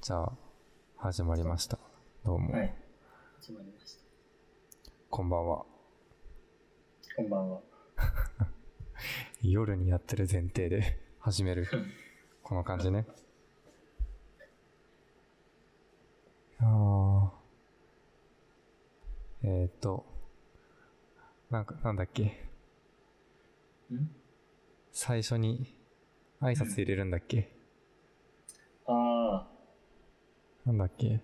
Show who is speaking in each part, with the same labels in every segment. Speaker 1: じゃあ、始まりました。どうも、
Speaker 2: はい。始まりまし
Speaker 1: こんばんは。
Speaker 2: た。こんばんは。
Speaker 1: 夜にやってる前提で 始める。この感じね。あー。えー、っと、なんか、なんだっけ。
Speaker 2: ん
Speaker 1: 最初に挨拶入れるんだっけ。
Speaker 2: ああ、
Speaker 1: なんだっけ。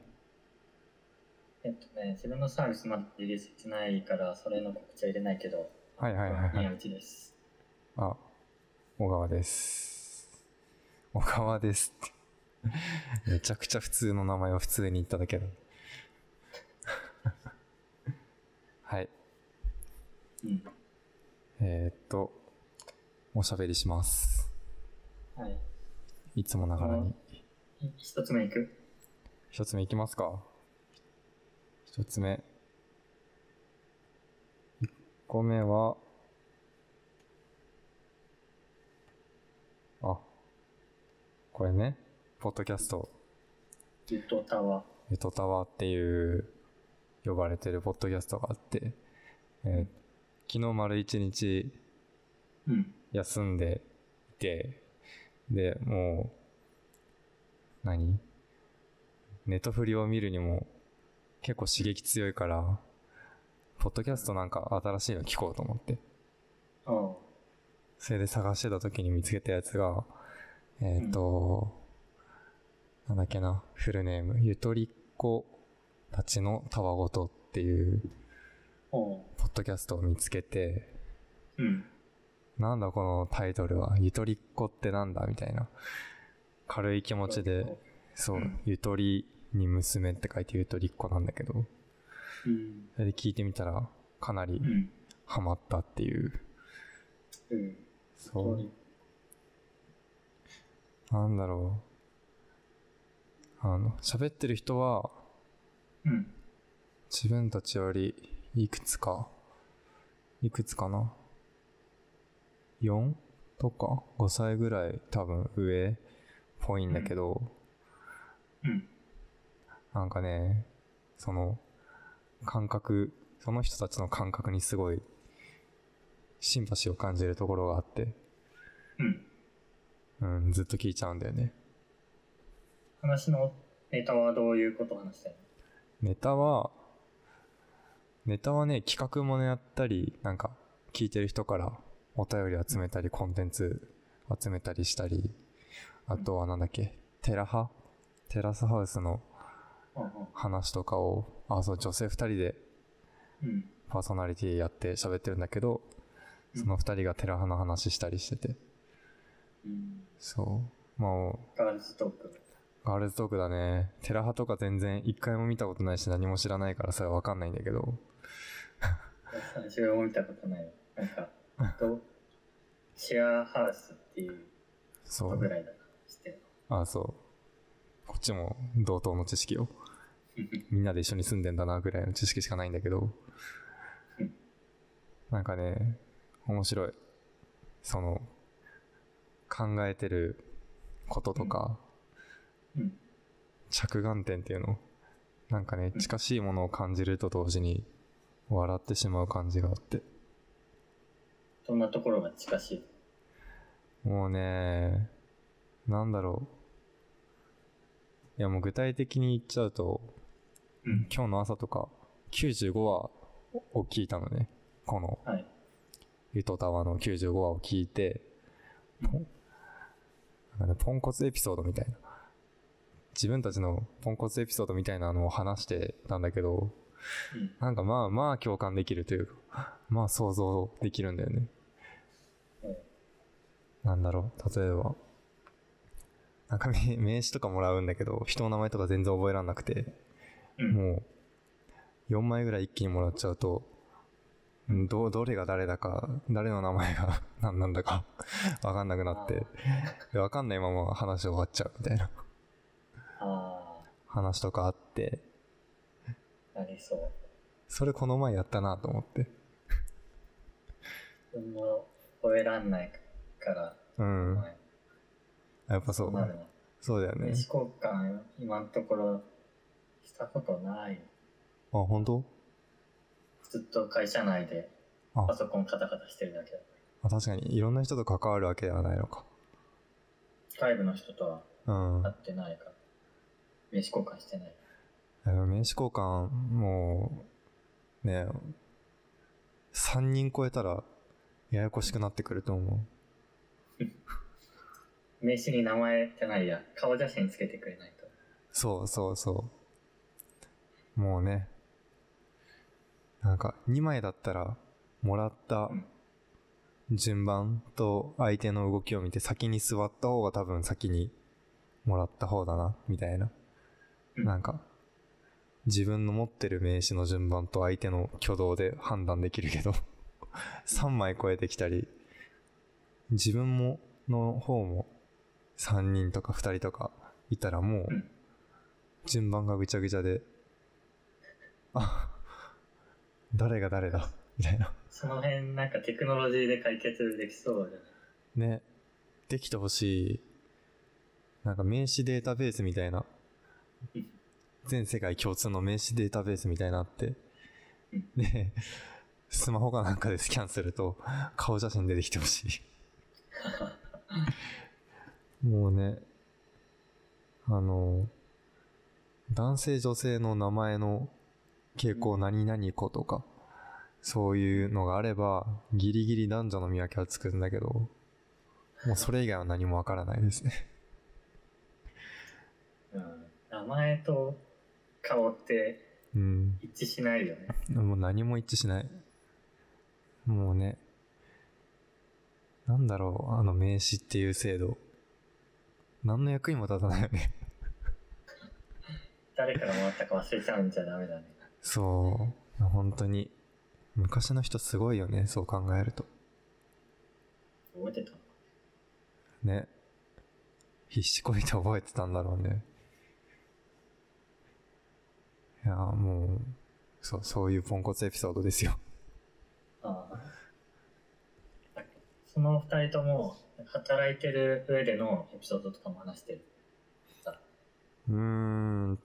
Speaker 2: えっとね、自分のサービスまだリリースしてないから、それの告知は入れないけど、
Speaker 1: はいはいはいはい
Speaker 2: 宮。内です。
Speaker 1: あ、小川です。小川ですって。 めちゃくちゃ普通の名前を普通に言っただけ だ。はい。
Speaker 2: うん。
Speaker 1: えー、っと、おしゃべりします。
Speaker 2: はい。
Speaker 1: いつもながらに。
Speaker 2: い一つ目いく
Speaker 1: 一つ目いきますか。一つ目。一個目は、あ、これね、ポッドキャスト。
Speaker 2: ゆとたわ。
Speaker 1: ゆとたわっていう呼ばれてるポッドキャストがあって、えー昨日丸一日
Speaker 2: うん。
Speaker 1: 休んでいて、で、もう、何ネトフリを見るにも結構刺激強いから、ポッドキャストなんか新しいの聞こうと思って。
Speaker 2: ああ。
Speaker 1: それで探してた時に見つけたやつが、えっ、と、なんだっけな、フルネーム、ゆとりっ子たちのたわごとっていう、
Speaker 2: おう。
Speaker 1: ポッドキャストを見つけて、
Speaker 2: うん。
Speaker 1: なんだこのタイトルは、ゆとりっ子ってなんだみたいな、軽い気持ちで、そう
Speaker 2: うん、
Speaker 1: ゆとりに娘って書いてゆとりっ子なんだけど、
Speaker 2: うん。
Speaker 1: それで聞いてみたら、かなり
Speaker 2: うん。
Speaker 1: ハマったっていう、
Speaker 2: うん。
Speaker 1: そう。なんだろう。あの、喋ってる人は、
Speaker 2: うん。
Speaker 1: 自分たちより、いくつか、いくつかな ?4? とか、5歳ぐらい多分上っぽいんだけど、
Speaker 2: うん。
Speaker 1: なんかね、その、感覚、その人たちの感覚にすごい、シンパシーを感じるところがあって、
Speaker 2: うん。
Speaker 1: うん、ずっと聞いちゃうんだよね。
Speaker 2: 話のネタはどういうことを話したい
Speaker 1: ネタは、ネタはね、企画ものやったり、なんか、聞いてる人からお便り集めたり、コンテンツ集めたりしたり、あとはなんだっけ、テラハテラスハウスの
Speaker 2: の
Speaker 1: 話とかを、あ、そう、女性二人で
Speaker 2: うん。うん。
Speaker 1: パーソナリティやって喋ってるんだけど、その二人がテラハの話したりしてて、
Speaker 2: うん。
Speaker 1: そう。まあ、
Speaker 2: ガールズトーク。
Speaker 1: ガールズトークだね。テラハとか全然一回も見たことないし何も知らないからそれはわかんないんだけど、
Speaker 2: 自分も見たことないわなんか、とシェアハウスっていう
Speaker 1: そ
Speaker 2: こと
Speaker 1: う
Speaker 2: ぐ。らいだなして る
Speaker 1: ああ、そう。こっちも同等の知識を。みんなで一緒に住んでんだなぐらいの知識しかないんだけど
Speaker 2: うん。
Speaker 1: なんかね、面白い。その、考えてることとか、
Speaker 2: うん。
Speaker 1: 着眼点っていうの。なんかね、
Speaker 2: うん
Speaker 1: 近しいものを感じると同時に、笑ってしまう感じがあって。
Speaker 2: どんなところが近しい
Speaker 1: もうね、なんだろう。いやもう具体的に言っちゃうと、
Speaker 2: うん。
Speaker 1: 今日の朝とか95話を聞いたのねこの
Speaker 2: はい。
Speaker 1: ゆとたわの95話を聞いてポンなんかねポンコツエピソードみたいな自分たちのポンコツエピソードみたいなのを話してたんだけど
Speaker 2: うん。
Speaker 1: なんかまあまあ共感できるというかまあ想像できるんだよね
Speaker 2: うん
Speaker 1: なんだろう例えばなんか名名刺とかもらうんだけど人の名前とか全然覚えらんなくて
Speaker 2: うん。
Speaker 1: もう、4枚ぐらい一気にもらっちゃうと、うんど、どれが誰だか、誰の名前が 何なんだか、わかんなくなって、でわかんないまま話終わっちゃうみたいな
Speaker 2: あ
Speaker 1: 話とかあって、
Speaker 2: あ、なりそう。
Speaker 1: それこの前やったなと思って。
Speaker 2: 自分も覚えらんないから、
Speaker 1: うん。
Speaker 2: はい
Speaker 1: やっぱそ
Speaker 2: な
Speaker 1: う、
Speaker 2: るな。
Speaker 1: そうだよね
Speaker 2: 名。刺交換、今のところ、したことな
Speaker 1: あ、
Speaker 2: い。
Speaker 1: 本当
Speaker 2: ずっと会社内で、
Speaker 1: あ
Speaker 2: パソコンカタカタしてるだけだ。
Speaker 1: あ確かに、いろんな人と関わるわけではないのか。
Speaker 2: 外部の人とは
Speaker 1: うん。
Speaker 2: 会ってないから、名刺交換してない。
Speaker 1: あの名刺交換、もう、ね、3人超えたら、ややこしくなってくると思う。
Speaker 2: 名刺に名前じゃないや、顔写真つけてくれないと。
Speaker 1: そうそうそう。もうね、なんか、2枚だったら、もらった
Speaker 2: うん
Speaker 1: 順番と相手の動きを見て、先に座った方が多分先にもらった方だな、みたいな。
Speaker 2: うん
Speaker 1: なんか、自分の持ってる名刺の順番と相手の挙動で判断できるけど、3枚超えてきたり、自分も、の方も、3人とか2人とかいたらも
Speaker 2: うん
Speaker 1: う、順番がぐちゃぐちゃで、あ、誰が誰だ、みたいな。
Speaker 2: その辺なんかテクノロジーで解決できそうじゃない
Speaker 1: ね、できてほしい、なんか名刺データベースみたいな
Speaker 2: うん、
Speaker 1: 全世界共通の名刺データベースみたいなのあって
Speaker 2: うん、
Speaker 1: で、スマホかなんかでスキャンすると、顔写真出てきてほしい。もうね、あの、男性女性の名前の傾向何々子とか、そういうのがあれば、ギリギリ男女の見分けはつくんだけど、もうそれ以外は何もわからないですね。
Speaker 2: うん名前と顔って
Speaker 1: うん。
Speaker 2: 一致しないよね。
Speaker 1: もう何も一致しない。もうね、なんだろう、あの名刺っていう制度。何の役にも立たないよね。
Speaker 2: 誰からもらったか忘れちゃうんじゃダメだね。
Speaker 1: そう、本当に。昔の人すごいよね、そう考えると。
Speaker 2: 覚えてたの
Speaker 1: ね。必死こいて覚えてたんだろうね。いや、もう、そう、そういうポンコツエピソードですよ。
Speaker 2: ああ。その二人とも働いてる上でのエピソードとかも話してる。
Speaker 1: うーん、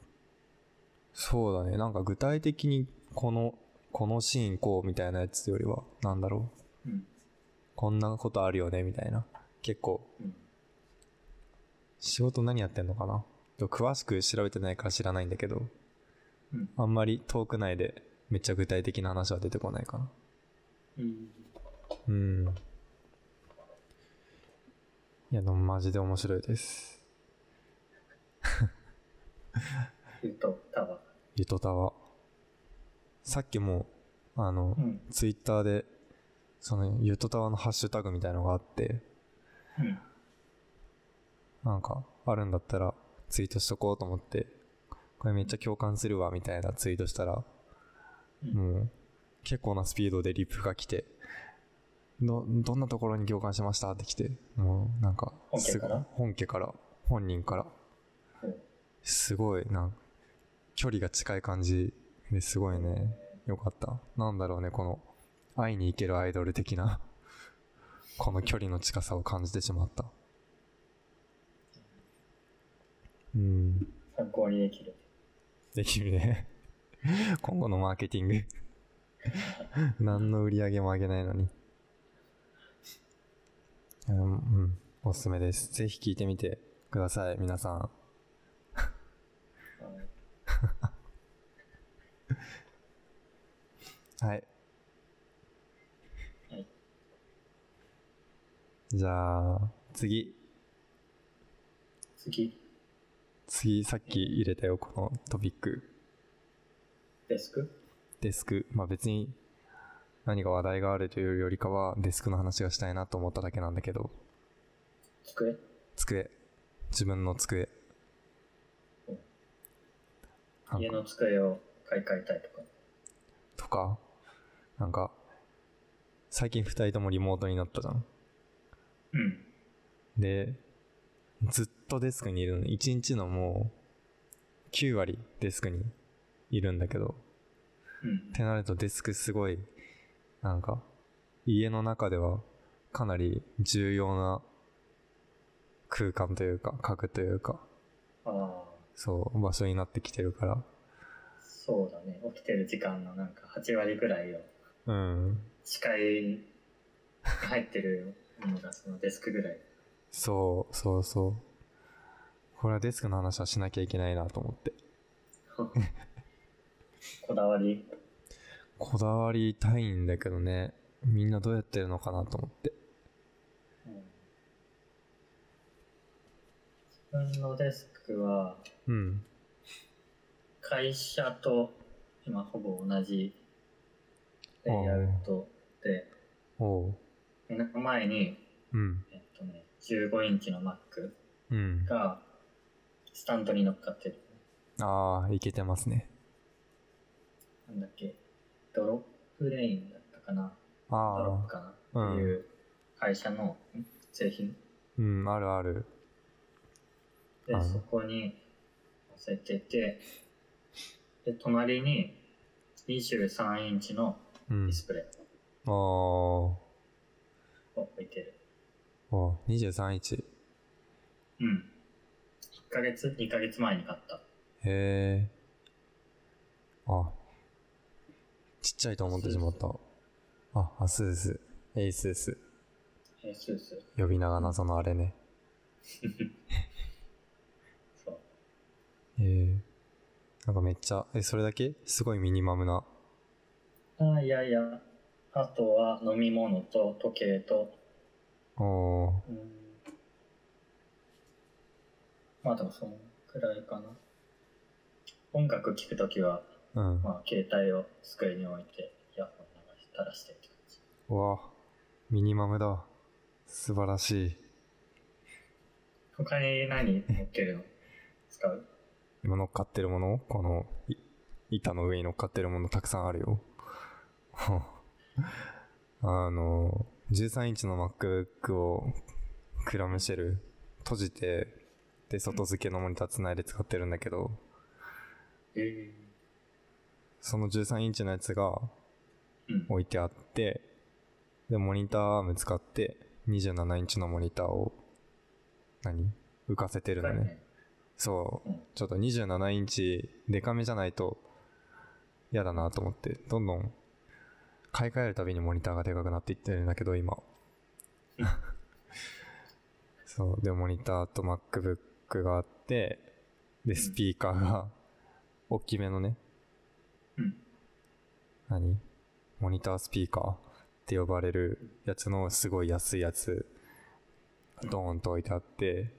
Speaker 1: そうだね。なんか具体的にこの、このシーンこうみたいなやつよりは、なんだろう。
Speaker 2: うん。
Speaker 1: こんなことあるよね、みたいな。結構、
Speaker 2: うん。
Speaker 1: 仕事何やってんのかなちょっと詳しく調べてないから知らないんだけど、
Speaker 2: うん
Speaker 1: あんまりトーク内でめっちゃ具体的な話は出てこないかな。
Speaker 2: うん。
Speaker 1: うん。いや、でもマジで面白いです。
Speaker 2: 言うと、たわ。
Speaker 1: ゆとたわ。さっきも、あの、
Speaker 2: うん。
Speaker 1: ツイッターで、その、ゆとたわのハッシュタグみたいのがあって、
Speaker 2: うん。
Speaker 1: なんか、あるんだったら、ツイートしとこうと思って、これめっちゃ共感するわ、みたいなツイートしたら、
Speaker 2: うん
Speaker 1: もう、結構なスピードでリプが来て、ど、どんなところに共感しましたって来て、もう、なんか、
Speaker 2: 本家から
Speaker 1: すごい本家から、本人から
Speaker 2: うん、
Speaker 1: すごい、なんか、距離が近い感じですごいね、よかった。なんだろうね、この、会いに行けるアイドル的な、この距離の近さを感じてしまった。うん、
Speaker 2: 参考にできる。
Speaker 1: できるね。今後のマーケティング。何の売り上げも上げないのに。うん、うん、おすすめです。ぜひ聞いてみてください、皆さん。
Speaker 2: はい
Speaker 1: はい。
Speaker 2: はい
Speaker 1: じゃあ、次。
Speaker 2: 次、
Speaker 1: 次、さっき入れたよ、このトピック。
Speaker 2: デスク
Speaker 1: デスク。まあ別に何か話題があるというよりかは、デスクの話がしたいなと思っただけなんだけど、
Speaker 2: 机
Speaker 1: 机。自分の机
Speaker 2: うん。
Speaker 1: なん
Speaker 2: 家
Speaker 1: か
Speaker 2: の机を買い替えたいとか。
Speaker 1: とか、なんか、最近二人ともリモートになったじゃん。
Speaker 2: うん。
Speaker 1: で、ずっとデスクにいるのね。一日のもう、9割デスクにいるんだけど、
Speaker 2: うん
Speaker 1: っ。てなるとデスクすごい、なんか、家の中ではかなり重要な空間というか、角というか、そう、場所になってきてるから。
Speaker 2: そうだね。起きてる時間のなんか8割ぐらいを、
Speaker 1: うん。
Speaker 2: 視界に入ってるのがそのデスクぐ らい。
Speaker 1: そう、そうそう。これはデスクの話はしなきゃいけないなと思って。
Speaker 2: こだわり。
Speaker 1: こだわりたいんだけどね。みんなどうやってるのかなと思って。
Speaker 2: うん自分のデスクは、
Speaker 1: うん。
Speaker 2: 会社と今ほぼ同じレイアウトで、
Speaker 1: おう。
Speaker 2: 目の前に、
Speaker 1: うん。
Speaker 2: えっとね、15インチの Mac
Speaker 1: うん。
Speaker 2: がスタンドに乗っかってる。
Speaker 1: ああ、いけてますね。
Speaker 2: なんだっけ、ドロップレインだったかな、ドロッ
Speaker 1: ああ。
Speaker 2: プかなっていう会社のん製品。
Speaker 1: うん、あるある。
Speaker 2: で
Speaker 1: あ、
Speaker 2: そこに乗せてて、で、隣に23インチの
Speaker 1: うん
Speaker 2: ディ。スプレイ
Speaker 1: ああ。
Speaker 2: を置いてる。
Speaker 1: おう23インチ。
Speaker 2: うん。1ヶ月、2ヶ月前に買った。
Speaker 1: へえ。あ、ちっちゃいと思ってしまった。あ、アスース。エイスース。
Speaker 2: えー、スース。
Speaker 1: 呼び名が謎のあれね。
Speaker 2: そう。
Speaker 1: へえ。なんかめっちゃ、え、それだけすごいミニマムな。
Speaker 2: あーいやいや。あとは飲み物と時計と、
Speaker 1: おお
Speaker 2: うん。まあでもそのくらいかな。音楽聴くときは、
Speaker 1: ー。うん。
Speaker 2: まあ携帯を机に置いて、イヤホン流したらしてって感じ。
Speaker 1: うわ、ミニマムだ。素晴らしい。
Speaker 2: 他に何持ってるの使う
Speaker 1: 今乗っかってるものこの、い板の上に乗っかってるものたくさんあるよ。 あの、13インチの MacBook をクラムシェル閉じて、で、外付けのモニターつないで使ってるんだけど、
Speaker 2: え
Speaker 1: その13インチのやつが
Speaker 2: えうん。
Speaker 1: 置いてあって、で、モニターアーム使って、27インチのモニターを、何浮かせてるのね。そう
Speaker 2: うん。
Speaker 1: ちょっと27インチ、デカめじゃないと、嫌だなと思って、どんどん、買い替えるたびにモニターがでかくなっていってるんだけど、今
Speaker 2: うん。
Speaker 1: そう。で、モニターと MacBook があって、で、スピーカーが、大きめのね、
Speaker 2: うん。
Speaker 1: 何モニタースピーカーって呼ばれるやつのすごい安いやつ
Speaker 2: うん
Speaker 1: ドーンと置いてあって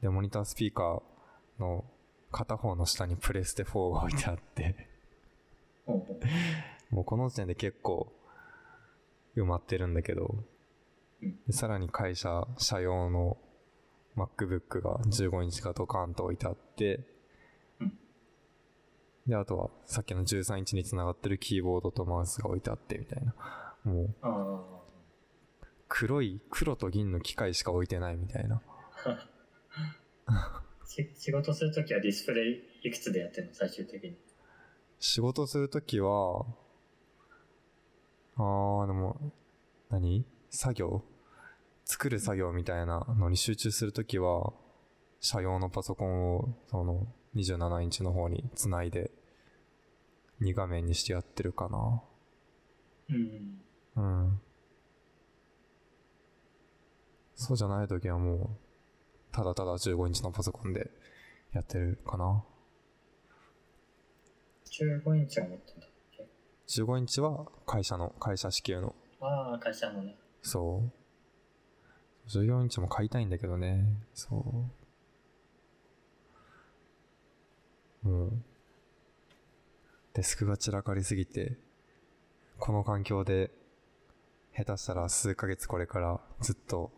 Speaker 1: でモニタースピーカーの片方の下にプレステ4が置いてあって
Speaker 2: ほうほ
Speaker 1: もうこの時点で結構埋まってるんだけど
Speaker 2: うん
Speaker 1: でさらに会社社用の MacBook が15インチがドカーンと置いてあって
Speaker 2: うん
Speaker 1: であとはさっきの13インチにつながってるキーボードとマウスが置いてあってみたいなもう
Speaker 2: う。あ
Speaker 1: 黒い黒と銀の機械しか置いてないみたいな
Speaker 2: あ。し仕事するときはディスプレイいくつでやってるの最終的に。
Speaker 1: 仕事するときはあーでも何作業作る作業みたいなのに集中するときは社用のパソコンをその27インチの方につないで2画面にしてやってるかな
Speaker 2: うん。
Speaker 1: うんそうじゃないときはもうただただ15インチのパソコンでやってるかな
Speaker 2: 15インチを持ってんだっけ
Speaker 1: 15インチは会社の会社支給の
Speaker 2: ああ、会社のね。
Speaker 1: そう14インチも買いたいんだけどねそうもうデスクが散らかりすぎてこの環境で下手したら数ヶ月これからずっと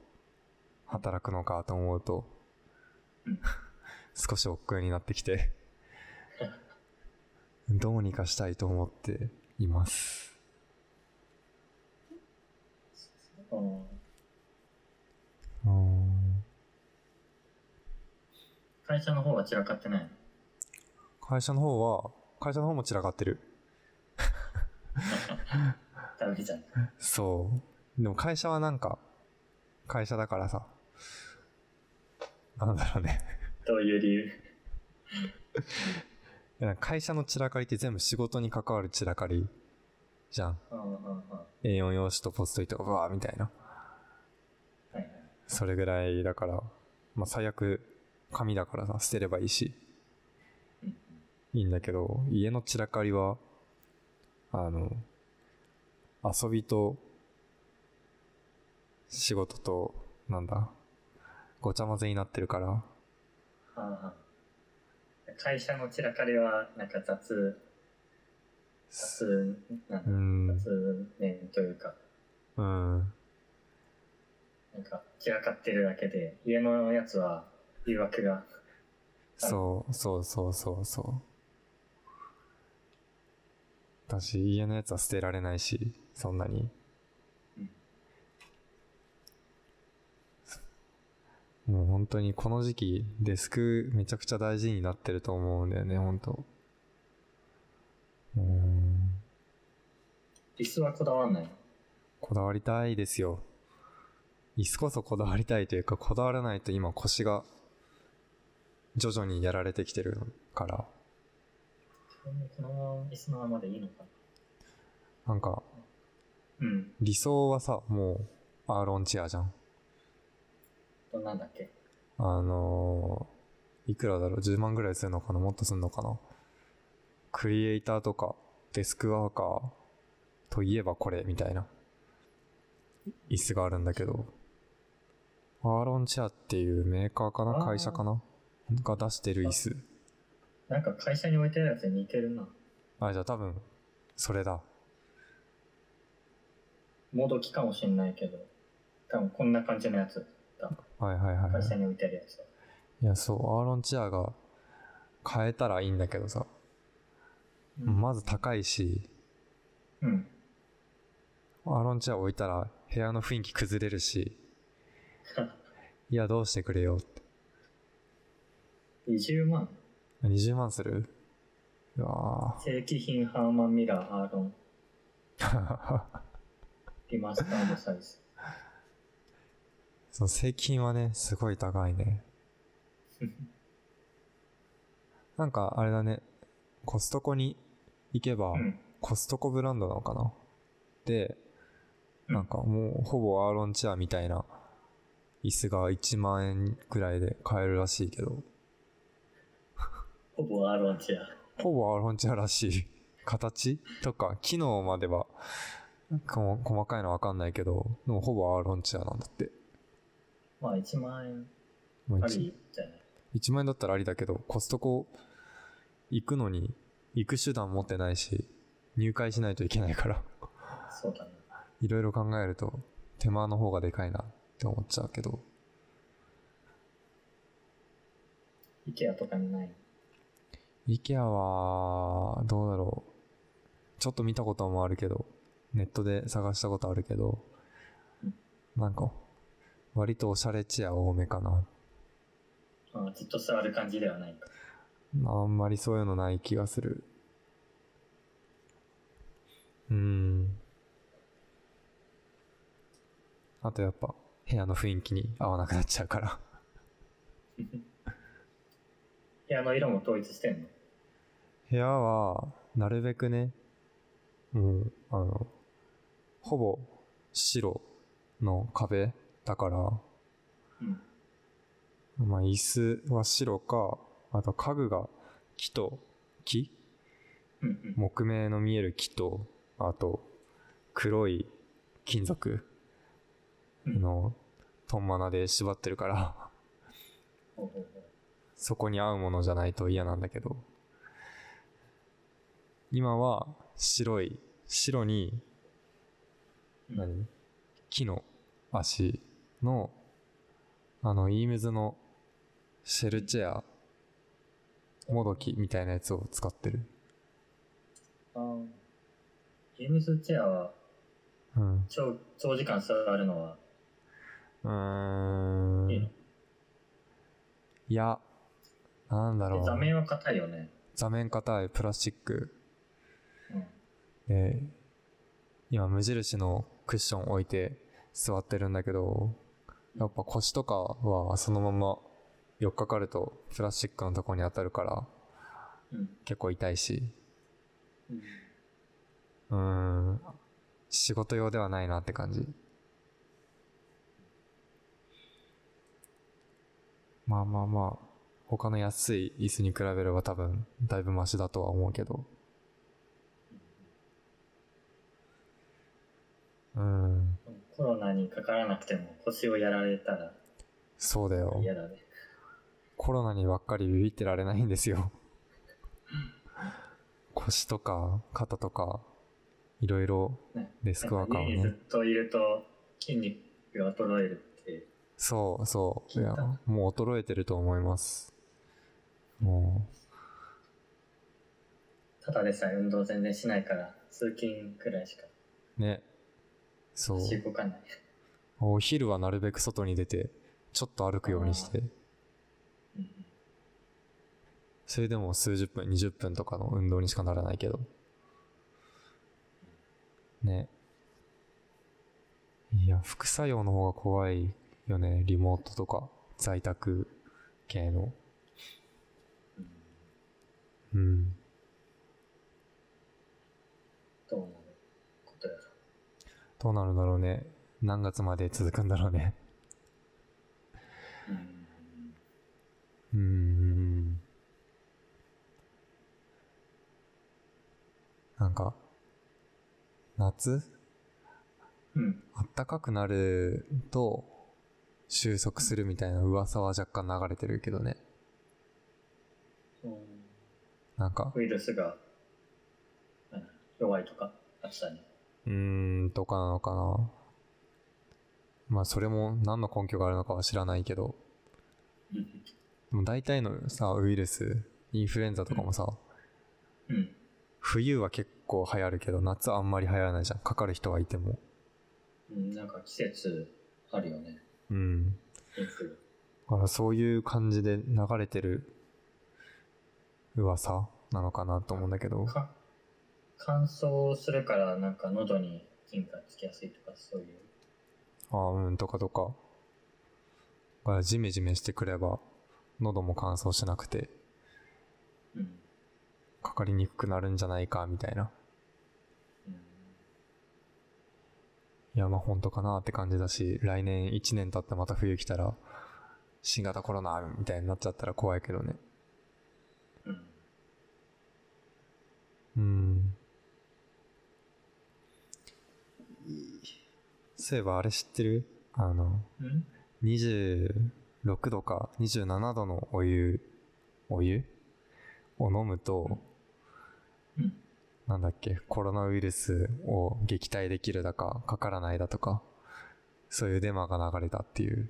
Speaker 1: 働くのかと思うと
Speaker 2: うん
Speaker 1: 少し億劫になってきてどうにかしたいと思っています
Speaker 2: うん。
Speaker 1: うん
Speaker 2: 会社の方は散らかってないの
Speaker 1: 会社の方は、会社の方も散らかってる。
Speaker 2: ダメじゃん。
Speaker 1: そう。でも会社はなんか、会社だからさ、なんだろうね。
Speaker 2: どういう理由
Speaker 1: いやなんか会社の散らかりって全部仕事に関わる散らかりじゃん。
Speaker 2: うんうんうん。は
Speaker 1: A4 用紙とポストイットがわーみたいな。
Speaker 2: いはい。
Speaker 1: それぐらいだから、まあ最悪紙だからさ、捨てればいいし
Speaker 2: うん、
Speaker 1: いいんだけど、家の散らかりは、あの、遊びと、仕事と、なんだ、ごちゃ混ぜになってるから、
Speaker 2: はあはあ会社の散らかりは、なんか雑、雑、なん
Speaker 1: う
Speaker 2: だ
Speaker 1: ん、
Speaker 2: 雑念というか、
Speaker 1: うん、
Speaker 2: なんか散らかってるだけで、家のやつは誘惑が、
Speaker 1: そう、そうそうそうそう。だし、家のやつは捨てられないし、そんなに
Speaker 2: うん。
Speaker 1: もう本当にこの時期、デスクめちゃくちゃ大事になってると思うんだよね、本当うーん。
Speaker 2: 椅子はこだわんないの。
Speaker 1: こだわりたいですよ。椅子こそこだわりたいというか、こだわらないと今腰が徐々にやられてきてるから。
Speaker 2: この椅子のままでいいのか
Speaker 1: なんか、
Speaker 2: なうん。
Speaker 1: 理想はさ、もう、アーロンチェアじゃん。
Speaker 2: どんなんだっけ
Speaker 1: あのー、いくらだろう ?10 万ぐらいするのかなもっとするのかなクリエイターとか、デスクワーカーといえばこれ、みたいな、椅子があるんだけど、アーロンチェアっていうメーカーかな
Speaker 2: あー
Speaker 1: 会社かなが出してる椅子。
Speaker 2: なんか会社に置いてるやつに似てるな。
Speaker 1: あ、じゃあ多分、それだ。
Speaker 2: もどきかもしんないけど、多分こんな感じのやつ。
Speaker 1: はいはいはい、は
Speaker 2: 会
Speaker 1: い。
Speaker 2: 社に置いてるやつ。
Speaker 1: いや、そう、アーロンチェアが変えたらいいんだけどさ、
Speaker 2: うん。
Speaker 1: まず高いし、
Speaker 2: うん、
Speaker 1: アーロンチェア置いたら部屋の雰囲気崩れるし、いや、どうしてくれよって。
Speaker 2: 20万
Speaker 1: 20万するうわ
Speaker 2: 正規品ハーマンミラーアーロン
Speaker 1: ぁ。
Speaker 2: リマスタードサイズ。
Speaker 1: その税金はね、すごい高いね。なんか、あれだね、コストコに行けば
Speaker 2: う、ん。
Speaker 1: コストコブランドなのかなで、
Speaker 2: うん
Speaker 1: なんかもうほぼアーロンチェアみたいな椅子が1万円くらいで買えるらしいけど、
Speaker 2: ほぼアーロンチェア。
Speaker 1: ほぼアーロンチェアらしい形とか機能まではこ細かいのわかんないけどでもほぼアーロンチェアなんだって
Speaker 2: まあ1万円
Speaker 1: もう
Speaker 2: あ
Speaker 1: 1,
Speaker 2: りじゃない。
Speaker 1: 1万円だったらありだけどコストコ行くのに行く手段持ってないし入会しないといけないから
Speaker 2: そうだね。
Speaker 1: いろいろ考えると手間の方がでかいなって思っちゃうけど
Speaker 2: IKEA とかにない。
Speaker 1: IKEA はどうだろうちょっと見たこともあるけどネットで探したことあるけどなんか割とおしゃれチェア多めかな
Speaker 2: あずっと座る感じではないか。
Speaker 1: あんまりそういうのない気がするうんあとやっぱ部屋の雰囲気に合わなくなっちゃうから
Speaker 2: 部屋の色も統一してんの
Speaker 1: 部屋はなるべくねもうあのほぼ白の壁だから
Speaker 2: うん。
Speaker 1: まあ椅子は白かあと家具が木と木
Speaker 2: うんうん。
Speaker 1: 木目の見える木とあと黒い金属のトンマナで縛ってるから
Speaker 2: ほうほうほう
Speaker 1: そこに合うものじゃないと嫌なんだけど今は白い白に
Speaker 2: うん
Speaker 1: 何木の足のあのイームズのシェルチェアもどきみたいなやつを使ってる
Speaker 2: あーゲームズチェアは
Speaker 1: うん
Speaker 2: 長長時間座るのは
Speaker 1: うーん
Speaker 2: いいの、
Speaker 1: いやなんだろう
Speaker 2: 座面は硬いよね。
Speaker 1: 座面硬いプラスチック
Speaker 2: うん。
Speaker 1: で今無印のクッション置いて座ってるんだけどやっぱ腰とかはそのまま4日かかるとプラスチックのとこに当たるから
Speaker 2: うん
Speaker 1: 結構痛いし、
Speaker 2: うん
Speaker 1: うーん、仕事用ではないなって感じ。まあまあまあ、他の安い椅子に比べれば多分、だいぶマシだとは思うけど。うーん、
Speaker 2: コロナにかからなくても腰をやられたら
Speaker 1: そうだよ。
Speaker 2: 嫌だね。
Speaker 1: コロナにばっかりビビってられないんですよ。腰とか肩とか、いろいろ
Speaker 2: ね
Speaker 1: デスクワーカーを
Speaker 2: な
Speaker 1: ね
Speaker 2: んか家。にずっといると筋肉が衰えるって。
Speaker 1: そうそう。い
Speaker 2: 聞
Speaker 1: や
Speaker 2: いた、
Speaker 1: もう衰えてると思います。も
Speaker 2: ただでさえ運動全然しないから通勤くらいしか
Speaker 1: う、ね。そう。
Speaker 2: 足動かない。
Speaker 1: お昼はなるべく外に出て、ちょっと歩くようにして、
Speaker 2: うん
Speaker 1: それでも数十分、20分とかの運動にしかならないけど。ね。いや、副作用の方が怖いよね。リモートとか、在宅系の。
Speaker 2: うん
Speaker 1: うん。
Speaker 2: どうなることやら。
Speaker 1: どうなるんだろうね。何月まで続くんだろうね。
Speaker 2: うん
Speaker 1: うーん。なんか、夏
Speaker 2: うん。
Speaker 1: あったかくなると収束するみたいな噂は若干流れてるけどね。
Speaker 2: うん
Speaker 1: なんか、
Speaker 2: ウイルスがうん弱いとか暑さに。
Speaker 1: うーん、とかなのかな。まあ、それも何の根拠があるのかは知らないけど、
Speaker 2: うん
Speaker 1: でも大体のさ、ウイルス、インフルエンザとかもさ、
Speaker 2: うん。
Speaker 1: 冬は結構流行るけど、夏はあんまり流行らないじゃん。かかる人はいても。
Speaker 2: うんなんか季節あるよね。
Speaker 1: うん。
Speaker 2: インフル
Speaker 1: だからそういう感じで流れてる噂なのかなと思うんだけど、
Speaker 2: か乾燥するからなんか喉に菌がつきやすいとかそういう
Speaker 1: ああ、うん、とかとか。だからジメジメしてくれば、喉も乾燥しなくて、
Speaker 2: うん、
Speaker 1: かかりにくくなるんじゃないか、みたいな。
Speaker 2: うん、
Speaker 1: いや、まあ本当かなって感じだし、来年1年経ってまた冬来たら、新型コロナ、みたいになっちゃったら怖いけどね。
Speaker 2: うん、
Speaker 1: うん。そういえばあれ知ってるあの、
Speaker 2: うん、
Speaker 1: 26度か27度のお湯お湯を飲むと、
Speaker 2: うん
Speaker 1: なんだっけコロナウイルスを撃退できるだかかからないだとかそういうデマが流れたっていう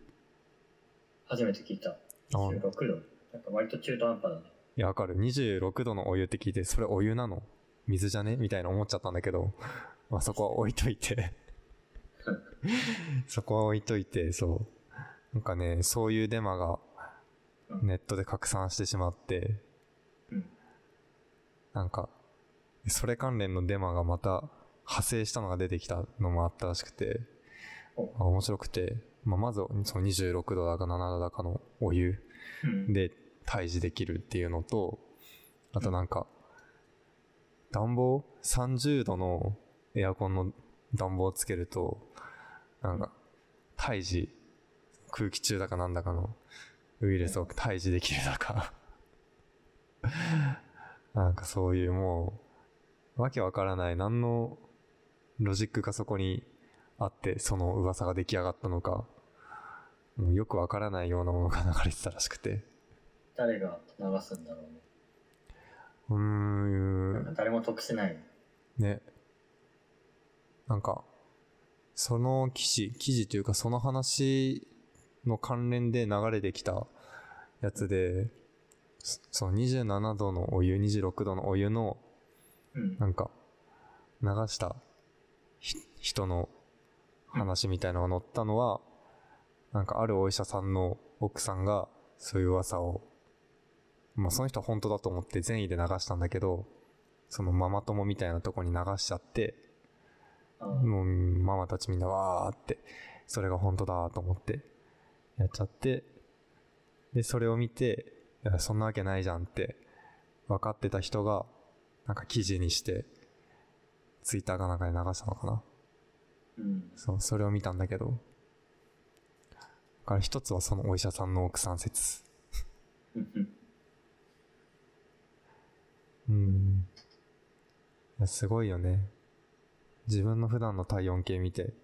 Speaker 2: 初めて聞いた。
Speaker 1: あ
Speaker 2: 26度。なんか割と中途半端だね。
Speaker 1: いやわかる26度のお湯って聞いてそれお湯なの水じゃねみたいな思っちゃったんだけど、 まあ、そこは置いといて そこは置いといてそうなんかねそういうデマがネットで拡散してしまって
Speaker 2: うん
Speaker 1: なんか、それ関連のデマがまた派生したのが出てきたのもあったらしくて、
Speaker 2: お
Speaker 1: あ面白くて、まあ、まずその26度だか7度だかのお湯
Speaker 2: うん、
Speaker 1: で退治できるっていうのと、あとなんか、暖房 ?30 度のエアコンの暖房をつけると、なんか、退治、空気中だかなんだかのウイルスを退治できるだか、 なんかそういうもう、わけわからない、何のロジックがそこにあって、その噂が出来上がったのか、もうよくわからないようなものが流れてたらしくて。
Speaker 2: 誰が流すんだろうね。
Speaker 1: うー
Speaker 2: なん
Speaker 1: ん、
Speaker 2: か誰も得しない。
Speaker 1: ね。なんか、その記事、記事というかその話の関連で流れてきたやつで、そその27度のお湯、26度のお湯の、
Speaker 2: うん
Speaker 1: な。んか、流したひ人の話みたいのが載ったのは、なんかあるお医者さんの奥さんがそういう噂を、まあその人は本当だと思って善意で流したんだけど、そのママ友みたいなとこに流しちゃって、
Speaker 2: あー
Speaker 1: もうママたちみんなわーって、それが本当だと思ってやっちゃって、で、それを見て、いや、そんなわけないじゃんって、分かってた人が、なんか記事にして、ツイッターかなんかで流したのかな。
Speaker 2: うん。
Speaker 1: そう、それを見たんだけど。だから一つはそのお医者さんの奥さん説。
Speaker 2: うん
Speaker 1: うん。いやすごいよね。自分の普段の体温計見て、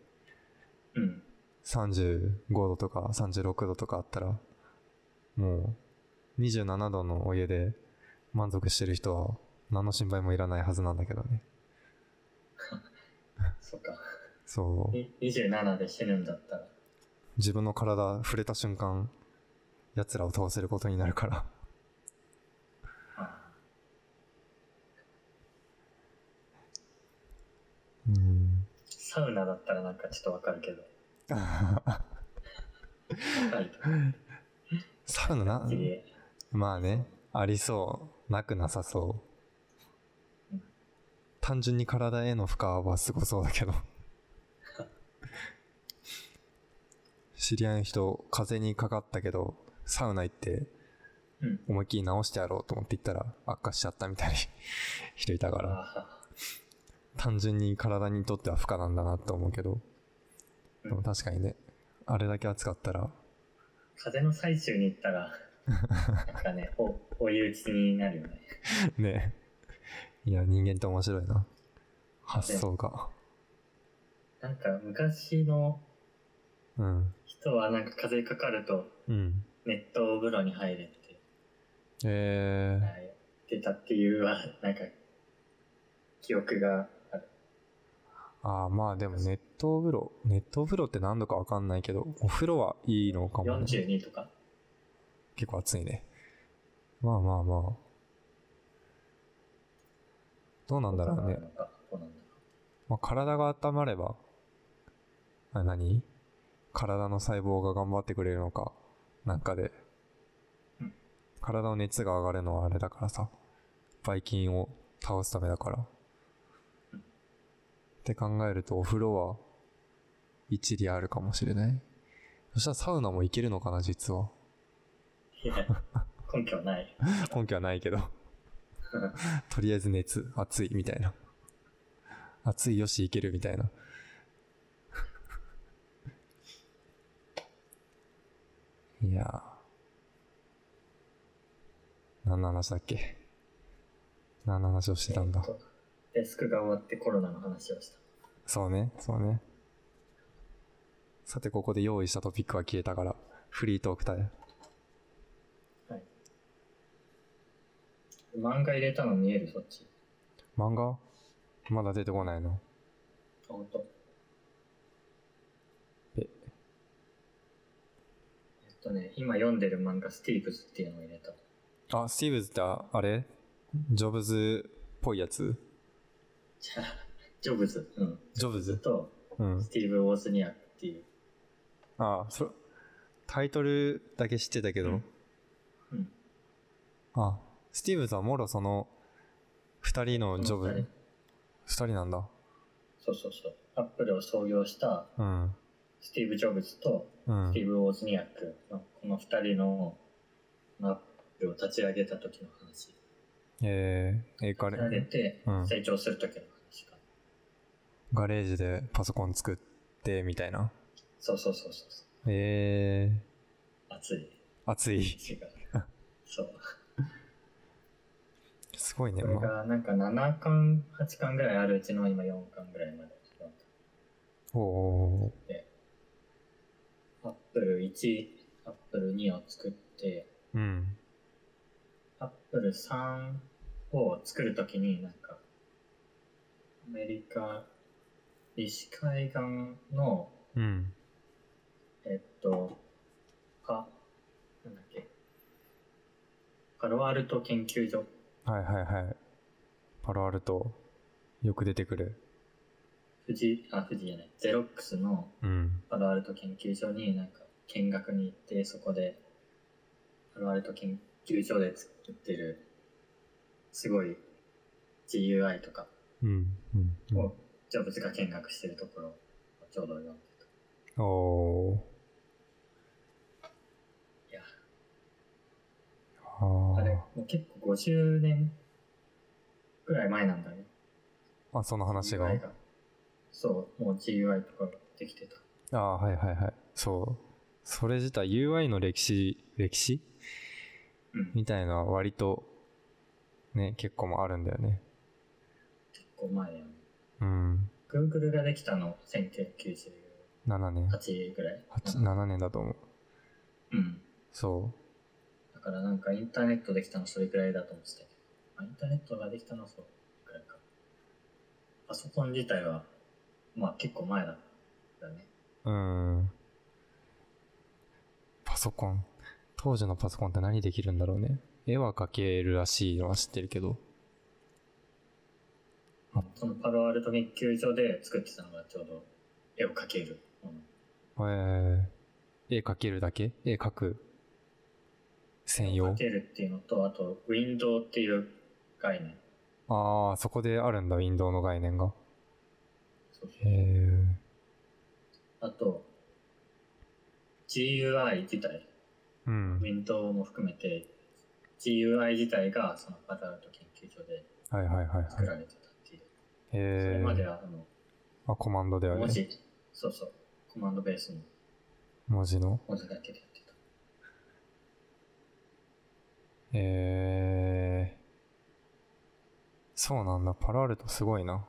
Speaker 2: うん。
Speaker 1: 35度とか36度とかあったら、もう27度のお湯で満足してる人は何の心配もいらないはずなんだけどね。
Speaker 2: そっか。
Speaker 1: そう。
Speaker 2: に27で死ぬんだったら。
Speaker 1: 自分の体触れた瞬間、奴らを倒せることになるから。
Speaker 2: あ
Speaker 1: うん。
Speaker 2: サウナだったらなんかちょっとわかるけど。高いと
Speaker 1: サウナな、
Speaker 2: 次へ。
Speaker 1: まあね、ありそう。なくなさそう
Speaker 2: うん。
Speaker 1: 単純に体への負荷はすごそうだけど。 知り合いの人、風邪にかかったけど、サウナ行って、
Speaker 2: うん。
Speaker 1: 思いっきり治してやろうと思って行ったら、悪化しちゃったみたいな 人いたから、
Speaker 2: あ
Speaker 1: 単純に体にとっては負荷なんだなと思うけど、
Speaker 2: う
Speaker 1: で
Speaker 2: ん
Speaker 1: も確かにね、あれだけ暑かったら、
Speaker 2: 風の最中に行ったら、なんかね、お、追い打ちになるよね。
Speaker 1: ねえ。いや、人間って面白いな。発想が。
Speaker 2: なんか昔の
Speaker 1: うん。
Speaker 2: 人はなんか風邪かかると、
Speaker 1: うん。
Speaker 2: 熱湯風呂に入れって
Speaker 1: え
Speaker 2: 言ってたっていうは、なんか、記憶があ
Speaker 1: ー、
Speaker 2: る。
Speaker 1: ああ、まあでも熱湯風呂。熱湯風呂って何度かわかんないけど、お風呂はいいのかも、ね。結
Speaker 2: 42とか。
Speaker 1: 構暑いね。まあまあまあ。どうなんだろうね。
Speaker 2: なんかどうなんだろ
Speaker 1: まあ、体が温まれば、あ何体の細胞が頑張ってくれるのか、なんかで
Speaker 2: うん。
Speaker 1: 体の熱が上がるのはあれだからさ、ばい菌を倒すためだから。
Speaker 2: うん
Speaker 1: って考えると、お風呂は一理あるかもしれない。そしたらサウナも行けるのかな、実は。
Speaker 2: ういや、根 拠ない。
Speaker 1: 根拠はないけど。とりあえず熱、暑いみたいな。暑いよし、いけるみたいな。いやー。何の話だっけ何の話をしてたんだ
Speaker 2: えっ。とデスクが終わってコロナの話をした。
Speaker 1: そうね、そうね。さて、ここで用意したトピックは消えたから、フリートークタイム。
Speaker 2: 漫画入れたの見えるそっち。
Speaker 1: 漫画まだ出てこないの。
Speaker 2: ほんと。
Speaker 1: え
Speaker 2: えっとね、今読んでる漫画、スティーブズっていうのを入れた。
Speaker 1: あ、スティーブズってああれジョブズっぽいやつ
Speaker 2: じゃあジョブズ。うん。
Speaker 1: ジョブズ
Speaker 2: と、
Speaker 1: うん
Speaker 2: ス。ティーブ・ウォズニアックっていう。
Speaker 1: あそ、タイトルだけ知ってたけど。
Speaker 2: うんうん
Speaker 1: あ、スティーブズはもろその、二人のジョ
Speaker 2: その二
Speaker 1: ブ
Speaker 2: 人、
Speaker 1: 二人なんだ。
Speaker 2: そうそうそう。アップルを創業した
Speaker 1: うん。
Speaker 2: スティーブ・ジョブズと
Speaker 1: うん
Speaker 2: ステ。ィーブ・ウォズニアックのこの二人のアップルを立ち上げた時の話。
Speaker 1: えー、えーガ
Speaker 2: 立ち上げ
Speaker 1: レ、
Speaker 2: て
Speaker 1: うん
Speaker 2: 成長する時の話か。
Speaker 1: ガレージでパソコン作って、みたいな。
Speaker 2: そうそうそうそうそう。
Speaker 1: え
Speaker 2: 熱い。
Speaker 1: ー、熱い。
Speaker 2: 違う。 そう。
Speaker 1: すごいね、
Speaker 2: これ
Speaker 1: まあ。
Speaker 2: がなんか7巻、8巻ぐらいあるうちの今4巻ぐらいまで。
Speaker 1: おー、
Speaker 2: アップル1、アップル2を作って、
Speaker 1: うん。
Speaker 2: アップル3を作るときになんか、アメリカ、西海岸の、
Speaker 1: うん。
Speaker 2: えっと、パ、なんだっけ、パロアルト研究所
Speaker 1: はいはいはい。パロアルト、よく出てくる。
Speaker 2: 富士、あ、富士じゃない、ゼロックスの
Speaker 1: うん。
Speaker 2: パロアルト研究所になんか見学に行って、そこで、パロアルト研究所で作ってる、すごい GUI とか
Speaker 1: うん。うん。うん
Speaker 2: をジョブズが見学してるところをちょうど読んでた。
Speaker 1: おー。
Speaker 2: いや、
Speaker 1: あー
Speaker 2: あれ、もう結構50年くらい前なんだね。
Speaker 1: あ、その話が。
Speaker 2: GUI そう、もう GUI とかができてた。
Speaker 1: ああ、はいはいはい。そう。それ自体 UI の歴史、歴史
Speaker 2: うん。結
Speaker 1: みたいのは割と、ね、結構もあるんだよね。
Speaker 2: 構前やね。
Speaker 1: うん。
Speaker 2: Google ができたの1998
Speaker 1: 7年。
Speaker 2: ぐらい。
Speaker 1: 8、7年だと思う。
Speaker 2: うん。
Speaker 1: そ
Speaker 2: だからなんかインターネットできたのそれくらいだと思ってたけどまあインターネットができたのはそれくらいか。パソコン自体は、まあ結構前だったね。
Speaker 1: う。うん。パソコン。当時のパソコンって何できるんだろうね。絵は描けるらしいのは知ってるけど。
Speaker 2: そのパロアルト研究所で作ってたのがちょうど絵を描けるもの。
Speaker 1: えー、絵描けるだけ絵描く専
Speaker 2: 描
Speaker 1: 用
Speaker 2: けるっていうのと、あと、ウィンドウっていう概念。
Speaker 1: ああ、そこであるんだ、ウィンドウの概念が。
Speaker 2: そうそ
Speaker 1: へ
Speaker 2: う
Speaker 1: え。
Speaker 2: あと、GUI 自体、
Speaker 1: う
Speaker 2: ウ
Speaker 1: ん。
Speaker 2: ィンドウも含めて、GUI 自体がそのパロアルト研究所で
Speaker 1: はいはいはいはい。
Speaker 2: 作られてたっていう。
Speaker 1: へ
Speaker 2: それまで
Speaker 1: え。
Speaker 2: は、あの、
Speaker 1: あ、コマンドだよ
Speaker 2: 文
Speaker 1: ね。
Speaker 2: 字、そうそう、コマンドベースの
Speaker 1: 文字の。
Speaker 2: 文字だけでやってた。
Speaker 1: ええ。そうなんだ、パラアルトすごいな。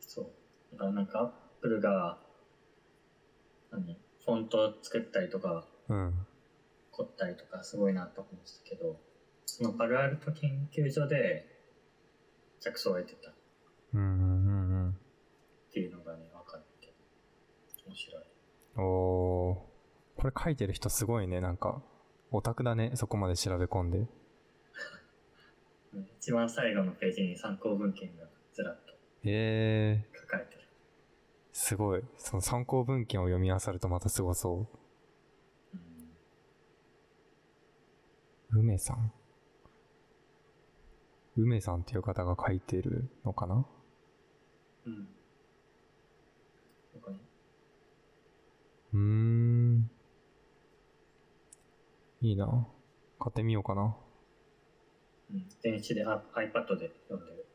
Speaker 2: そう。だからなんか、アップルが、何、フォントを作ったりとか、
Speaker 1: うん。
Speaker 2: 凝ったりとか、すごいなと思ってたけど、そのパルアルト研究所で着想を得てたっ
Speaker 1: うんうん
Speaker 2: ていうのがね、分かって、面白い。
Speaker 1: うんうん。おー。これ書いてる人すごいね、なんか。オタクだね、そこまで調べ込んで。
Speaker 2: うん一番最後のページに参考文献がずらっと
Speaker 1: ええ。
Speaker 2: 書かれてる。
Speaker 1: すごい。その参考文献を読み漁るとまたすごそう。
Speaker 2: うん
Speaker 1: 梅さん梅さんっていう方が書いてるのかな
Speaker 2: うん。他に
Speaker 1: うーん。いいな。買ってみようかな。
Speaker 2: うん。電子で、あ iPad で読んでる。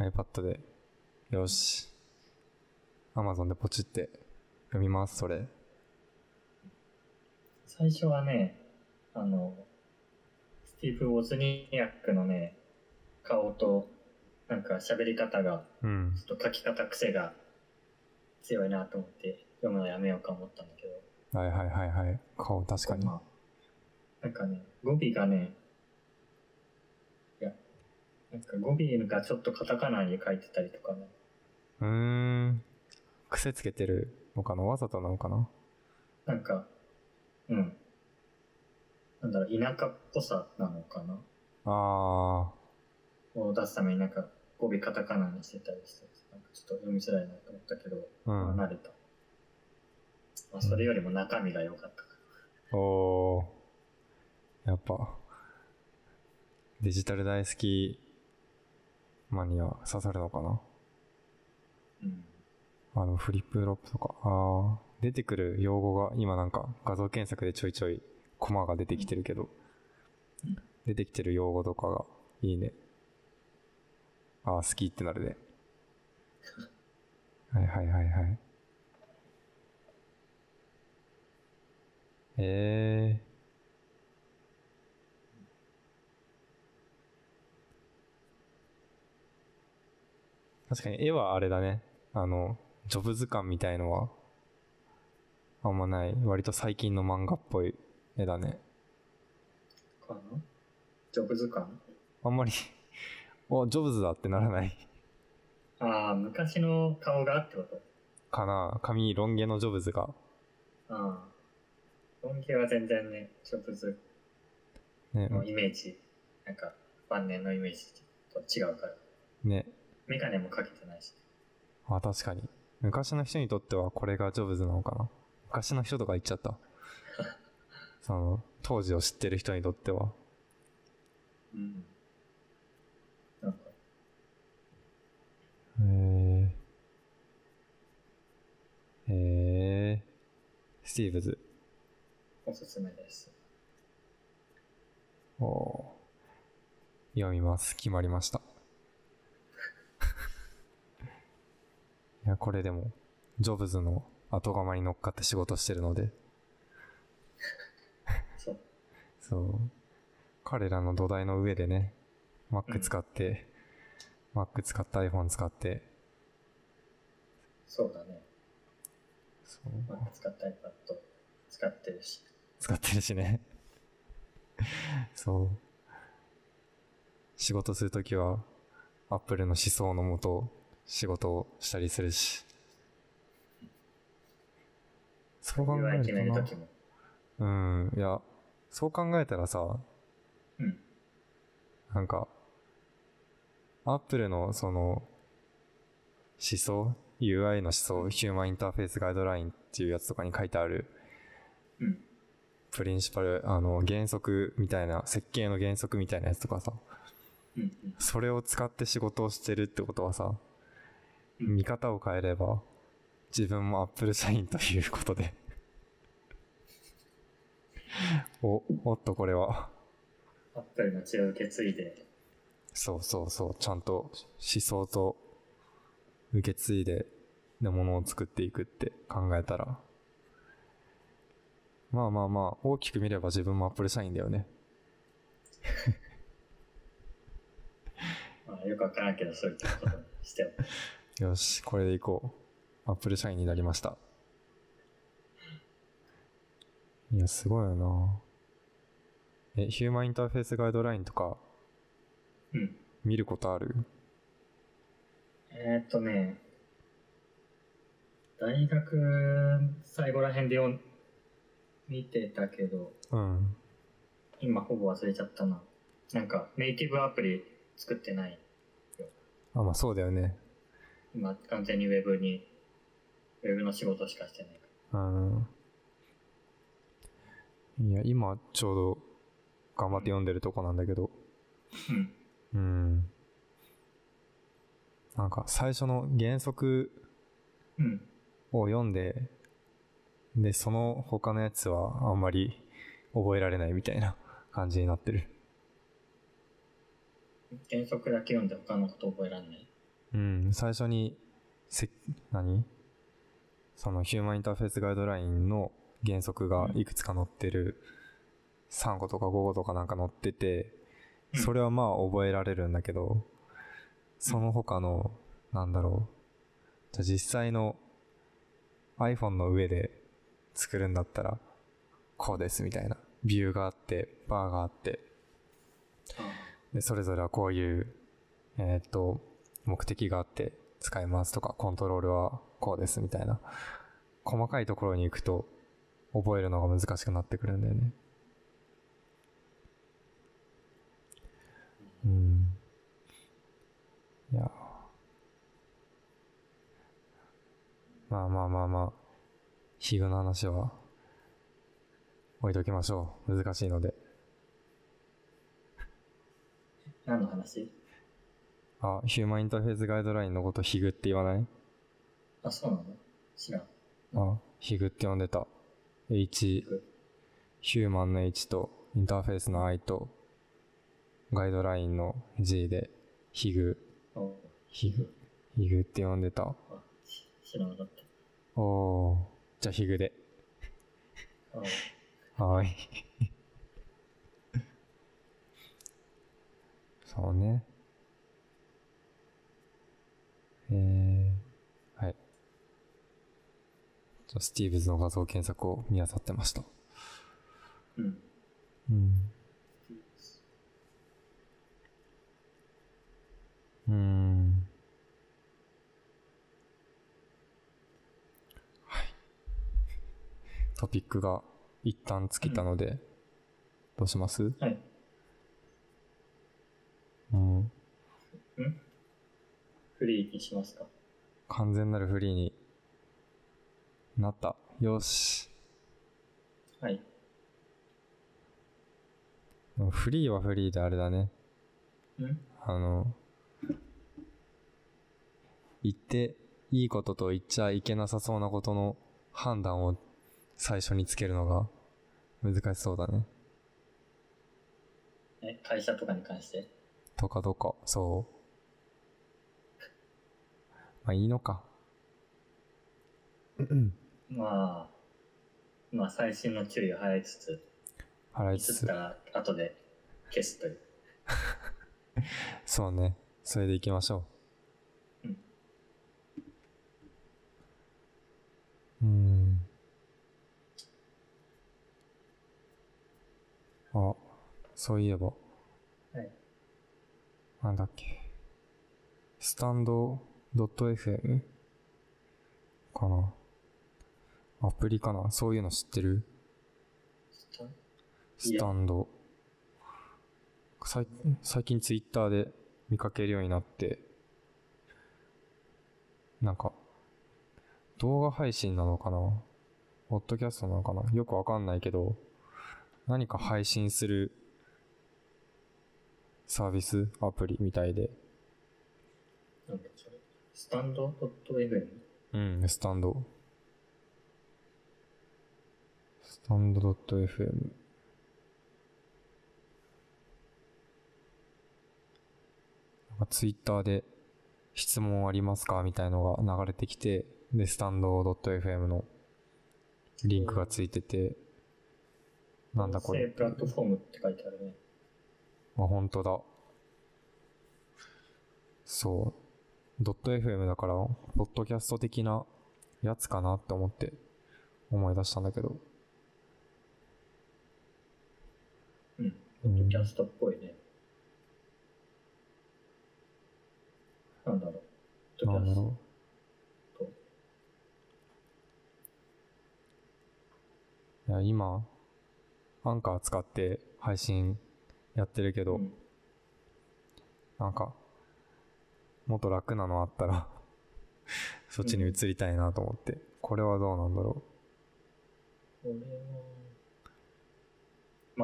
Speaker 1: iPad で。よし。Amazon でポチって読みます、それ。
Speaker 2: 最初はね、あの、スティーブ・ウォズニアックのね、顔と、なんか喋り方が、
Speaker 1: うん。
Speaker 2: ちょっと書き方癖が強いなと思って、読むのやめようか思ったんだけど。
Speaker 1: はいはいはいはい。顔確かに。
Speaker 2: まあなんかね、語尾がね、いや、なんか語尾がちょっとカタカナに書いてたりとかね。
Speaker 1: うーん。癖つけてるのかなわざとなのかな
Speaker 2: なんか、うん。なんだろう、田舎っぽさなのかな
Speaker 1: あ
Speaker 2: を出すためになんか語尾カタカナにしてたりして、なんかちょっと読みづらいなと思ったけど、
Speaker 1: ー。う
Speaker 2: まあ
Speaker 1: ん。
Speaker 2: 慣れた。まあ、それよりも中身が良かったか
Speaker 1: おーやっぱデジタル大好きマニア刺さるのかな
Speaker 2: ら。うん。
Speaker 1: あのフリップロップとかあー出てくる用語が今なんか画像検索でちょいちょいコマが出てきてるけど、
Speaker 2: うん
Speaker 1: 出てきてる用語とかがいいねああ好きってなるねはいはいはいはいええ確かに絵はあれだね。あの、ジョブ図鑑みたいのは、あんまない。割と最近の漫画っぽい絵だね。
Speaker 2: かなジョブ図鑑
Speaker 1: あんまり、 お、ジョブズだってならない。
Speaker 2: ああ、昔の顔がってこと
Speaker 1: かな。髪、ロン毛のジョブズが。
Speaker 2: ああ。ロン毛は全然ね、ジョブズ
Speaker 1: ね、
Speaker 2: のイメージ、なんか晩年のイメージと違うから。
Speaker 1: ね。
Speaker 2: メガネもかけてないし。
Speaker 1: あ、確かに。昔の人にとってはこれがジョブズなのかな。昔の人とか言っちゃった。 その、当時を知ってる人にとっては。
Speaker 2: うん。なんか、
Speaker 1: へえ。へえ。スティーブズ。
Speaker 2: おすすめです。
Speaker 1: 読みます。決まりました。 いや、これでも、ジョブズの後釜に乗っかって仕事してるので、
Speaker 2: そう。
Speaker 1: そう。彼らの土台の上でね、
Speaker 2: う
Speaker 1: Mac
Speaker 2: ん
Speaker 1: 使って、Mac 使って iPhone 使って、
Speaker 2: そうだね。
Speaker 1: そう
Speaker 2: まあ、使った iPad 使ってるし。
Speaker 1: 使ってるしね。そう。仕事するときは、Apple の思想のもと、仕事をしたりするし。そう考え
Speaker 2: UI 決め
Speaker 1: る
Speaker 2: る
Speaker 1: と
Speaker 2: と
Speaker 1: な
Speaker 2: き。も。
Speaker 1: うん、いや、そう考えたらさ、
Speaker 2: うん。
Speaker 1: なんか、アップルのその、思想 ?UI の思想、ヒューマンインターフェースガイドラインっていうやつとかに書いてある、
Speaker 2: うん。
Speaker 1: プリンシパル、あの、原則みたいな、設計の原則みたいなやつとかさ、
Speaker 2: うん。うん
Speaker 1: それを使って仕事をしてるってことはさ、
Speaker 2: うん
Speaker 1: 見方を変えれば、自分もアップル社員ということで。 お、おっとこれは。
Speaker 2: アップルの血を受け継いで、
Speaker 1: そうそうそう、ちゃんと思想と受け継いで、で、ものを作っていくって考えたら、まあまあまあ、大きく見れば自分もアップル社員だよね。
Speaker 2: まあ、よくわからんけど、そういったことにしても。
Speaker 1: よし、これでいこう。アップル社員になりました。いや、すごいよなえ、ヒューマンインターフェースガイドラインとか
Speaker 2: うん。
Speaker 1: 見ることある
Speaker 2: えー、っとね、大学最後ら辺で読ん見てたけど、
Speaker 1: うん。
Speaker 2: 今ほぼ忘れちゃったな。なんか、ネイティブアプリ作ってない。
Speaker 1: あ、まあそうだよね。
Speaker 2: 今、完全にウェブに、ウェブの仕事しかしてないから。
Speaker 1: うん。いや、今ちょうど頑張って読んでるとこなんだけど、
Speaker 2: う
Speaker 1: う
Speaker 2: ん。
Speaker 1: ん。なんか最初の原則
Speaker 2: うん。
Speaker 1: を読んで、で、その他のやつはあんまり覚えられないみたいな感じになってる。
Speaker 2: 原則だけ読んで他のこと覚えらんない。
Speaker 1: うん、最初に、せ、何そのヒューマンインターフェースガイドラインの原則がいくつか載ってる、3個とか5個とかなんか載ってて、
Speaker 2: うん
Speaker 1: それはまあ覚えられるんだけど、その他の、なんだろう、じゃあ実際の iPhone の上で作るんだったら、こうですみたいな。ビューがあって、バーがあって、で、それぞれはこういう、えーっと、目的があって使いますとか、コントロールはこうですみたいな。細かいところに行くと、覚えるのが難しくなってくるんだよね。うん。いや。まあまあまあまあ、ヒグの話は、置いときましょう。難しいので。
Speaker 2: 何の話
Speaker 1: あ、ヒューマンインターフェースガイドラインのことヒグって言わない
Speaker 2: あ、そうなの知らん。
Speaker 1: あ、ヒグって呼んでた。H
Speaker 2: グ、
Speaker 1: ヒューマンの H と、インターフェースの I と、ガイドラインの G で、ヒグ、
Speaker 2: お
Speaker 1: ヒグ、ヒグって呼んでた。
Speaker 2: あし知らなかっ
Speaker 1: おー、じゃあヒグで。
Speaker 2: た。あ
Speaker 1: はーい。 そうね。えー、はい。じゃあスティーブズの画像検索を見漁ってました。
Speaker 2: うん。
Speaker 1: うん。うーん。はい。トピックが一旦尽きたので、どうします
Speaker 2: はい。
Speaker 1: うん。
Speaker 2: フリーにしますか
Speaker 1: 完全なるフリーになった。よし。
Speaker 2: はい。
Speaker 1: でもフリーはフリーであれだね。
Speaker 2: うん
Speaker 1: あの、言っていいことと言っちゃいけなさそうなことの判断を最初につけるのが難しそうだね。
Speaker 2: え、会社とかに関して
Speaker 1: とかどか、そう。まあいいのか。
Speaker 2: まあ、まあ、最新の注意を払いつつ、
Speaker 1: 払い
Speaker 2: ミ
Speaker 1: つ
Speaker 2: スっ
Speaker 1: つ
Speaker 2: た。ら後で消すという。
Speaker 1: そうね。それで行きましょう。うん。あ、そういえば。
Speaker 2: はい
Speaker 1: なんだっけ。スタンド .fm? かな。アプリかなそういうの知ってる
Speaker 2: ちょっい
Speaker 1: ス
Speaker 2: や
Speaker 1: タンド。最最近ツイッターで見かけるようになって、なんか、動画配信なのかなポッドキャストなのかなよくわかんないけど、何か配信するサービスアプリみたいで、
Speaker 2: となんだそれスタンド .fm?
Speaker 1: うん、スタンド。スタンド .fm。なんかツイッターで質問ありますかみたいのが流れてきて、で、スタンド .fm のリンクがついてて、なんだこれ
Speaker 2: 音声。プラットフォームって書いてあるね。
Speaker 1: あ、本当だ。そう。ドット FM だから、ポッドキャスト的なやつかなって思って思い出したんだけど。
Speaker 2: うん。
Speaker 1: う
Speaker 2: ポッ
Speaker 1: ん
Speaker 2: ドキャストっぽいね。なんだろう。ポ
Speaker 1: な
Speaker 2: ッド
Speaker 1: ん
Speaker 2: キ
Speaker 1: だ
Speaker 2: ャスト
Speaker 1: ろう。いや、今、アンカー使って配信やってるけど、
Speaker 2: うん
Speaker 1: なんか、もっと楽なのあったら、 そっちに移りたいなと思って。これはどうなんだろ
Speaker 2: これ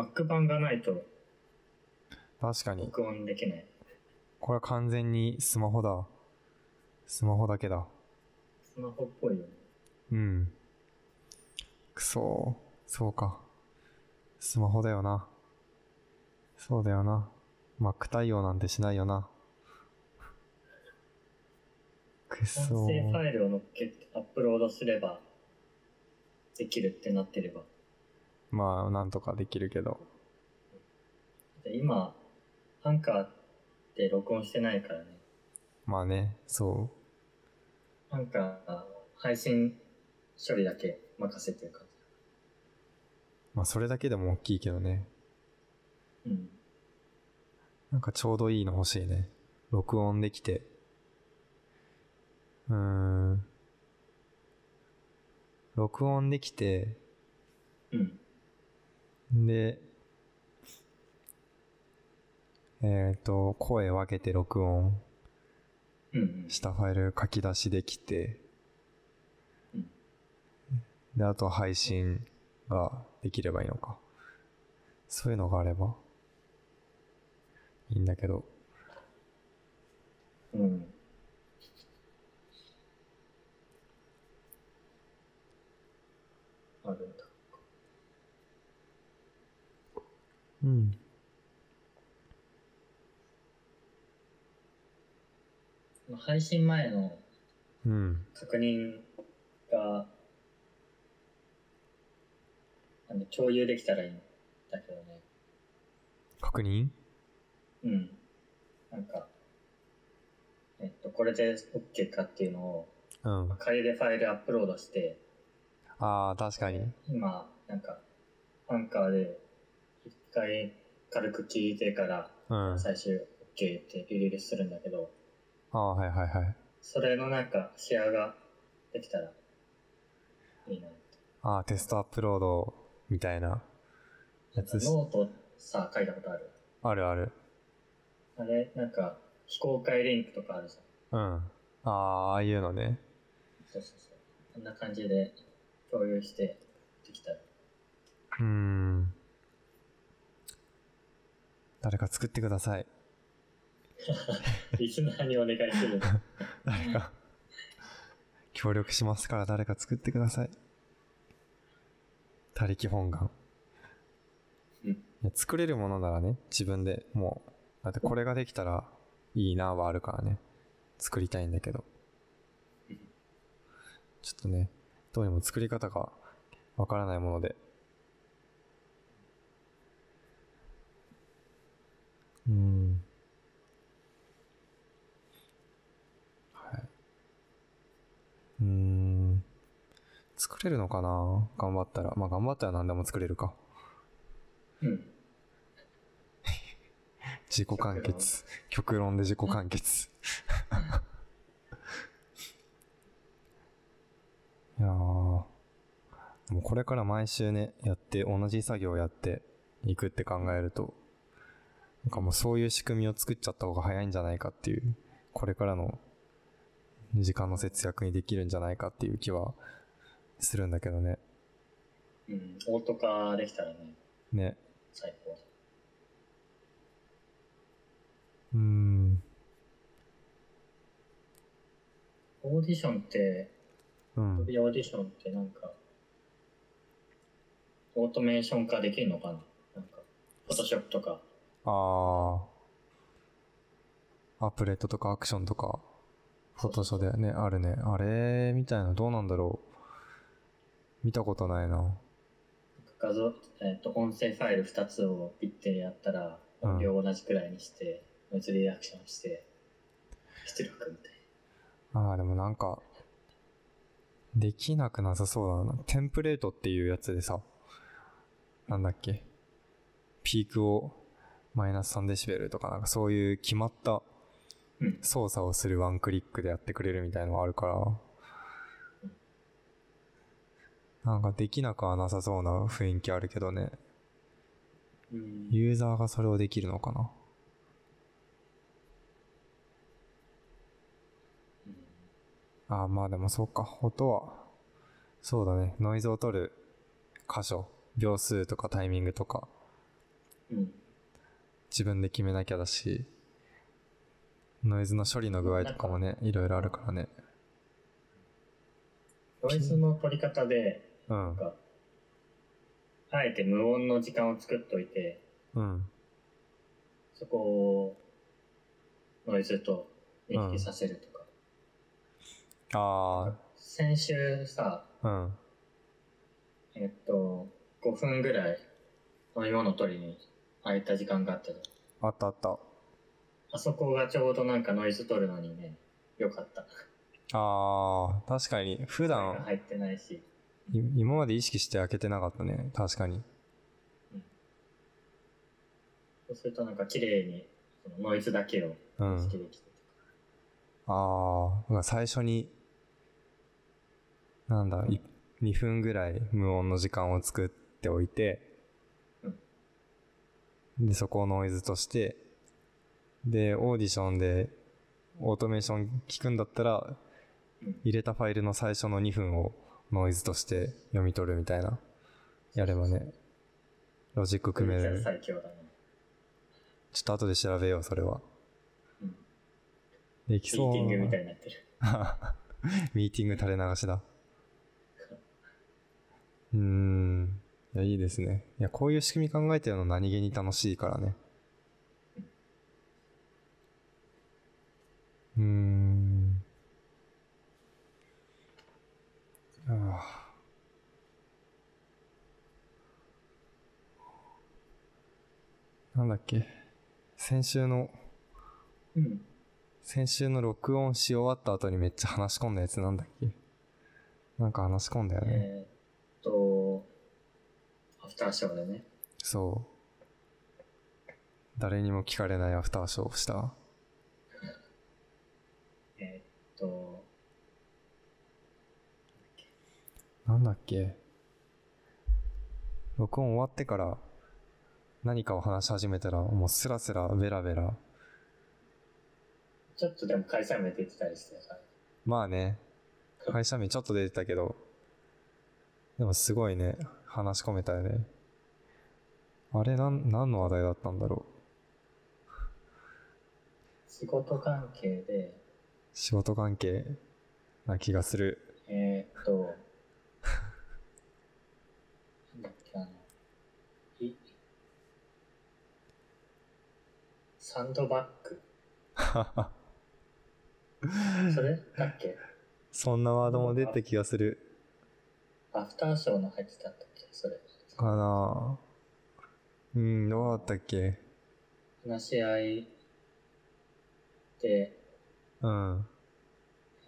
Speaker 2: は、Mac 版がないと
Speaker 1: う。確かに。
Speaker 2: 録音できない。
Speaker 1: これは完全にスマホだ。スマホだけだ。
Speaker 2: スマホっぽいよね。
Speaker 1: うん。くそー。そうか。スマホだよな。そうだよな。Mac 対応なんてしないよな。く
Speaker 2: 音
Speaker 1: そ
Speaker 2: 声フ
Speaker 1: ー。
Speaker 2: ァイルを乗っけてアップロードすれば、できるってなってれば。
Speaker 1: まあ、なんとかできるけど。
Speaker 2: で今、アンカーって録音してないからね。
Speaker 1: まあね、そ
Speaker 2: アンカーは配信処理だけ任せてる感
Speaker 1: う。まあ、それだけでも大きいけどね。
Speaker 2: じ。うん。
Speaker 1: なんかちょうどいいの欲しいね。録音できて。うーん。録音できて、
Speaker 2: うん。
Speaker 1: で、えっ、と、声分けて録音
Speaker 2: うん、うん。
Speaker 1: したファイル書き出しできて
Speaker 2: うん、
Speaker 1: で、あと配信ができればいいのか。そういうのがあれば、いいんだけど。
Speaker 2: うん。あるんだ。
Speaker 1: うん。
Speaker 2: まあ配信前の
Speaker 1: うん。
Speaker 2: 確認が、あの、共有できたらいいんだけどね。
Speaker 1: 確認
Speaker 2: うん。なんか、えっと、これで OK かっていうのを、
Speaker 1: うん。
Speaker 2: 仮でファイルアップロードして、
Speaker 1: ああ、確かに。
Speaker 2: 今、なんか、アンカーで、一回軽く聞いてから、
Speaker 1: うん。あ
Speaker 2: 最終 OK ってリリースするんだけど、
Speaker 1: あー、はいはいはい。
Speaker 2: それのなんかシェアができたらいいなって。
Speaker 1: ああ、テストアップロードみたいなやつ
Speaker 2: ノートさ、書いたことある。
Speaker 1: あるある。
Speaker 2: あれ、なんか、非公開リンクとかあるじゃん。
Speaker 1: うん。ああ、ああいうのね。
Speaker 2: そうそうそう。こんな感じで共有してできたら。
Speaker 1: うーん。誰か作ってください。
Speaker 2: リスナーにお願いする。
Speaker 1: 誰か。協力しますから誰か作ってください。他力本願。
Speaker 2: うん
Speaker 1: いや作れるものならね、自分でもうだってこれができたらいいなはあるからね。作りたいんだけど
Speaker 2: うん。
Speaker 1: ちょっとね、どうにも作り方がわからないもので。うん。はい。うーん。作れるのかな頑張ったら。まあ頑張ったら何でも作れるか。
Speaker 2: うん。
Speaker 1: 自己完結。極論で自己完結。いやーもうこれから毎週ね、やって、同じ作業をやっていくって考えると、なんかもうそういう仕組みを作っちゃった方が早いんじゃないかっていう、これからの時間の節約にできるんじゃないかっていう気はするんだけどね。
Speaker 2: うん。オート化できたらね、
Speaker 1: ね。
Speaker 2: 最高。
Speaker 1: うーん。
Speaker 2: オーディションって、
Speaker 1: うん
Speaker 2: 飛。びオーディションってなんか、オートメーション化できるのかななんか、フォトショップとか。
Speaker 1: ああ。アプレットとかアクションとか、フォトショーだよね、あるね。あれみたいな、どうなんだろう。見たことないな。
Speaker 2: 画像、えっ、と、音声ファイル2つをピッてやったら、
Speaker 1: うん
Speaker 2: 音量同じくらいにして、ノイズリアクションして、出力みたい
Speaker 1: ああ、でもなんか、できなくなさそうだな。テンプレートっていうやつでさ、なんだっけ。ピークをマイナス3デシベルとか、なんかそういう決まった
Speaker 2: な。うん。
Speaker 1: 操作をするワンクリックでやってくれるみたいのがあるから、なんかできなくはなさそうな雰囲気あるけどね。
Speaker 2: うん、
Speaker 1: ユーザーがそれをできるのかな。ああ、まあでもそうか。音は、そうだね。ノイズを取る箇所、秒数とかタイミングとか、
Speaker 2: うん。
Speaker 1: 自分で決めなきゃだし、ノイズの処理の具合とかもね、いろいろあるからね。
Speaker 2: ノイズの取り方で、
Speaker 1: う
Speaker 2: なん
Speaker 1: ん。
Speaker 2: か、あえて無音の時間を作っといて、
Speaker 1: うん。
Speaker 2: そこをノイズと認識させるとか。
Speaker 1: あ
Speaker 2: 先週さ、
Speaker 1: あ、うん。
Speaker 2: えっと、5分ぐらい飲み物取りに空いた時間があったじゃん
Speaker 1: あったあった。
Speaker 2: あそこがちょうどなんかノイズ取るのにね、よかった。
Speaker 1: ああ、確かに、普
Speaker 2: 声が
Speaker 1: 段、
Speaker 2: 入ってないし。
Speaker 1: い今まで意識して開けてなかったね。確かに。
Speaker 2: そうするとなんか綺麗にそのノイズだけを
Speaker 1: う
Speaker 2: 意
Speaker 1: ん
Speaker 2: 識。できてとか。
Speaker 1: ああ、最初に、なんだ、い2分ぐらい無音の時間を作っておいて、で、そこをノイズとして、で、オーディションでオートメーション聞くんだったら、
Speaker 2: うん
Speaker 1: 入れたファイルの最初の2分をノイズとして読み取るみたいな、やればね、ロジック組める。
Speaker 2: 最強だね。
Speaker 1: ちょっと後で調べよう、それは。
Speaker 2: うん。
Speaker 1: でき
Speaker 2: ミ
Speaker 1: そうな。
Speaker 2: ーティングみたいになってる。
Speaker 1: ミーティング垂れ流しだ。うーん。いや、いいですね。いや、こういう仕組み考えてるの何気に楽しいからね。うーん。ああ。なんだっけ。先週の
Speaker 2: うん。
Speaker 1: 先週の録音し終わった後にめっちゃ話し込んだやつなんだっけなんか話し込んだよね。
Speaker 2: えーっと、アフターショーでね。
Speaker 1: そう。誰にも聞かれないアフターショーをした。
Speaker 2: えーっと、
Speaker 1: なんだっけ録音終わってから何かを話し始めたらもうスラスラベラベラ。
Speaker 2: ちょっとでも会社名出てたりしてさ。
Speaker 1: まあね、会社名ちょっと出てたけど、でもすごいね、話し込めたよね。あれ、なん、何の話題だったんだろう。
Speaker 2: 仕事関係で、
Speaker 1: 仕事関係な気がする。
Speaker 2: えー、っと、なんだっけ、あの、いサンドバッグ。それだっけ
Speaker 1: そんなワードも出た気がする
Speaker 2: アフターショーの入ってたんだっけそれ。
Speaker 1: かなうん、どうだったっけ
Speaker 2: 話し合いで、
Speaker 1: うん。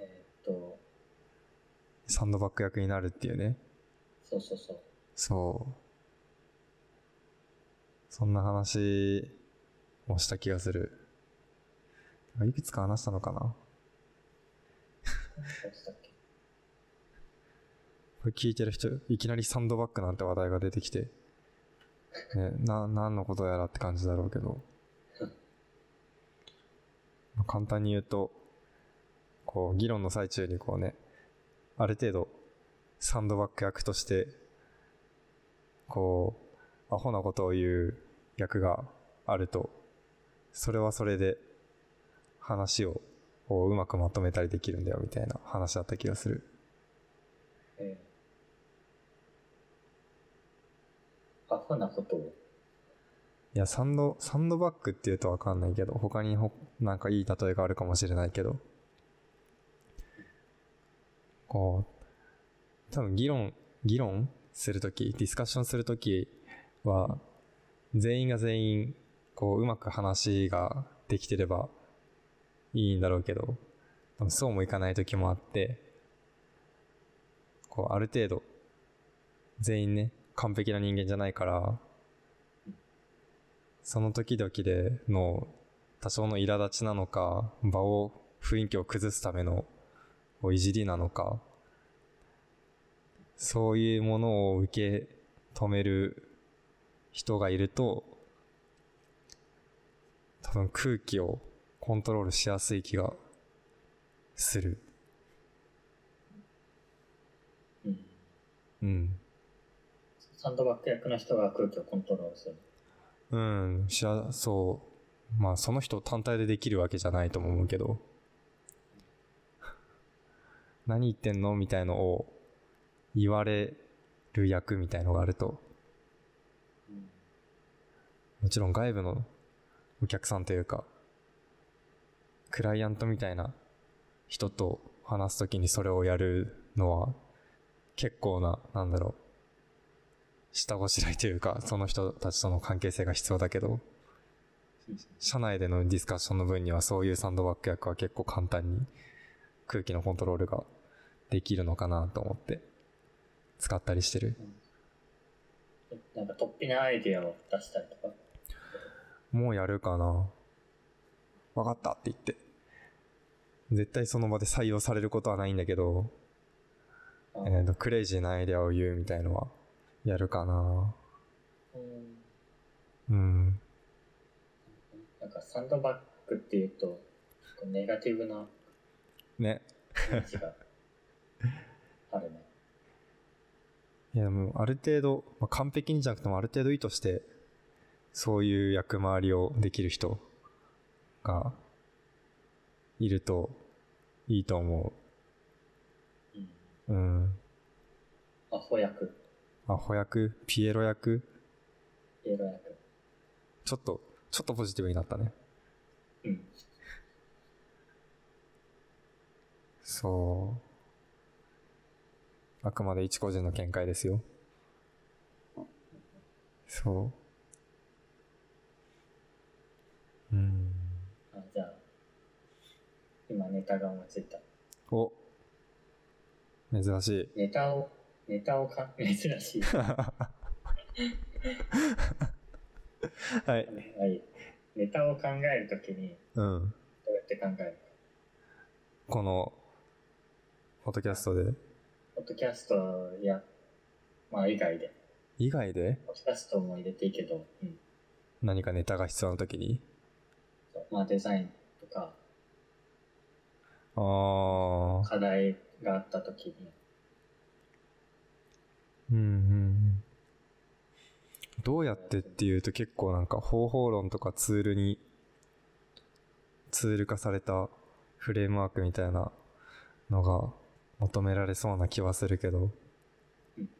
Speaker 2: えーっと、
Speaker 1: サンドバッグ役になるっていうね。
Speaker 2: そうそうそう。
Speaker 1: そう。そんな話もした気がする。いくつか話したのかな
Speaker 2: 入ってたっけ
Speaker 1: これ聞いてる人、いきなりサンドバッグなんて話題が出てきて、ね、な、何のことやらって感じだろうけど。まあ簡単に言うと、こう、議論の最中にこうね、ある程度、サンドバッグ役として、こう、アホなことを言う役があると、それはそれで、話を、こう、うまくまとめたりできるんだよ、みたいな話だった気がする。
Speaker 2: えー、アホなことを。
Speaker 1: いや、サンド、サンドバッグって言うとわかんないけど、他にほ、なんかいい例えがあるかもしれないけど、こう、多分議論、議論するとき、ディスカッションするときは、全員が全員、こう、うまく話ができてればいいんだろうけど、多分そうもいかないときもあって、こう、ある程度、全員ね、完璧な人間じゃないから、その時々での多少の苛立ちなのか、場を、雰囲気を崩すためのこういじりなのか、そういうものを受け止める人がいると、多分空気をコントロールしやすい気がする。
Speaker 2: うん。
Speaker 1: うん。
Speaker 2: サンドバッグ役の人が空気をコントロールする。
Speaker 1: うん、しゃ、そう。まあ、その人単体でできるわけじゃないとも思うけど。 何言ってんのみたいのを言われる役みたいのがあると。
Speaker 2: うん。
Speaker 1: もちろん外部のお客さんというか、クライアントみたいな人と話すときにそれをやるのは結構な、なんだろう、下ごしらえというか、その人たちとの関係性が必要だけど、社内でのディスカッションの分にはそういうサンドバッグ役は結構簡単に空気のコントロールができるのかなと思って使ったりしてる。
Speaker 2: なんか突飛なアイディアを出したりとか。
Speaker 1: もうやるかな。わかったって言って。絶対その場で採用されることはないんだけど、
Speaker 2: あ
Speaker 1: えーとクレイジーなアイデアを言うみたいのはやるかな。
Speaker 2: うん
Speaker 1: うん。
Speaker 2: なんかサンドバッグっていうと、結構ネガティブな
Speaker 1: ね。
Speaker 2: イメージがあるね。
Speaker 1: いや、でもある程度、まあ、完璧にじゃなくてもある程度意図して、そういう役回りをできる人がいるといいと思
Speaker 2: うん、
Speaker 1: う。うん。
Speaker 2: アホ役、
Speaker 1: アホ役、ピエロ役、
Speaker 2: 映画役。
Speaker 1: ちょっと、ちょっとポジティブになったね。
Speaker 2: うん。
Speaker 1: そう。あくまで一個人の見解ですよ。そう。うん。
Speaker 2: あじゃあ、今ネタが思いついた。
Speaker 1: お珍しい。
Speaker 2: ネタを、ネタをか、 珍しい。
Speaker 1: はい。
Speaker 2: はい。ネタを考えるときに、
Speaker 1: うん。
Speaker 2: どうやって考える
Speaker 1: この、ポッドキャストで。
Speaker 2: ポッドキャストや、まあ以外で。
Speaker 1: 以外で
Speaker 2: ポッドキャストも入れていいけど、うん。
Speaker 1: 何かネタが必要な時に
Speaker 2: そうまあデザインとか、
Speaker 1: ああ。
Speaker 2: 課題があったときに、
Speaker 1: うんうんうん。どうやってっていうと結構なんか方法論とかツールに、ツール化されたフレームワークみたいなのが求められそうな気はするけど
Speaker 2: うん。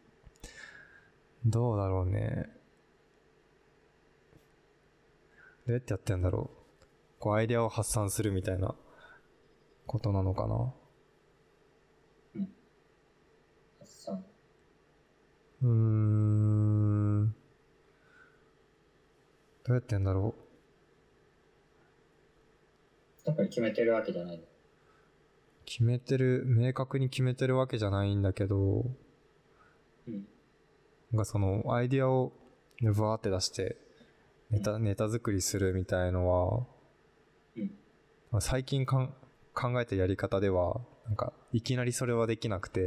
Speaker 1: どうだろうね。どうやってやってんだろう。こうアイデアを発散するみたいなことなのかな。
Speaker 2: 発散。
Speaker 1: うーん。どうやってんだろう。
Speaker 2: 特に決めてるわけじゃない。
Speaker 1: 決めてる、明確に決めてるわけじゃないんだけど、
Speaker 2: うん。
Speaker 1: なんかそのアイディアをねぶわーって出してネタ、ネタ作りするみたいの
Speaker 2: う
Speaker 1: は
Speaker 2: ん、
Speaker 1: まあ最近かん考えたやり方では、なんかいきなりそれはできなくて、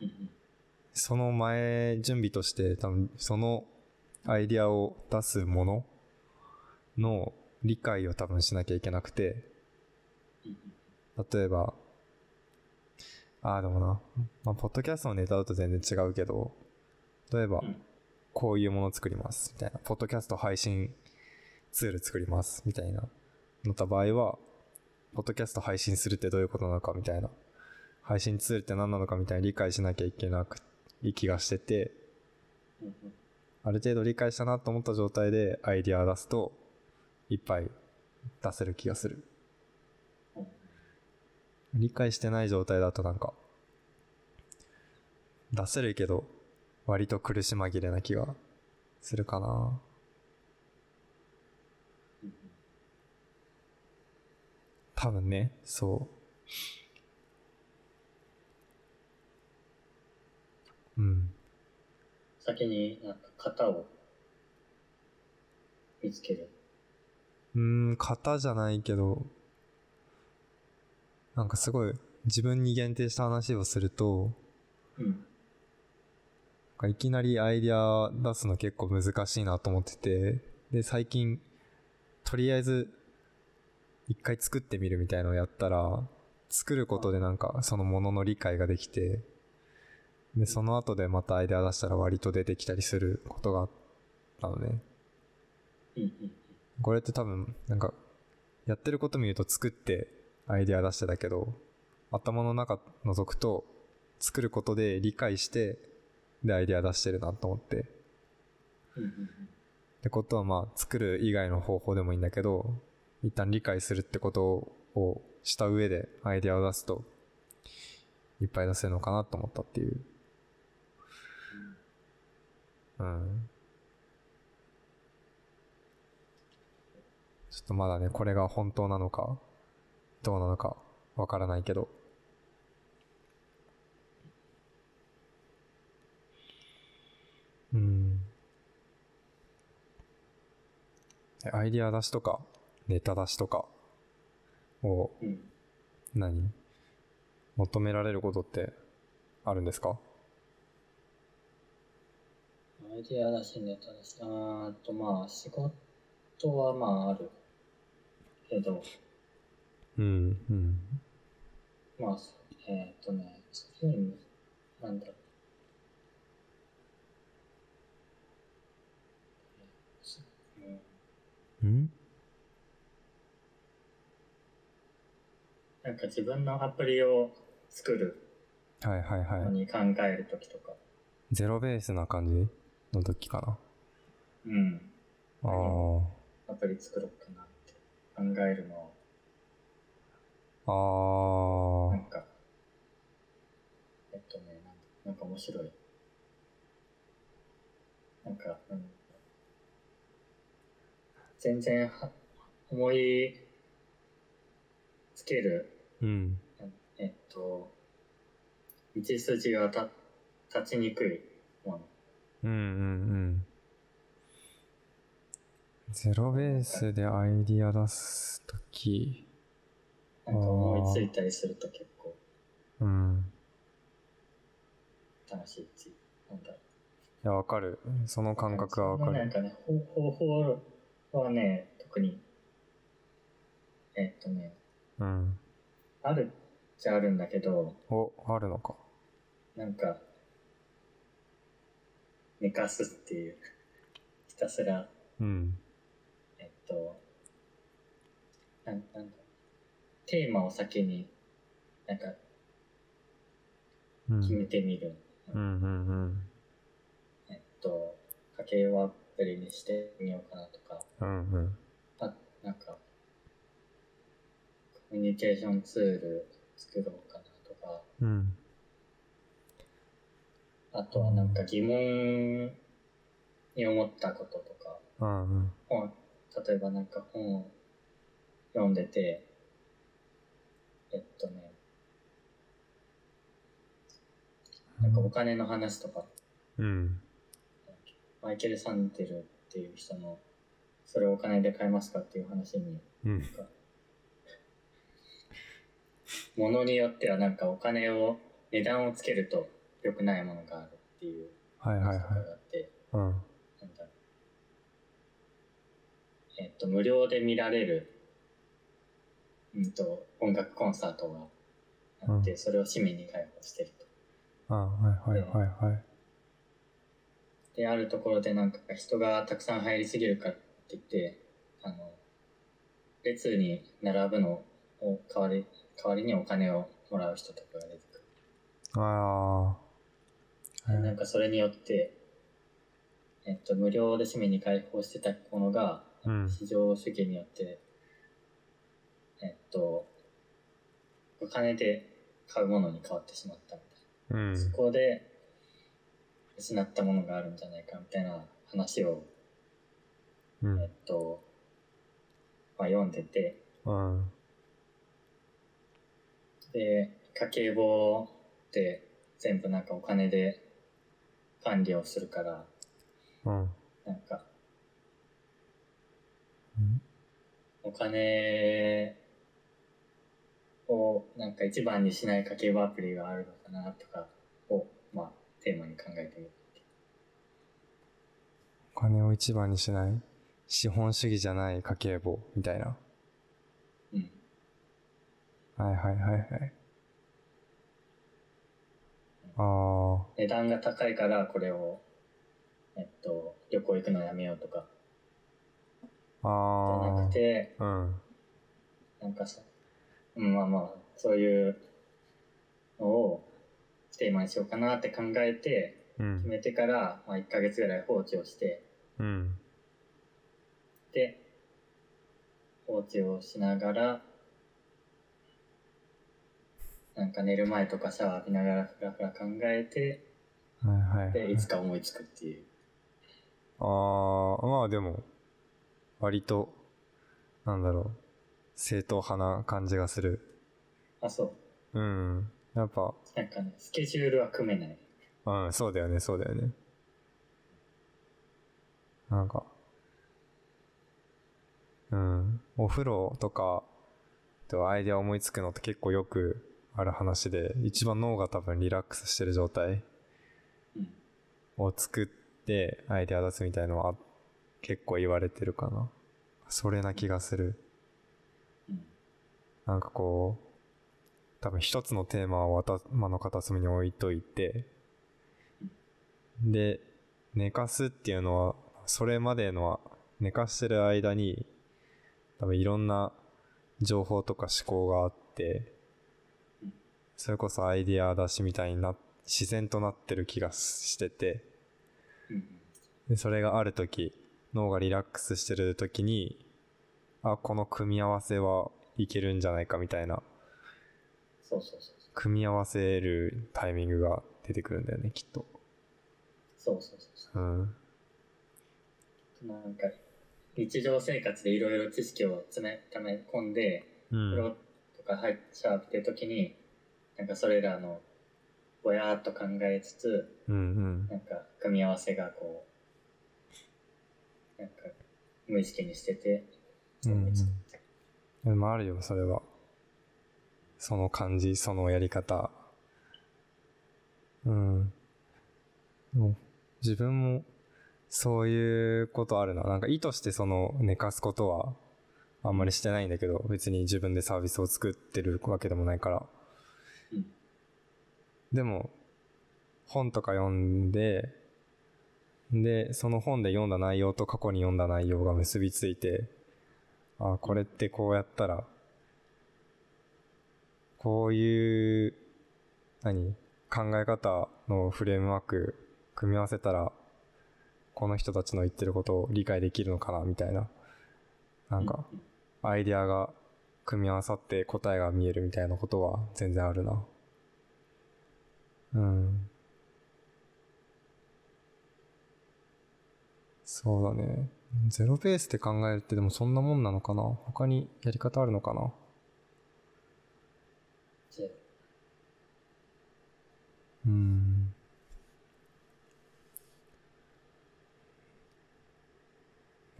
Speaker 2: うんうん。
Speaker 1: その前準備として多分そのアイディアを出すものの理解を多分しなきゃいけなくて、
Speaker 2: うん
Speaker 1: 例えば、ああ、でもな、まあ、ポッドキャストのネタだと全然違うけど、例えば
Speaker 2: うん、
Speaker 1: こういうもの作ります、みたいな、ポッドキャスト配信ツール作ります、みたいな、のった場合は、ポッドキャスト配信するってどういうことなのか、みたいな、配信ツールって何なのか、みたいな理解しなきゃいけなく、いい気がしてて、
Speaker 2: うんうん
Speaker 1: ある程度理解したなと思った状態でアイディアを出すと、いっぱい出せる気がする。
Speaker 2: うん
Speaker 1: 理解してない状態だとなんか、出せるけど、割と苦し紛れな気がするかな。
Speaker 2: うんうん
Speaker 1: 多分ね、そう。うん。
Speaker 2: 先になんか型を見つける。
Speaker 1: うーん、型じゃないけど、なんかすごい自分に限定した話をすると、
Speaker 2: うん。
Speaker 1: なんかいきなりアイデア出すの結構難しいなと思ってて、で、最近、とりあえず、一回作ってみるみたいのをやったら、作ることでなんかそのものの理解ができて、で、その後でまたアイデア出したら割と出てきたりすることがあったのね。
Speaker 2: うんうん
Speaker 1: これって多分、なんか、やってること見ると作ってアイデア出してたけど、頭の中覗くと、作ることで理解して、で、アイデア出してるなと思って。
Speaker 2: うんうん
Speaker 1: ってことはまあ作る以外の方法でもいいんだけど一旦理解するってことをした上でアイデアを出すといっぱい出せるのかなと思ったっていううんちょっとまだねこれが本当なのかどうなのかわからないけどうんえアイディア出しとか、ネタ出しとかを
Speaker 2: うんうん。
Speaker 1: 何求められることってあるんですか
Speaker 2: アイデアだし、ネタだし、あーっと、まあ、仕事はまああるけど、
Speaker 1: うん、うん。
Speaker 2: まあ、えーっとね、そういうのなんだろう。うん
Speaker 1: うん
Speaker 2: なんか自分のアプリを作る
Speaker 1: はいはい
Speaker 2: の
Speaker 1: はい。
Speaker 2: に考えるときとか、
Speaker 1: ゼロベースな感じの時かな。
Speaker 2: うん、
Speaker 1: ああ
Speaker 2: うアプリ作ろうかなって考えるのを
Speaker 1: ああ
Speaker 2: なんか、えっとね、なんなんか面白い。なんか、うん、全然は思いつける、
Speaker 1: うん。
Speaker 2: うんえっと、道筋がた立ちにくいも
Speaker 1: うんうんうん。ゼロベースでアイディア出す時
Speaker 2: の。なんか思いついたりすると結構
Speaker 1: うん。
Speaker 2: 楽しいし、なんだろ
Speaker 1: い
Speaker 2: う
Speaker 1: や、わかる。その感覚はわか
Speaker 2: そのなん
Speaker 1: る。
Speaker 2: かね、方方法はね、特に、えっとね、
Speaker 1: うん。
Speaker 2: あるっちゃあるんだけど、
Speaker 1: お、あるのか。
Speaker 2: なんか、寝かすっていう、 ひたすら、
Speaker 1: うん。
Speaker 2: えっと、なんなんだテーマを先に、なんか
Speaker 1: うん
Speaker 2: 決めてみる。
Speaker 1: うんうん
Speaker 2: えっと、家計をアプリにしてみようかなとか、
Speaker 1: うん。うんうん。
Speaker 2: あなんか、ミュニケーションツール作ろうかなとか、
Speaker 1: うん。
Speaker 2: あとはなんか疑問に思ったこととか、
Speaker 1: うんうん。
Speaker 2: 本、例えばなんか本を読んでて、えっとね、なんかお金の話とか、
Speaker 1: うん。
Speaker 2: マイケル・サンテルっていう人の、それをお金で買えますかっていう話に、
Speaker 1: うん。
Speaker 2: ものによってはなんかお金を、値段をつけると良くないものがあるっていう
Speaker 1: はいはいはい
Speaker 2: 話とか。があって、
Speaker 1: うん。
Speaker 2: なんだろうえっと、無料で見られる、うんと、音楽コンサートがあって、
Speaker 1: う
Speaker 2: それを市民に開放してると。
Speaker 1: あはいはいはいはい。
Speaker 2: で、あるところでなんか人がたくさん入りすぎるからって言って、あの、列に並ぶのを代わり、代わりにお金をもらう人とかが出てくる。
Speaker 1: ああ。は
Speaker 2: でないんかそれによって、えっと、無料で市民に開放してたものが、
Speaker 1: うん。
Speaker 2: 市場主義によって、えっと、お金で買うものに変わってしまったみたい
Speaker 1: うん
Speaker 2: な。。そこで失ったものがあるんじゃないかみたいな話を、
Speaker 1: う
Speaker 2: えっ
Speaker 1: ん。
Speaker 2: と、まあ、読んでて、
Speaker 1: うん。
Speaker 2: で、家計簿って全部なんかお金で管理をするから、
Speaker 1: うん。
Speaker 2: なんかお金をなんか一番にしない家計簿アプリがあるのかなとかを、まあ、テーマに考えてみる。
Speaker 1: お金を一番にしない資本主義じゃない家計簿みたいな。
Speaker 2: うん。
Speaker 1: はいはいはいはい。ああ。
Speaker 2: 値段が高いからこれを、えっと、旅行行くのやめようとか、じゃな
Speaker 1: あ
Speaker 2: くて、
Speaker 1: あ。うん。
Speaker 2: なんかさ、うん、まあまあ、そういうのをテーマにしようかなって考えて、
Speaker 1: う
Speaker 2: 決
Speaker 1: ん。
Speaker 2: めてから、まあ1ヶ月ぐらい放置をして、
Speaker 1: うん。
Speaker 2: で、放置をしながら、なんか寝る前とかシャワー浴びながらふらふら考えて、
Speaker 1: はいはい、は
Speaker 2: で、
Speaker 1: い
Speaker 2: い。つか思いつくっていう。
Speaker 1: ああ、まあでも、割と、なんだろう、正統派な感じがする。
Speaker 2: あ、そう。
Speaker 1: うん。やっぱ、
Speaker 2: なんかね、スケジュールは組めない。
Speaker 1: うん、そうだよね、そうだよね。なんか、うん、お風呂とか、とアイデア思いつくのって結構よくある話で、一番脳が多分リラックスしてる状態
Speaker 2: うん。
Speaker 1: を作ってアイデア出すみたいのは結構言われてるかな。それな気がする。
Speaker 2: うん。
Speaker 1: なんかこう、多分一つのテーマを頭の片隅に置いといて、で、寝かすっていうのは、それまでのは、寝かしてる間に、多分いろんな情報とか思考があって
Speaker 2: うん、
Speaker 1: それこそアイディア出しみたいにな、自然となってる気がしてて、
Speaker 2: うん。
Speaker 1: で、それがある時、脳がリラックスしてる時に、あ、この組み合わせはいけるんじゃないかみたいな
Speaker 2: そうそうそう
Speaker 1: 組み合わせるタイミングが出てくるんだよねきっと
Speaker 2: そう。そうそうそうそ
Speaker 1: うん
Speaker 2: う。なんか、日常生活でいろいろ知識を詰め、溜め込んで、
Speaker 1: う
Speaker 2: 風
Speaker 1: ん
Speaker 2: 呂とか入っちゃうって時に、なんかそれらの、ぼやーっと考えつつ、
Speaker 1: うん
Speaker 2: なんか組み合わせがこう、なんか無意識にしてて、
Speaker 1: うん
Speaker 2: 思いつく
Speaker 1: でもあるよそれはその感じそのやり方うんもう自分もそういうことあるななんか意図してその寝かすことはあんまりしてないんだけど別に自分でサービスを作ってるわけでもないから
Speaker 2: うん
Speaker 1: でも、本とか読んで、で、その本で読んだ内容と過去に読んだ内容が結びついて、あ、これってこうやったら、こういう、何考え方のフレームワーク組み合わせたら、この人たちの言ってることを理解できるのかなみたいな。なんか、アイデアが組み合わさって答えが見えるみたいなことは全然あるな。うん。そうだね。ゼロベースで考えるってでもそんなもんなのかな他にやり方あるのかな
Speaker 2: ゼロ
Speaker 1: うん。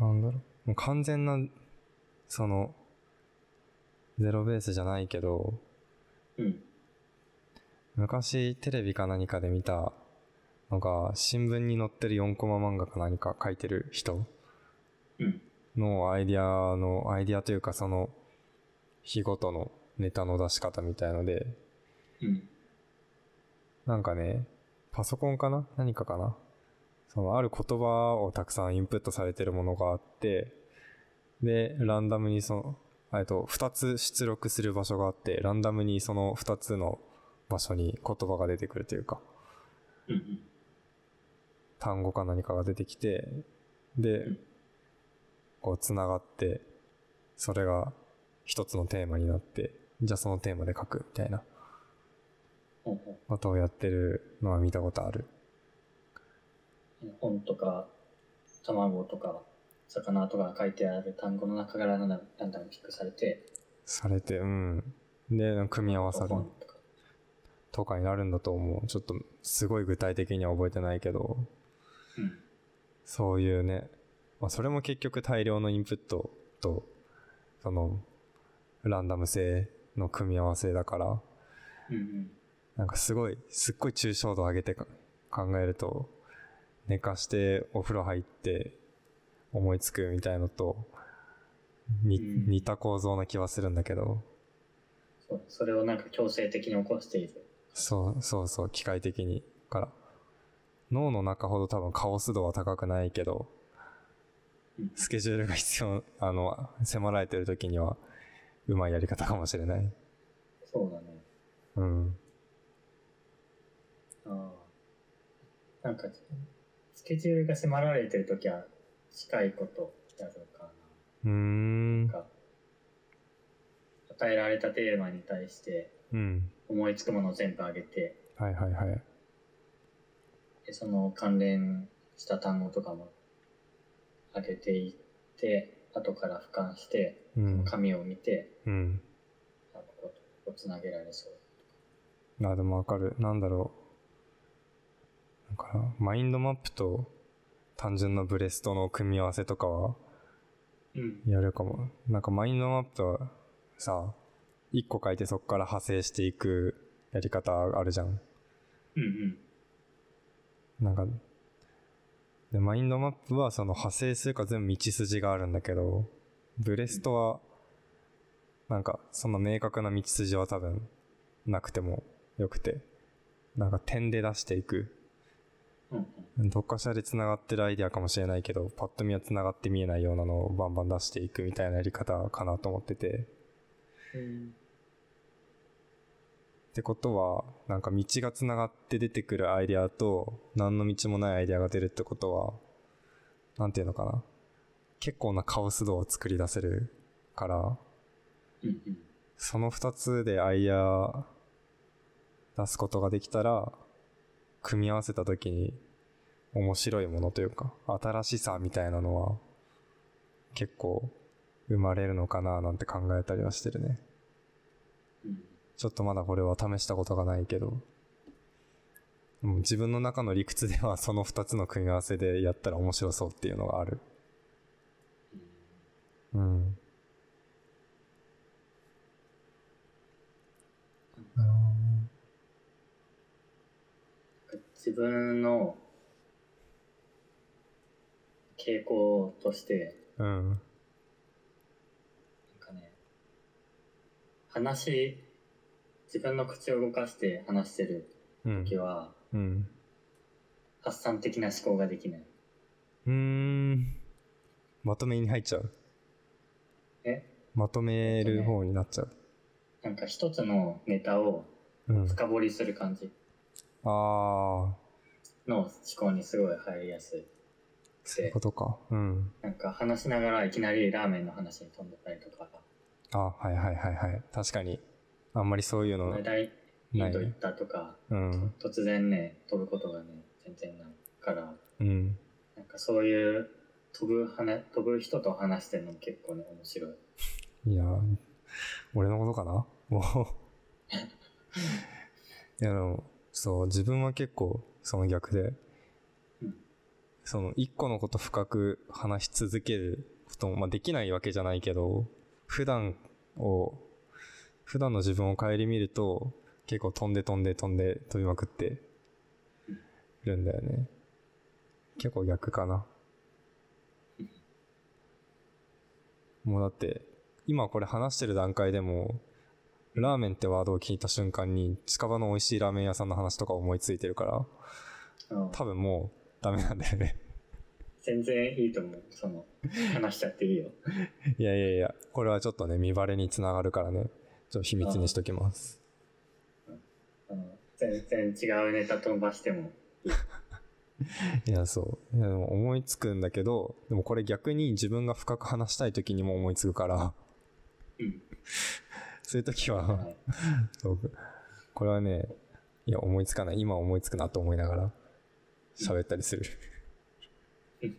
Speaker 1: なんだろう。もう完全な、その、ゼロベースじゃないけど、
Speaker 2: うん。
Speaker 1: 昔テレビか何かで見たのが、新聞に載ってる4コマ漫画か何か書いてる人
Speaker 2: うん。
Speaker 1: のアイディアの、アイディアというかその、日ごとのネタの出し方みたいので、
Speaker 2: うん。
Speaker 1: なんかね、パソコンかな何かかなその、ある言葉をたくさんインプットされてるものがあって、で、ランダムにその、えっと、二つ出力する場所があって、ランダムにその二つの場所に言葉が出てくるというか、
Speaker 2: うん。うん。
Speaker 1: 単語か何かが出てきて、で
Speaker 2: うん、
Speaker 1: こう繋がって、それが一つのテーマになって、じゃあそのテーマで書くみたいな
Speaker 2: ほうほう
Speaker 1: ことをやってるのは見たことある。
Speaker 2: 本とか卵とか魚とか書いてある単語の中からランダムランダムにピックされて
Speaker 1: されて、うん。で、組み合わさる
Speaker 2: 本とか
Speaker 1: とかになるんだと思う。ちょっと、すごい具体的には覚えてないけど、
Speaker 2: うん
Speaker 1: そういうね、まあ、それも結局大量のインプットと、その、ランダム性の組み合わせだから、
Speaker 2: うん
Speaker 1: なんかすごい、すっごい抽象度上げてか考えると、寝かしてお風呂入って思いつくみたいのと、に
Speaker 2: うん
Speaker 1: 似た構造な気はするんだけど、
Speaker 2: そうそれをなんか強制的に起こしている
Speaker 1: そうそうそう、機械的に。から、脳の中ほど多分カオス度は高くないけど、
Speaker 2: うん
Speaker 1: スケジュールが必要、 あの、迫られてる時には、うまいやり方かもしれない。
Speaker 2: そうだね
Speaker 1: うん。
Speaker 2: ああなんかスケジュールが迫られてる時は近いことやるか
Speaker 1: うー。
Speaker 2: なんなんか与えられたテーマに対して
Speaker 1: うん。
Speaker 2: 思いつくものを全部あげて
Speaker 1: はいはいはい。
Speaker 2: でその関連した単語とかも上げていって後から俯瞰して
Speaker 1: うん。
Speaker 2: 紙を見て
Speaker 1: うん。
Speaker 2: あのこうこうつなげられそう
Speaker 1: あ、でもわかる。なんだろう。だから、マインドマップと単純なブレストの組み合わせとかは、
Speaker 2: うん
Speaker 1: やるかも。なんかマインドマップはさ、一個書いてそこから派生していくやり方あるじゃん。
Speaker 2: うんうん
Speaker 1: なんか、で、マインドマップはその派生するか全部道筋があるんだけど、ブレストは、なんかその明確な道筋は多分なくてもよくて、なんか点で出していく。
Speaker 2: うんうん
Speaker 1: どっかしらで繋がってるアイデアかもしれないけど、パッと見は繋がって見えないようなのをバンバン出していくみたいなやり方かなと思ってて。
Speaker 2: うん
Speaker 1: ってことはなんか道がつながって出てくるアイデアと何の道もないアイデアが出るってことはなんていうのかな結構なカオス度を作り出せるから
Speaker 2: うんうん
Speaker 1: その2つでアイデア出すことができたら組み合わせた時に面白いものというか新しさみたいなのは結構生まれるのかななんて考えたりはしてるね
Speaker 2: うん
Speaker 1: ちょっとまだこれは試したことがないけど、でも自分の中の理屈ではその2つの組み合わせでやったら面白そうっていうのがある。うん。
Speaker 2: 自分の傾向として
Speaker 1: うん。
Speaker 2: なんかね話自分の口を動かして話してる
Speaker 1: うん
Speaker 2: 時。は
Speaker 1: うん。
Speaker 2: 発散的な思考ができないう
Speaker 1: ーん。まとめに入っちゃう。
Speaker 2: え
Speaker 1: まとめる方になっちゃう。
Speaker 2: なんか一つのネタを
Speaker 1: うん。
Speaker 2: 深掘りする感じ
Speaker 1: ああ、
Speaker 2: の思考にすごい入りやすい
Speaker 1: そういうことか。うん。
Speaker 2: なんか話しながらいきなりラーメンの話に飛んでたりとか
Speaker 1: あ、はいはいはいはい。確かに。あんまりそういうの
Speaker 2: この。間インド行ったとか、
Speaker 1: うん。
Speaker 2: 突然ね、飛ぶことがね、全然ないから、
Speaker 1: うん。
Speaker 2: なんかそういう飛ぶ話、飛ぶ人と話してるのも結構ね、面白い。
Speaker 1: いや、俺のことかなもう。いや、でも、そう、自分は結構、その逆で
Speaker 2: うん、
Speaker 1: その、一個のこと深く話し続けることも、まあ、できないわけじゃないけど、普段を、普段の自分を顧みると、結構飛んで飛んで飛んで飛びまくってるんだよね。結構逆かな。もうだって、今これ話してる段階でも、ラーメンってワードを聞いた瞬間に、近場の美味しいラーメン屋さんの話とか思いついてるから、
Speaker 2: うん
Speaker 1: 多分もうダメなんだよね。
Speaker 2: 全然いいと思う。その、話しちゃっていいよ。
Speaker 1: いやいやいや、これはちょっとね、見バレにつながるからね、ちょっと秘密にしときます。
Speaker 2: あの全然違うネタ飛ばしても。
Speaker 1: いや、そう。いや、でも思いつくんだけど、でもこれ逆に自分が深く話したい時にも思いつくから、
Speaker 2: うん。
Speaker 1: そういう時
Speaker 2: は
Speaker 1: は、
Speaker 2: い。
Speaker 1: そうこれはね、いや、思いつかない。今思いつくなと思いながら、喋ったりする
Speaker 2: うん。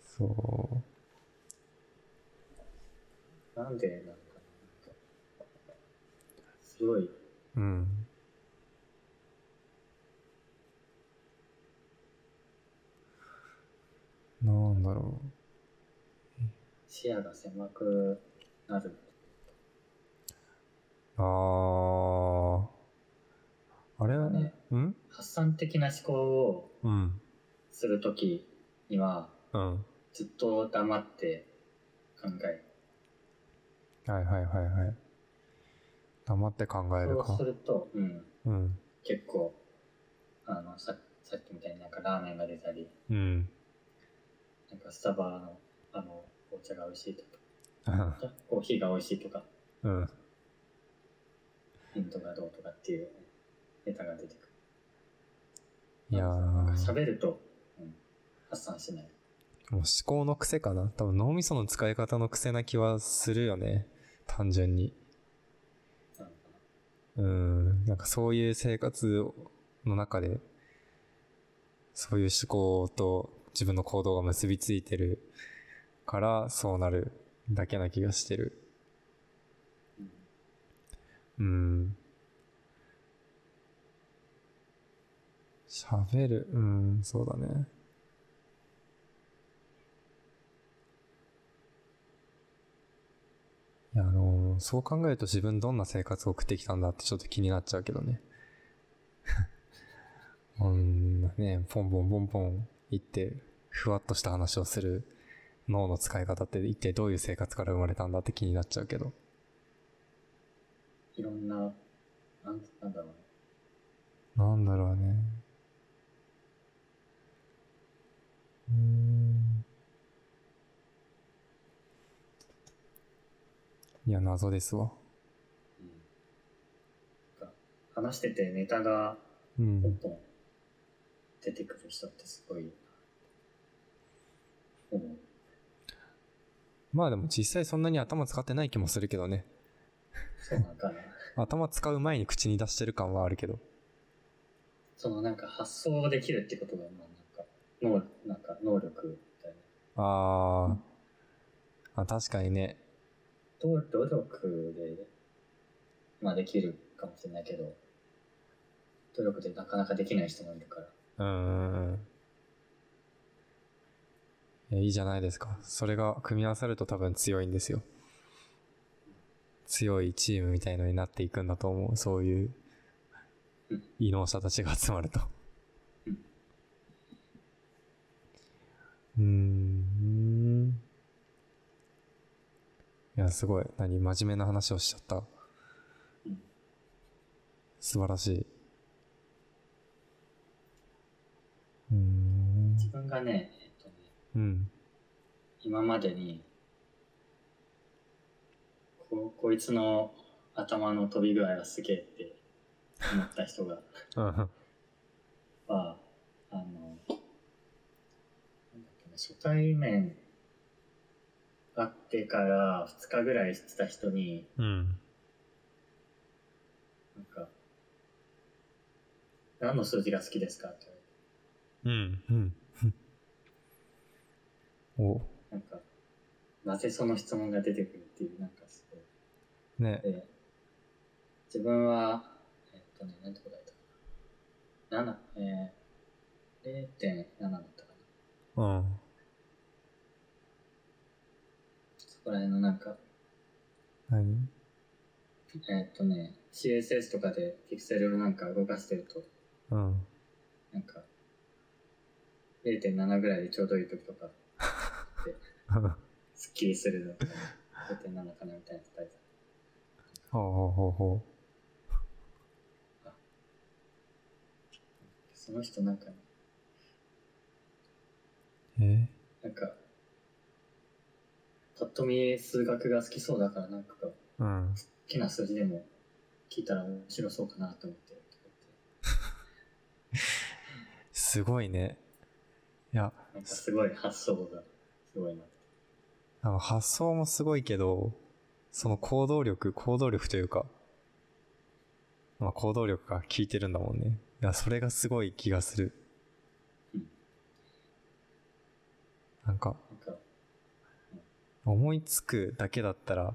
Speaker 1: そう。
Speaker 2: なんでなんか、なんかすごい、
Speaker 1: うん。なんだろ
Speaker 2: 視野が狭くなる。
Speaker 1: う。ああ。あれはね
Speaker 2: ね。
Speaker 1: うん
Speaker 2: 発散的な思考を
Speaker 1: うん。
Speaker 2: するときには、
Speaker 1: うん。は
Speaker 2: ずっと黙って考え
Speaker 1: いはいはいはい。黙って考える
Speaker 2: る。そう
Speaker 1: か
Speaker 2: す。ると、うん、
Speaker 1: うん。
Speaker 2: 結構、あの、ささっきみたいになんかラーメンが出たり、
Speaker 1: うん。
Speaker 2: なんかスタバの、あの、紅茶が美味しいとか、コーヒーが美味しいとか、
Speaker 1: うん。
Speaker 2: ヒントがどうとかっていうネタが出てくる。
Speaker 1: いやー
Speaker 2: なんか
Speaker 1: も
Speaker 2: 喋ると、うん、発散しない。
Speaker 1: う思考の癖かな。多分脳みその使い方の癖な気はするよね。単純に。
Speaker 2: なのか
Speaker 1: うん、なんかそういう生活の中で、そういう思考と自分の行動が結びついてるから、そうなるだけな気がしてる。
Speaker 2: なうん
Speaker 1: うん。喋る、うん、そうだね。いや、あの、そう考えると自分どんな生活を送ってきたんだってちょっと気になっちゃうけどね。 こんなね、ポンポンポンポン言って、ふわっとした話をする脳の使い方って一体どういう生活から生まれたんだって気になっちゃうけど。
Speaker 2: いろんな、なんなんだろうね。
Speaker 1: なんだろうね。うーん。いや、謎ですわ。
Speaker 2: うん、なんか話しててネタが
Speaker 1: う
Speaker 2: ポン
Speaker 1: ん。
Speaker 2: ポン出てくる人ってすごい、うん、
Speaker 1: まあでも実際そんなに頭使ってない気もするけどね。
Speaker 2: そうなんかな。
Speaker 1: 頭使う前に口に出してる感はあるけど。
Speaker 2: そのなんか発想できるってことが、まあなんか、能、なんか能力みたいな。
Speaker 1: あー。あ、確かにね。
Speaker 2: 努努力で、まあできるかもしれないけど、努力でなかなかできない人もいるから。
Speaker 1: うんうんうん。いやいいじゃないですか。それが組み合わさると多分強いんですよ。強いチームみたいのになっていくんだと思う。そういう
Speaker 2: うん
Speaker 1: 異能者たちが集まると。うー
Speaker 2: うん
Speaker 1: ん。いや、すごい。何真面目な話をしちゃった
Speaker 2: うん。
Speaker 1: 素晴らしい。うーん。
Speaker 2: 自分がね、えっとね、
Speaker 1: うん。
Speaker 2: 今までに、こ、こいつの頭の飛び具合はすげえって思った人が、
Speaker 1: うん。
Speaker 2: は、あの、なんだっけな、初対面、会ってから2日ぐらいしてた人に、
Speaker 1: うん。
Speaker 2: なんか、何の数字が好きですかって
Speaker 1: うん。うん。お、
Speaker 2: 言われて、なんか、なぜその質問が出てくるっていう、なんかすごい。
Speaker 1: ね。
Speaker 2: で、自分は、えっとね、なんて答えたかな。7、えー、0.7だったかな。
Speaker 1: うん。
Speaker 2: そこら辺のなんか、
Speaker 1: 何
Speaker 2: えっとね、CSS とかでピクセルをなんか動かしてると、
Speaker 1: うん。
Speaker 2: なんか、0.7ぐらいでちょうどいい時とか、スッキリするのかな。0.7かなみたいな答え
Speaker 1: ほうほうほうほ
Speaker 2: た。その人なんか、
Speaker 1: う。え
Speaker 2: なんか、ぱっと見数学が好きそうだからなんか、好
Speaker 1: うん。
Speaker 2: きな数字でも聞いたら面白そうかなと思って。
Speaker 1: すごいね。いや、
Speaker 2: なんかすごい発想がすごいなって。
Speaker 1: あの発想もすごいけど、その行動力、行動力というか、まあ行動力が効いてるんだもんね。いや、それがすごい気がする
Speaker 2: うん。
Speaker 1: なんか、
Speaker 2: なんか、
Speaker 1: 思いつくだけだったら、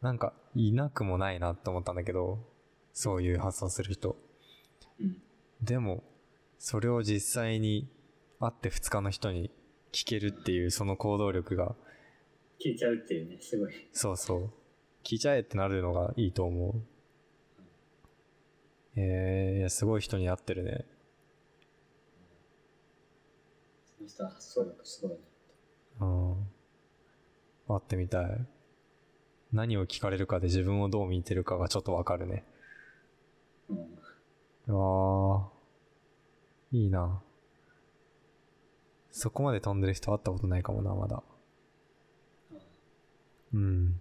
Speaker 1: なんか、いなくもないなと思ったんだけど、そういう発想する人。
Speaker 2: うん。
Speaker 1: でも、それを実際に会って2日の人に聞けるっていうその行動力が、
Speaker 2: 聞いちゃうっていうね、すごい。
Speaker 1: そうそう。聞いちゃえってなるのがいいと思う。えー、いやすごい人に会ってるね。
Speaker 2: その人は発想力すごいな。
Speaker 1: うん。会ってみたい。何を聞かれるかで自分をどう見てるかがちょっとわかるね。
Speaker 2: うん。
Speaker 1: うわあ、いいな。そこまで飛んでる人会ったことないかもな、まだ。うん。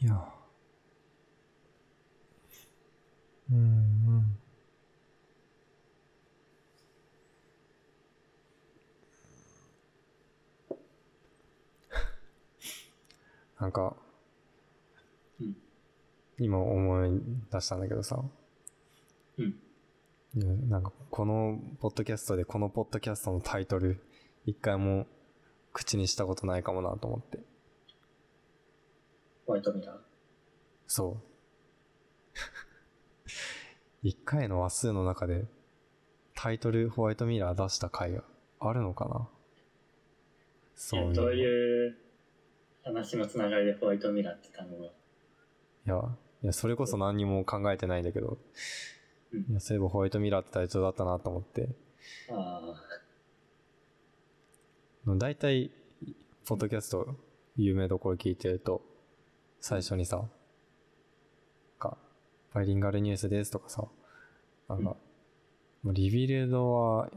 Speaker 1: いや。うんうん。 なんか、
Speaker 2: うん
Speaker 1: 今思い出したんだけどさ、
Speaker 2: うん。
Speaker 1: いやなんかこのポッドキャストでこのポッドキャストのタイトル、一回も口にしたことないかもなと思って。
Speaker 2: ホワイトミラー。
Speaker 1: そう。 一回の話数の中で、タイトルホワイトミラー出した回があるのかなそういう。
Speaker 2: どういう話のつながりでホワイトミラーって単語が。
Speaker 1: いや、いや、それこそ何にも考えてないんだけど、
Speaker 2: うん
Speaker 1: いや、そういえばホワイトミラーってタイトルだったなと思って、
Speaker 2: あ
Speaker 1: 大体、ポッドキャスト、有名どころ聞いてると、最初にさ、なんか、バイリンガルニュースですとかさ、なんか、まあリビルドは、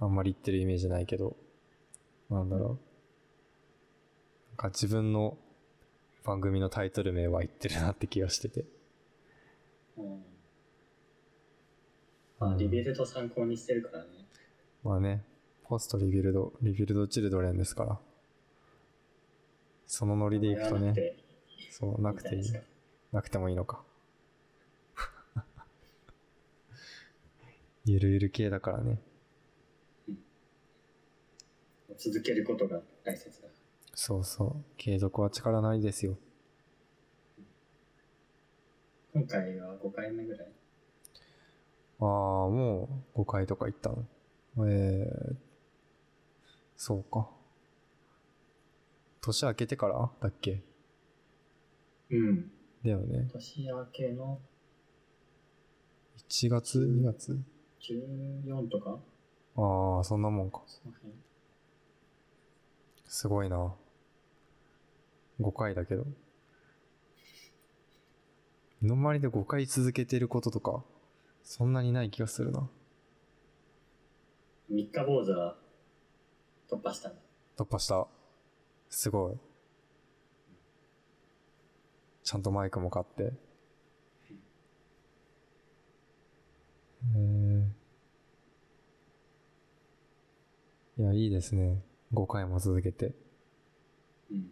Speaker 1: あんまり言ってるイメージないけど、なんだろう。なんか自分の番組のタイトル名は言ってるなって気がしてて。
Speaker 2: あ。うん。まあ、リビルド参考にしてるからね。
Speaker 1: まあね、ポストリビルド、リビルドチルドレンですから。そのノリでいくとね、
Speaker 2: て
Speaker 1: そう、なくてい
Speaker 2: いい
Speaker 1: い
Speaker 2: じゃ。ないですか
Speaker 1: なくてもいいのか。 ゆるゆる系だからね。
Speaker 2: 続けることが大切だ。
Speaker 1: そうそう。継続は力ないですよ。
Speaker 2: 今回は5回目ぐらい。
Speaker 1: ああ、もう5回とか行ったの。えー、そうか。年明けてからだっけ
Speaker 2: うん。
Speaker 1: だよね。
Speaker 2: 年明けの
Speaker 1: 1月 ?2 月
Speaker 2: 14とか
Speaker 1: ああ、そんなもんか。
Speaker 2: その辺。
Speaker 1: すごいな。5回だけど。身の回りで5回続けてることとか、そんなにない気がするな。
Speaker 2: 3日坊主は突破したね。
Speaker 1: 突破した。すごい。ちゃんとマイクも買って。いや、いいですね。5回も続けて。
Speaker 2: うん。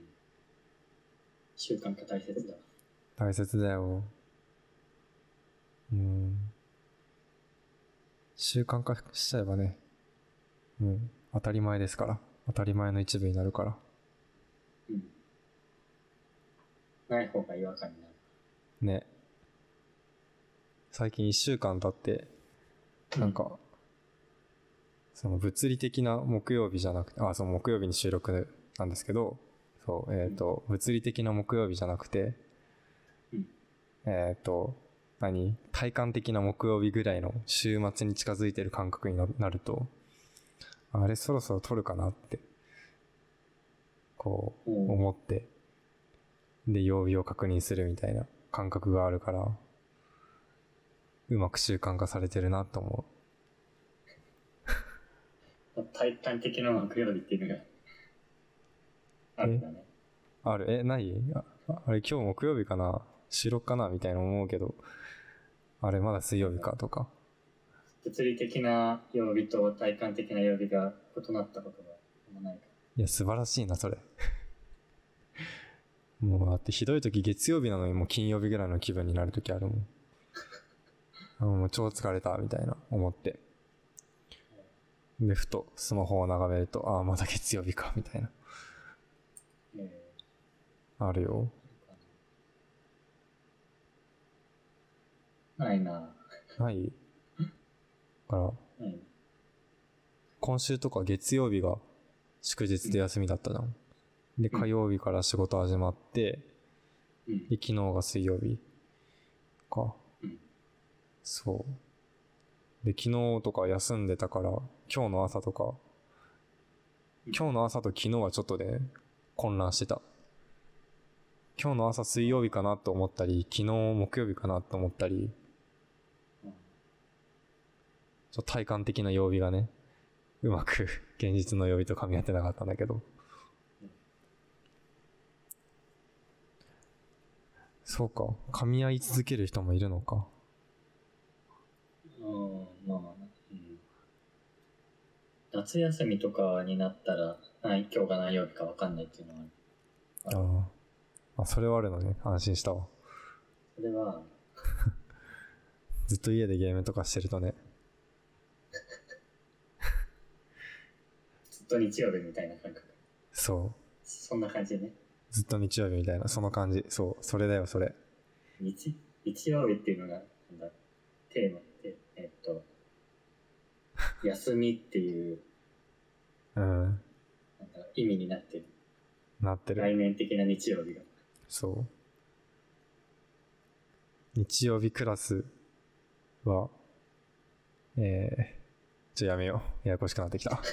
Speaker 2: 習慣化大切だ。
Speaker 1: 大切だよ。うん。習慣化しちゃえばね、もう当たり前ですから。当たり前の一部になるから。
Speaker 2: うん。ない方が違和感になる。
Speaker 1: ね。最近1週間経って、なんか、その物理的な木曜日じゃなくて、あ、そう、木曜日に収録なんですけど、そう、えっ、と、物理的な木曜日じゃなくて、
Speaker 2: うん
Speaker 1: えっ、と、何体感的な木曜日ぐらいの週末に近づいてる感覚にななると、あれそろそろ撮るかなって、こう、
Speaker 2: うん
Speaker 1: 思って、で、曜日を確認するみたいな感覚があるから、うまく習慣化されてるなと思う。
Speaker 2: うん。体感的な木曜日っていうのがあるんだね。
Speaker 1: あるえ、ないああれ、今日木曜日かな収録かなみたいな思うけど、あれ、まだ水曜日かとか。
Speaker 2: 物理的な曜日と体感的な曜日が異なったことがあんまないか
Speaker 1: いや、素晴らしいな、それ。 もう、だってひどい時月曜日なのにもう金曜日ぐらいの気分になる時あるもん。あもう超疲れた、みたいな、思って。で、ふとスマホを眺めると、ああ、まだ月曜日か、みたいな。
Speaker 2: ら。え
Speaker 1: あるよ。
Speaker 2: ーないな
Speaker 1: ないだから、
Speaker 2: うん。
Speaker 1: 今週とか月曜日が祝日で休みだったじゃん。で、
Speaker 2: うん
Speaker 1: 火曜日から仕事始まって、
Speaker 2: うん
Speaker 1: で、。昨日が水曜日か
Speaker 2: うん。
Speaker 1: そう。で、昨日とか休んでたから、今日の朝とか、
Speaker 2: うん
Speaker 1: 今日の朝と昨日はちょっとで、混乱してた。今日の朝水曜日かなと思ったり、昨日木曜日かなと思ったり、
Speaker 2: うん
Speaker 1: ちょっと体感的な曜日がね、うまく現実の曜日と噛み合ってなかったんだけど
Speaker 2: うん。
Speaker 1: そうか、噛み合い続ける人もいるのか。
Speaker 2: うん、まあ、うん。夏休みとかになったら、ない今日が何曜日か分かんないっていうのはある、
Speaker 1: あーあ、それはあるのね。安心したわ。
Speaker 2: それは、
Speaker 1: ずっと家でゲームとかしてるとね。
Speaker 2: ずっと日曜日みたいな感覚。
Speaker 1: そう。
Speaker 2: そんな感じね。
Speaker 1: ずっと日曜日みたいな、その感じ。そう。それだよ、それ。
Speaker 2: 日、日曜日っていうのが、なんだ、テーマって、えっと、休みっていう、
Speaker 1: うん。
Speaker 2: なんだ、意味になってる。
Speaker 1: なってる。
Speaker 2: 概念的な日曜日が。
Speaker 1: そう。日曜日クラスは、えー、ちょ、やめよう。ややこしくなってきた。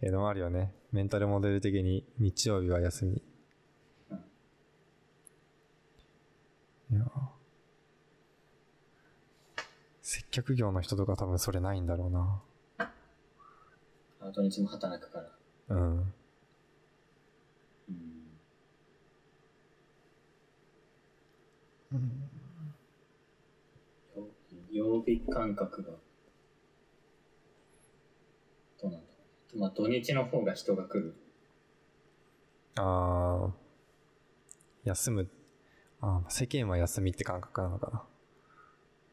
Speaker 1: えー、でもあるよね。メンタルモデル的に日曜日は休み。いやー接客業の人とか多分それないんだろうな。
Speaker 2: あ土日も働くから。
Speaker 1: うん。
Speaker 2: うん。曜曜日感覚が、どうなんだろう。まあ土日の方が人が来る。
Speaker 1: ああ、休む。あー世間は休みって感覚なのかな。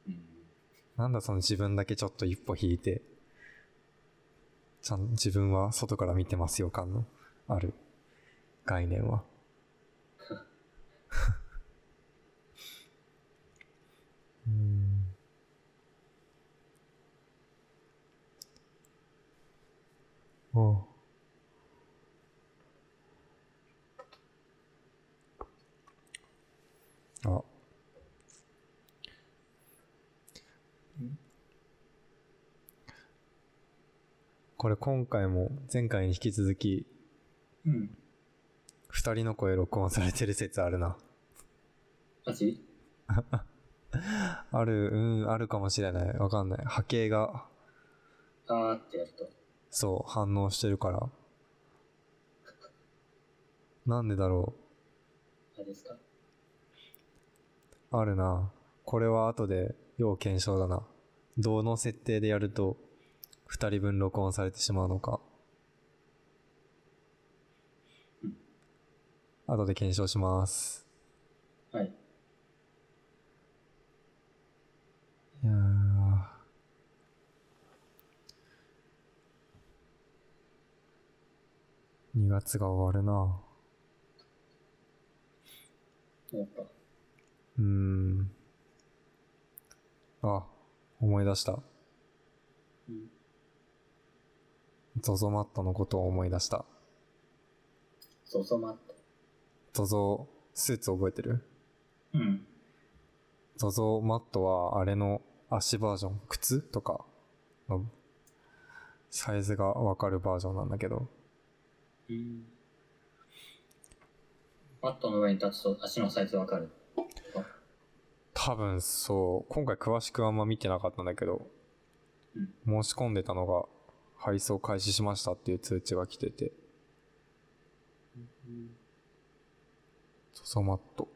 Speaker 2: うん。
Speaker 1: なんだその自分だけちょっと一歩引いて、ちゃん、自分は外から見てますよ感のある概念は。うん。おうあ。これ今回も前回に引き続き
Speaker 2: うん。
Speaker 1: 二人の声録音されてる説あるな。
Speaker 2: マジ
Speaker 1: ある、うん、あるかもしれない。わかんない。波形が、
Speaker 2: あーってやると。
Speaker 1: そう、反応してるから。なんでだろ
Speaker 2: あれですか
Speaker 1: う。あるな。これは後で、要検証だな。どの設定でやると、 2人分録音されてしまうのか
Speaker 2: うん
Speaker 1: 後で検証します
Speaker 2: はい。
Speaker 1: いやー2月が終わるな
Speaker 2: やっぱ、
Speaker 1: うーんあ思い出した
Speaker 2: うん、
Speaker 1: ZOZO マットのことを思い出した
Speaker 2: そうそうまった。
Speaker 1: ZOZO スーツ覚えてる
Speaker 2: うん。
Speaker 1: ZOZO マットはあれの足バージョン靴とかのサイズがわかるバージョンなんだけど
Speaker 2: うん。マットの上に立つと足のサイズわかる。
Speaker 1: 多分そう今回詳しくあんま見てなかったんだけど、申し込んでたのが配送開始しましたっていう通知が来てて ZOZO マット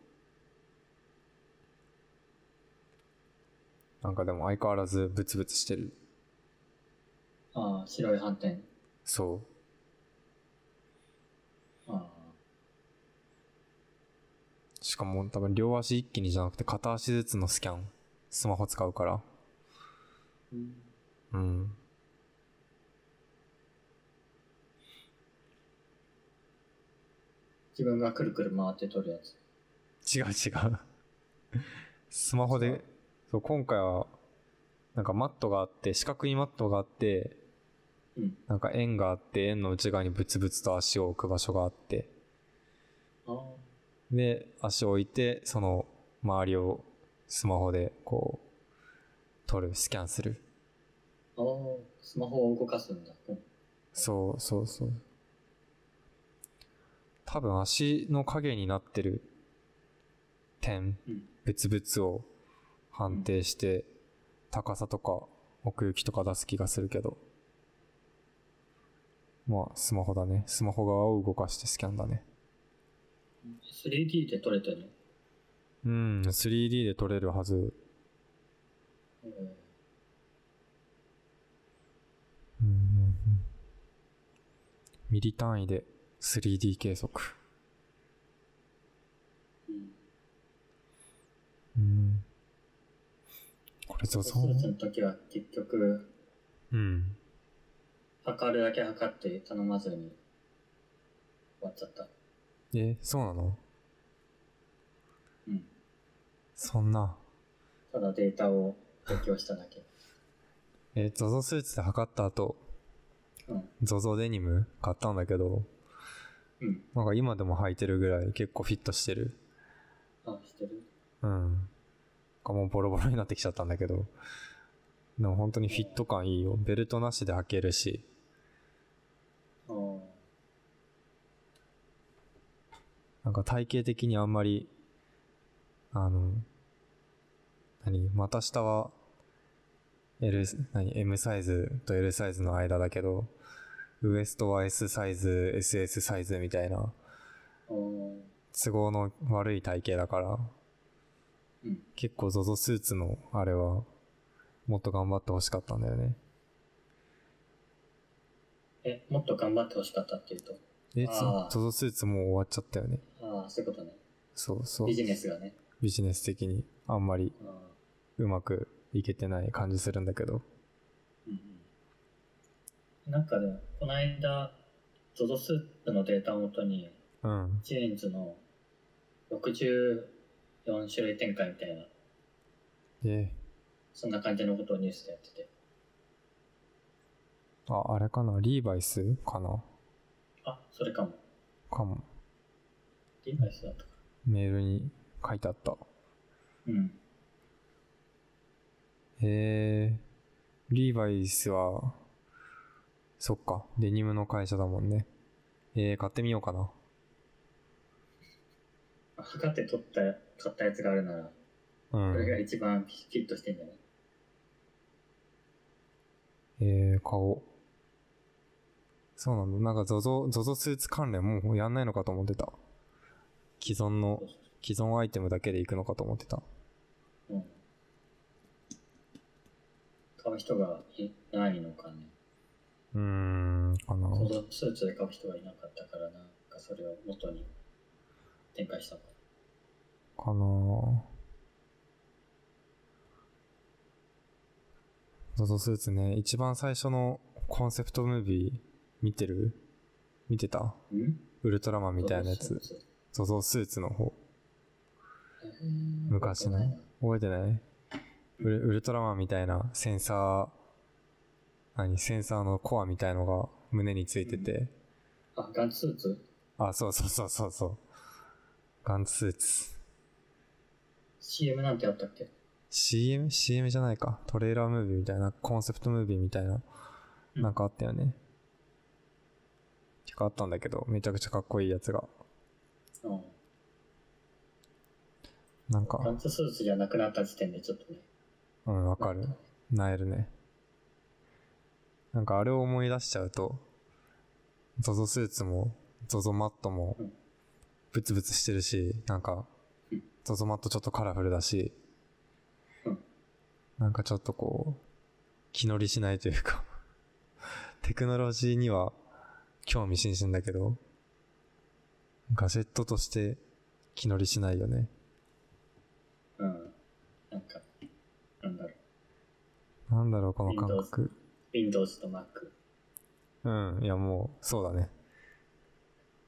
Speaker 1: なんかでも相変わらずブツブツしてる
Speaker 2: ああ、白い斑点。
Speaker 1: そう
Speaker 2: あ
Speaker 1: しかも多分両足一気にじゃなくて片足ずつのスキャン。スマホ使うから。
Speaker 2: あ。
Speaker 1: うん。
Speaker 2: 自分がくるくる回って取るやつ。
Speaker 1: 違う違う。スマホ
Speaker 2: 違
Speaker 1: で
Speaker 2: う、
Speaker 1: そう、今回は、なんかマットがあって、四角いマットがあって、
Speaker 2: うん
Speaker 1: なんか円があって、円の内側にブツブツと足を置く場所があって、
Speaker 2: ああ。
Speaker 1: で、足を置いて、その周りをスマホでこう、撮る、スキャンする。
Speaker 2: ああ。スマホを動かすんだ。うん
Speaker 1: そうそうそう。多分足の影になってる点
Speaker 2: うん、
Speaker 1: 別々を判定して、高さとか奥行きとか出す気がするけど。まあ、スマホだね。スマホ側を動かしてスキャンだね。
Speaker 2: 3D で撮れてるの
Speaker 1: うん、3D で撮れるはず。
Speaker 2: うん
Speaker 1: ミリ単位で 3D 計測。う
Speaker 2: うん。
Speaker 1: ん。これぞ
Speaker 2: ス
Speaker 1: ぞ
Speaker 2: ーツの時は結局、
Speaker 1: うん。
Speaker 2: 測るだけ測って頼まずに終わっちゃった。
Speaker 1: え、そうなの
Speaker 2: うん。
Speaker 1: そんな。
Speaker 2: ただデータを提供しただけ。
Speaker 1: え、ZOZO スーツで測った後、
Speaker 2: うん。
Speaker 1: ZOZO デニム買ったんだけど、
Speaker 2: うん。
Speaker 1: なんか今でも履いてるぐらい結構フィットしてる。
Speaker 2: あ、してる
Speaker 1: うん。かもうボロボロになってきちゃったんだけど。でも本当にフィット感いいよ。ベルトなしで履けるし。
Speaker 2: ああ。
Speaker 1: なんか体型的にあんまり、あの、何股下は、L、何 ?M サイズと L サイズの間だけど、ウエストは S サイズ、SS サイズみたいな、
Speaker 2: ああ。
Speaker 1: 都合の悪い体型だから、
Speaker 2: うん。
Speaker 1: 結構 ZOZO スーツのあれは、もっと頑張ってほしかったんだよね。
Speaker 2: え、もっと頑張ってほしかったっていうと。
Speaker 1: え、
Speaker 2: あー
Speaker 1: そ ZOZO スーツもう終わっちゃったよね。
Speaker 2: ああ、そういうことね。
Speaker 1: そうそう
Speaker 2: ビ。ジネスがね。
Speaker 1: ビジネス的にあんまり
Speaker 2: ああ。
Speaker 1: うまくいけてない感じするんだけど。
Speaker 2: うんうん。なんかでも、この間、ZOZO スーツのデータをもとに、
Speaker 1: うん。
Speaker 2: ジーンズの64種類展開みたいな、
Speaker 1: え、
Speaker 2: そんな感じのことをニュースでやってて。
Speaker 1: あ、あれかなリーバイスかな
Speaker 2: あ、それかも。
Speaker 1: かも。
Speaker 2: リーバイスだったか。
Speaker 1: メールに書いてあった。
Speaker 2: うん。
Speaker 1: へえリーバイスは、そっか、デニムの会社だもんね。えー、買ってみようかな。
Speaker 2: 測って取った、買ったやつがあるなら、
Speaker 1: う
Speaker 2: それが
Speaker 1: ん。
Speaker 2: 一番キッとしてんじゃない
Speaker 1: えー、買おう。そうなんだ。なんか、ゾゾ、ゾゾスーツ関連もうやんないのかと思ってた。既存の、既存アイテムだけでいくのかと思ってた。
Speaker 2: うん。買う人がいないのかね。
Speaker 1: うーん、かな。
Speaker 2: コードスーツで買う人がいなかったから、なんかそれを元に展開したのかな。
Speaker 1: かなゾゾスーツね、一番最初のコンセプトムービー見てる見てた
Speaker 2: うん
Speaker 1: ウルトラマンみたいなや
Speaker 2: コー
Speaker 1: つ
Speaker 2: ド。スーツ
Speaker 1: ゾゾスーツの方。
Speaker 2: えー
Speaker 1: 昔の
Speaker 2: 覚えてないな
Speaker 1: 覚えてないウルウルトラマンみたいなセンサー、何センサーのコアみたいのが胸についてて。
Speaker 2: あ、ガンツスーツ
Speaker 1: あ、そうそうそうそうそう。ガンツスーツ。
Speaker 2: ?CM なんてあったっけ
Speaker 1: CM?CM じゃないか。トレーラームービーみたいな、コンセプトムービーみたいな、
Speaker 2: うん
Speaker 1: なんかあったよね。てかあったんだけど、めちゃくちゃかっこいいやつが。
Speaker 2: うん。
Speaker 1: なん
Speaker 2: ガ
Speaker 1: か、
Speaker 2: ンツスーツじゃなくなった時点でちょっとね。
Speaker 1: うん、わかる。なえるね。なんかあれを思い出しちゃうと、ゾゾスーツも、ゾゾマットも
Speaker 2: うん、
Speaker 1: ブツブツしてるし、なんか
Speaker 2: うん、
Speaker 1: ゾゾマットちょっとカラフルだし
Speaker 2: うん、
Speaker 1: なんかちょっとこう、気乗りしないというか、テクノロジーには興味津々だけど、ガジェットとして気乗りしないよね。
Speaker 2: うん。なんか、なんだろう。
Speaker 1: なんだろう、この感
Speaker 2: Windows
Speaker 1: 覚。
Speaker 2: Windows と Mac。
Speaker 1: うん、いやもう、そうだね。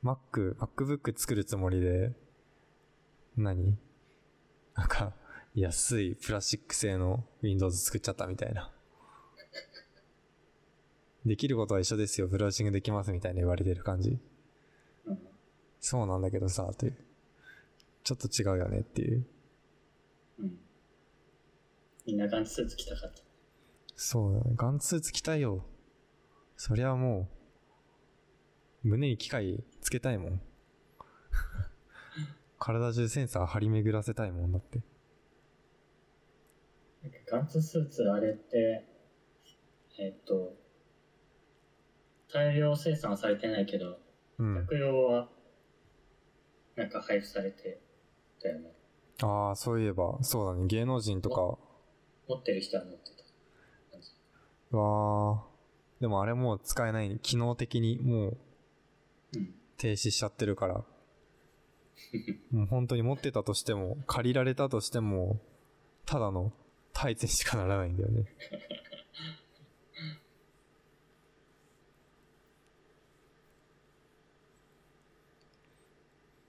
Speaker 1: Mac、MacBook 作るつもりで、何なんか、安いプラスチック製の Windows 作っちゃったみたいな。できることは一緒ですよ、ブラウシングできますみたいな言われてる感じ。
Speaker 2: うん。
Speaker 1: そうなんだけどさ、という。ちょっと違うよねっていう。
Speaker 2: うん。みんなガンツスーツ着たかった。
Speaker 1: そうだね。ガンツーツ着たいよ。そりゃもう、胸に機械つけたいもん。体中センサー張り巡らせたいもんだって。
Speaker 2: なんかガンツスーツあれって、えっと、大量生産はされてないけど、
Speaker 1: うん。
Speaker 2: 着用は、なんか配布されてたよね。
Speaker 1: ああ、そういえば、そうだね。芸能人とか、
Speaker 2: 持ってる人は持ってた。
Speaker 1: うわあ。でもあれもう使えない。機能的にもう
Speaker 2: うん。
Speaker 1: 停止しちゃってるから。もう本当に持ってたとしても、借りられたとしても、ただのタイツにしかならないんだよね。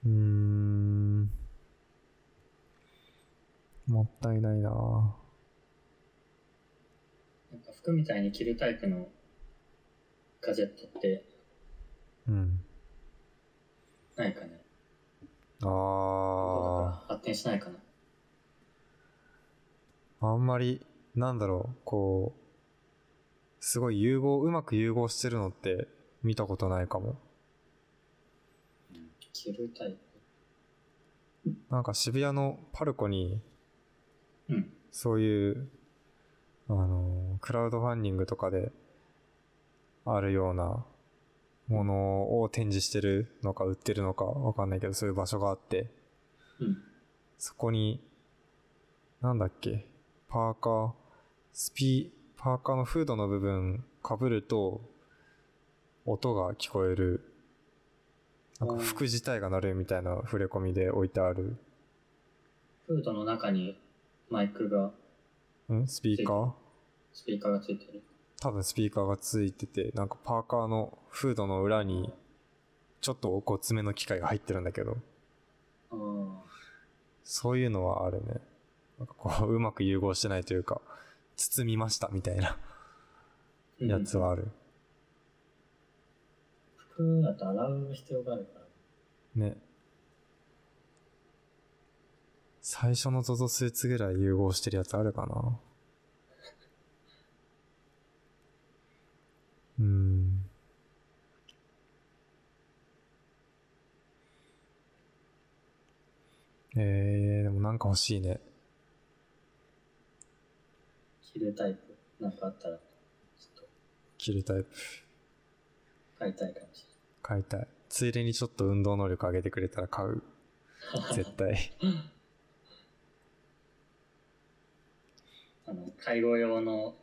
Speaker 1: うーん。もったいないなぁ
Speaker 2: なんか服みたいに着るタイプのガジェットって
Speaker 1: うん。
Speaker 2: ないかね。
Speaker 1: ああ。
Speaker 2: 発展しないかな。
Speaker 1: あんまり、なんだろう、こう、すごい融合、うまく融合してるのって見たことないかも。
Speaker 2: 着るタイプ。
Speaker 1: なんか渋谷のパルコに、
Speaker 2: うん。
Speaker 1: そういう、あのー、クラウドファンディングとかで、あるようなものを展示してるのか売ってるのかわかんないけど、そういう場所があって、
Speaker 2: うん。
Speaker 1: そこに、なんだっけ、パーカー、スピパーカーのフードの部分被ると、音が聞こえる。なん
Speaker 2: うん
Speaker 1: か服自体が鳴るみたいな触れ込みで置いてある。
Speaker 2: フードの中にマイクが、
Speaker 1: んスピーカー
Speaker 2: スピーカーがついてる。
Speaker 1: 多分スピーカーがついてて、なんかパーカーのフードの裏に、ちょっとこう爪の機械が入ってるんだけど、
Speaker 2: ああ。
Speaker 1: そういうのはあるね。なんかこう、うまく融合してないというか、包みましたみたいな
Speaker 2: うん
Speaker 1: やつはある。
Speaker 2: 服だと洗う必要があるから。
Speaker 1: ね。最初の ZOZO スーツぐらい融合してるやつあるかなうーん。えー、でもなんか欲しいね。
Speaker 2: 着るタイプ。なんかあったら、ちょっと
Speaker 1: 着るタイプ。
Speaker 2: 買いたいかもし
Speaker 1: 買いたい。ついでにちょっと運動能力上げてくれたら買う。
Speaker 2: れない。
Speaker 1: 絶対。
Speaker 2: あの、介護用の、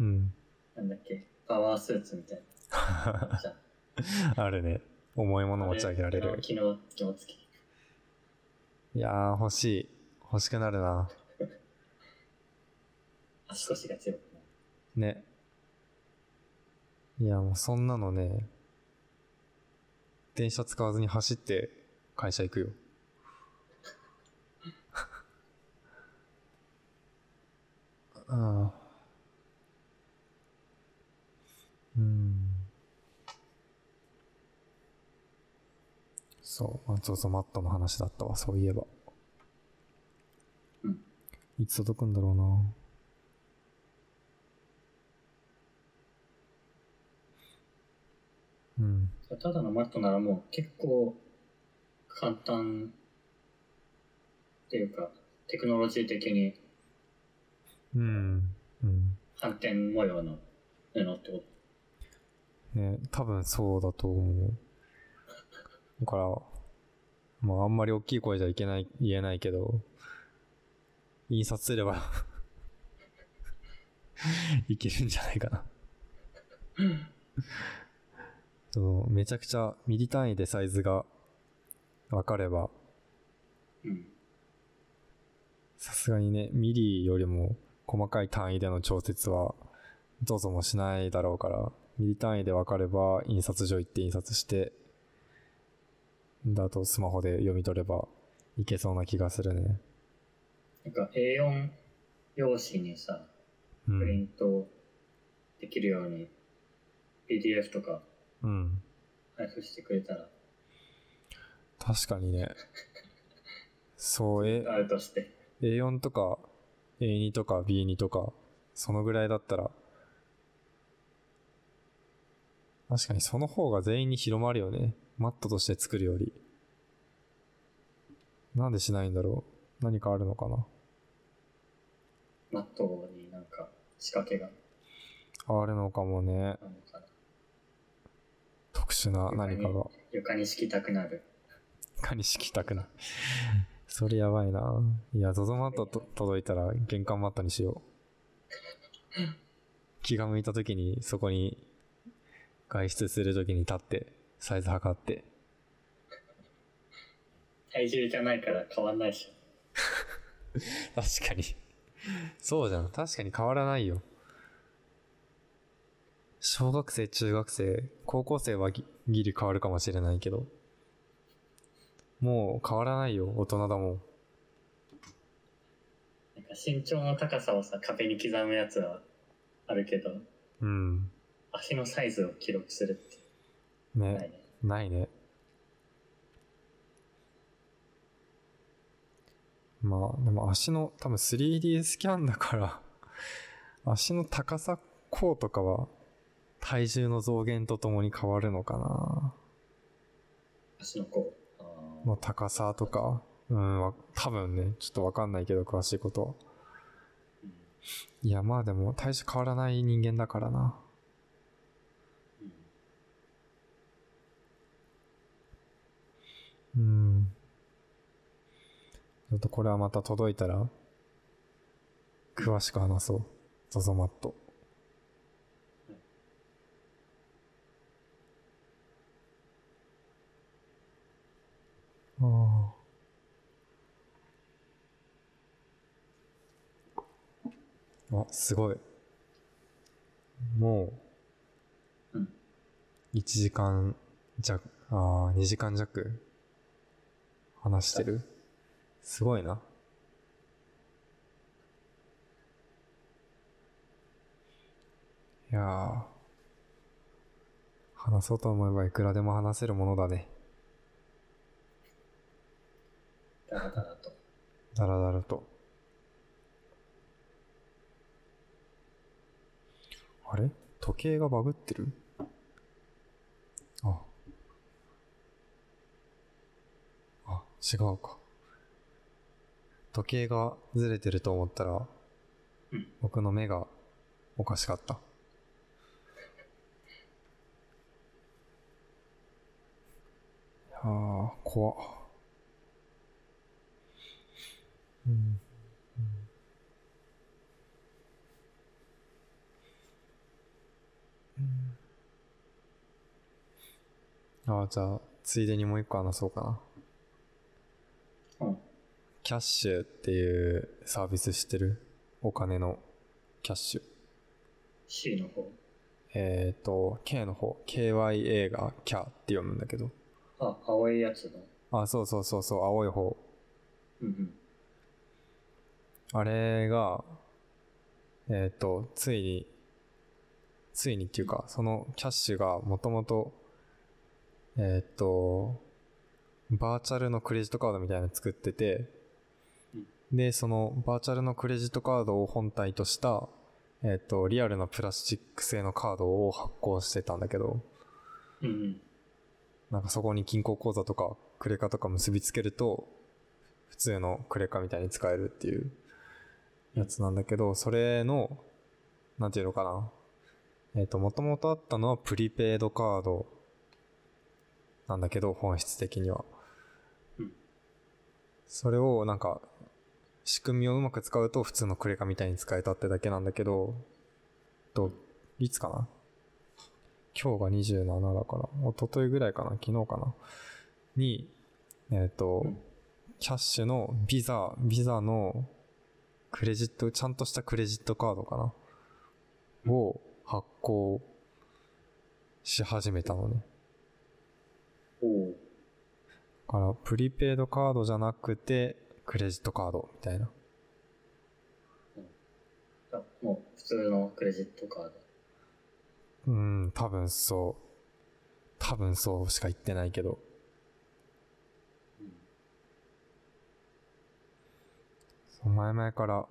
Speaker 1: うん。
Speaker 2: なんだっけ、パワースーツみたいな。じゃ
Speaker 1: あるね。重いも
Speaker 2: あ
Speaker 1: の持ち上げられ
Speaker 2: あ
Speaker 1: る。
Speaker 2: 昨日、昨日つけ。
Speaker 1: いやー、欲しい。欲しくなるな。
Speaker 2: 足腰が強くなる。
Speaker 1: ね。いや、もうそんなのね、電車使わずに走って会社行くよ。 ああ。うん。そう、あそうそう、マットの話だったわ、そういえば。
Speaker 2: うん
Speaker 1: いつ届くんだろうな。うん。
Speaker 2: ただのマットならもう結構簡単っていうか、テクノロジー的に
Speaker 1: うん。うん。
Speaker 2: 反転模様の布ってこ
Speaker 1: ね、多分そうだと思う。だから、まああんまり大きい声じゃいけない、言えないけど、印刷すれば、いけるんじゃないかな。そのめちゃくちゃミリ単位でサイズが分かれば、
Speaker 2: と。うん。
Speaker 1: さすがにね、ミリよりも細かい単位での調節は、どうぞもしないだろうから、ミリ単位で分かれば、印刷所行って印刷して、だとスマホで読み取ればいけそうな気がするね。
Speaker 2: なんか A4 用紙にさ、
Speaker 1: う
Speaker 2: プリ
Speaker 1: ん。
Speaker 2: ントできるように PDF とか
Speaker 1: うん。
Speaker 2: 配布してくれたら、
Speaker 1: 確かにね。そう、え、
Speaker 2: あるとして。
Speaker 1: A4 とか A2 とか B2 とか、そのぐらいだったら、確かにその方が全員に広まるよね。マットとして作るより。なんでしないんだろう。何かあるのかな。
Speaker 2: マットになんか仕掛けが
Speaker 1: あるのかもね。
Speaker 2: あるのかな
Speaker 1: 特殊な何かが。
Speaker 2: 床に敷きたくなる。
Speaker 1: かに敷きたくな。それやばいな。いや、ZOZO マットと届いたら玄関マットにしよう。気が向いた時にそこに外出する時に立ってサイズ測って。
Speaker 2: 体重じゃないから変わんないでしょ。
Speaker 1: 確かに。そうじゃん。確かに変わらないよ。小学生、中学生、高校生はぎギリ変わるかもしれないけど。もう変わらないよ。大人だもん。
Speaker 2: なんか身長の高さをさ、壁に刻むやつはあるけど、
Speaker 1: うん。
Speaker 2: 足のサイズを記録するって
Speaker 1: ね。
Speaker 2: ないね。
Speaker 1: ないね。まあ、でも足の、多分 3D スキャンだから、 足の高さ、こうとかは、体重の増減とともに変わるのかな。
Speaker 2: 足の甲。あー
Speaker 1: まあ、高さとか、うん、わ多分ね、ちょっとわかんないけど、詳しいことは。
Speaker 2: うん
Speaker 1: いや、まあでも、体重変わらない人間だからな。う
Speaker 2: うん
Speaker 1: ん。ちょっとこれはまた届いたら、詳しく話そう。ゾゾマット。ああ。あ、すごい。もう
Speaker 2: うん、
Speaker 1: 1時間弱、ああ、2時間弱、話してる。すごいな。いやー話そうと思えばいくらでも話せるものだね。
Speaker 2: だらだらと。
Speaker 1: だらだらと。あれ時計がバグってるあ。あ、違うか。時計がずれてると思ったら、
Speaker 2: うん
Speaker 1: 僕の目がおかしかった。ああ、怖っ。うんうああ、じゃあ、ついでにもう一個話そうかな。
Speaker 2: うん。
Speaker 1: キャッシュっていうサービス知ってるお金のキャッシュ。
Speaker 2: C の方。
Speaker 1: えっ、ー、と、K の方、KYA がキャって読むんだけど。
Speaker 2: あ、青いやつだ。
Speaker 1: あ、そうそうそうそう、青い方。
Speaker 2: うんうん。
Speaker 1: あれが、えっ、と、ついに、ついにっていうか、そのキャッシュがもともと、えっ、と、バーチャルのクレジットカードみたいなの作ってて、で、そのバーチャルのクレジットカードを本体とした、えっ、と、リアルなプラスチック製のカードを発行してたんだけど、
Speaker 2: うんうん。
Speaker 1: なんかそこに銀行口座とかクレカとか結びつけると、普通のクレカみたいに使えるっていうやつなんだけど、それの、なんていうのかな。えっ、と、もともとあったのはプリペイドカードなんだけど、本質的には
Speaker 2: うん。
Speaker 1: それをなんか、仕組みをうまく使うと普通のクレカみたいに使えたってだけなんだけど、と、いつかな今日が27だから、一昨日ぐらいかな、昨日かな、に、えっ、と
Speaker 2: うん、
Speaker 1: キャッシュのビザ、ビザのクレジット、ちゃんとしたクレジットカードかな、を発行し始めたのね。
Speaker 2: おお。
Speaker 1: だから、プリペイドカードじゃなくて、クレジットカードみたいな。
Speaker 2: あもう普通のクレジットカード。
Speaker 1: うん、多分そう。多分そうしか言ってないけど。
Speaker 2: うん
Speaker 1: そう前々から、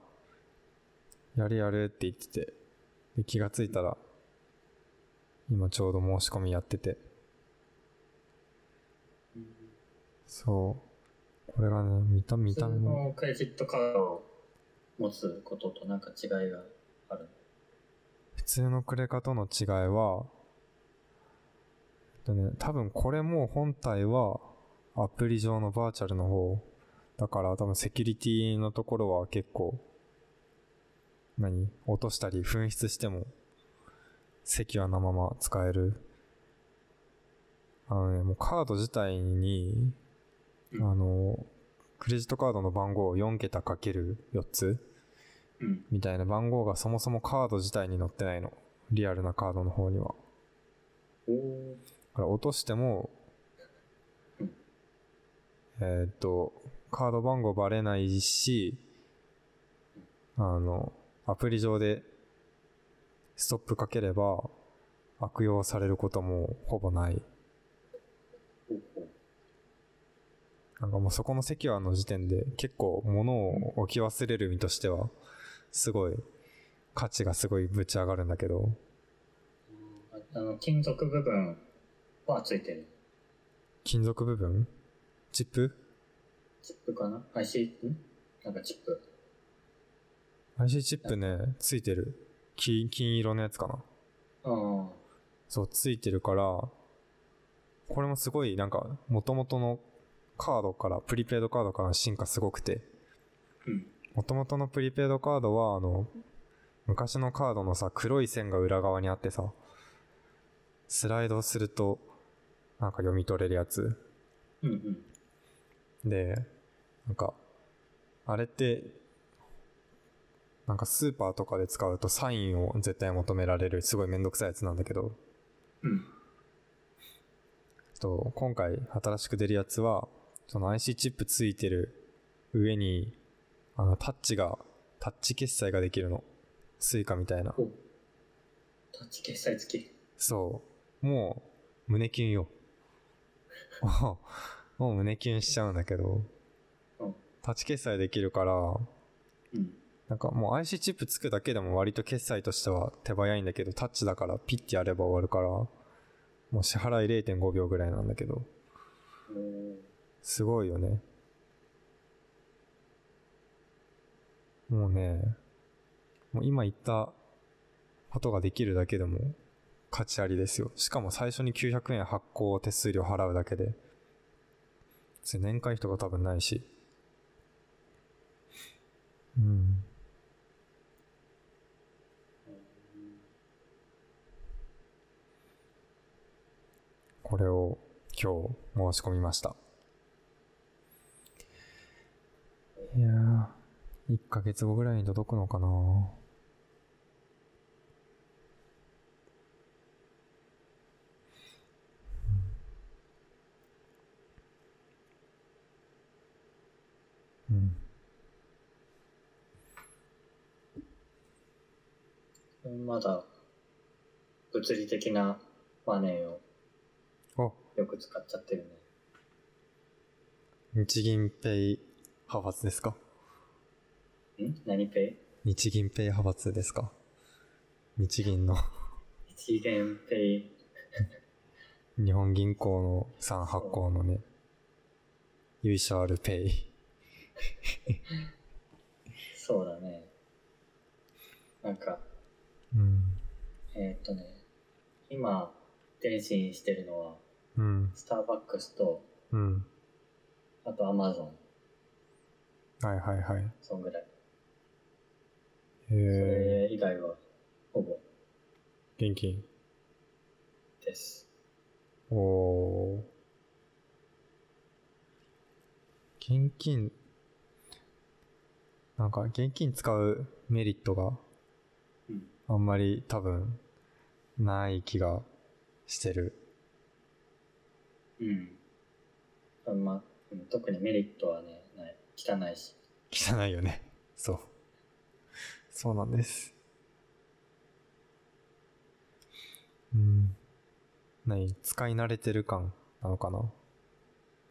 Speaker 1: やるやるって言ってて、で気がついたら、今ちょうど申し込みやってて、
Speaker 2: うん
Speaker 1: そう。これがね、見た、見
Speaker 2: 普通
Speaker 1: た目も、
Speaker 2: のクレジットカードを持つこととなんか違いがある。
Speaker 1: 普通のクレカとの違いは、えっとね、多分これも本体はアプリ上のバーチャルの方、だから多分セキュリティのところは結構、何落としたり紛失しても、セキュアなまま使える。あのね、もうカード自体に、
Speaker 2: うん
Speaker 1: あの、クレジットカードの番号を4桁かける4つ
Speaker 2: うん。
Speaker 1: みたいな番号がそもそもカード自体に載ってないの。リアルなカードの方には。だ
Speaker 2: おお。
Speaker 1: から落としても
Speaker 2: うん、
Speaker 1: えーっと、カード番号バレないし、あの、アプリ上でストップかければ悪用されることもほぼない。
Speaker 2: ほうほう
Speaker 1: なんかもうそこのセキュアの時点で結構物を置き忘れる身としては、すごい、価値がすごいぶち上がるんだけど、
Speaker 2: ああの、金属部分はついてる。
Speaker 1: 金属部分チップ
Speaker 2: チップかな ?IC? んなんかチップ。
Speaker 1: ?IC チップね、ついてる。金、金色のやつかな。
Speaker 2: ああ。
Speaker 1: そう、ついてるから、これもすごい、なんか、元々のカードから、プリペイドカードからの進化すごくて、
Speaker 2: うん。
Speaker 1: 元々のプリペイドカードは、あの、昔のカードのさ、黒い線が裏側にあってさ、スライドすると、なんか読み取れるやつ。
Speaker 2: うんうん。
Speaker 1: で、なんか、あれって、なんかスーパーとかで使うとサインを絶対求められる、すごいめんどくさいやつなんだけど、
Speaker 2: うん。
Speaker 1: と今回新しく出るやつは、その IC チップついてる上に、あの、タッチが、タッチ決済ができるの。スイカみたいな。
Speaker 2: おタッチ決済付き。
Speaker 1: そう。もう、胸キュンよ。 もうもう胸キュンしちゃうんだけど
Speaker 2: うん、
Speaker 1: タッチ決済できるから、
Speaker 2: うん。
Speaker 1: なんかもう IC チップつくだけでも割と決済としては手早いんだけど、タッチだからピッてやれば終わるから、もう支払い0.5秒ぐらいなんだけど、
Speaker 2: おー
Speaker 1: すごいよね。もうね、もう今言ったことができるだけでも価値ありですよ。しかも最初に900円発行手数料払うだけで、それ年会費とか多分ないし。うん。これを今日申し込みました。いやー、1ヶ月後ぐらいに届くのかなうん。
Speaker 2: まだ、物理的なマネーを
Speaker 1: お、
Speaker 2: よく使っちゃってるね。
Speaker 1: 日銀ペイ派閥ですか
Speaker 2: ん何ペ
Speaker 1: 日銀ペイ派閥ですか日銀の
Speaker 2: イ一元ペイ
Speaker 1: 日本銀行の3発行のね、由緒あるペイ。
Speaker 2: そうだね。なんか、
Speaker 1: うん。
Speaker 2: えーっとね、今、電信してるのは、
Speaker 1: うん。
Speaker 2: スターバックスと、
Speaker 1: うん。
Speaker 2: あとアマゾン、
Speaker 1: はいはいはい。
Speaker 2: そんぐらい。
Speaker 1: へ
Speaker 2: そ
Speaker 1: え。
Speaker 2: れ以外は、ほぼ
Speaker 1: 現金。
Speaker 2: です。
Speaker 1: おお。現金、なんか現金使うメリットが
Speaker 2: うん。
Speaker 1: あんまり多分ない気がしてる。
Speaker 2: うん。あんま、うん特にメリットはね、ない。汚いし。
Speaker 1: 汚いよね。 そう。そうなんです。うん。何使い慣れてる感なのかな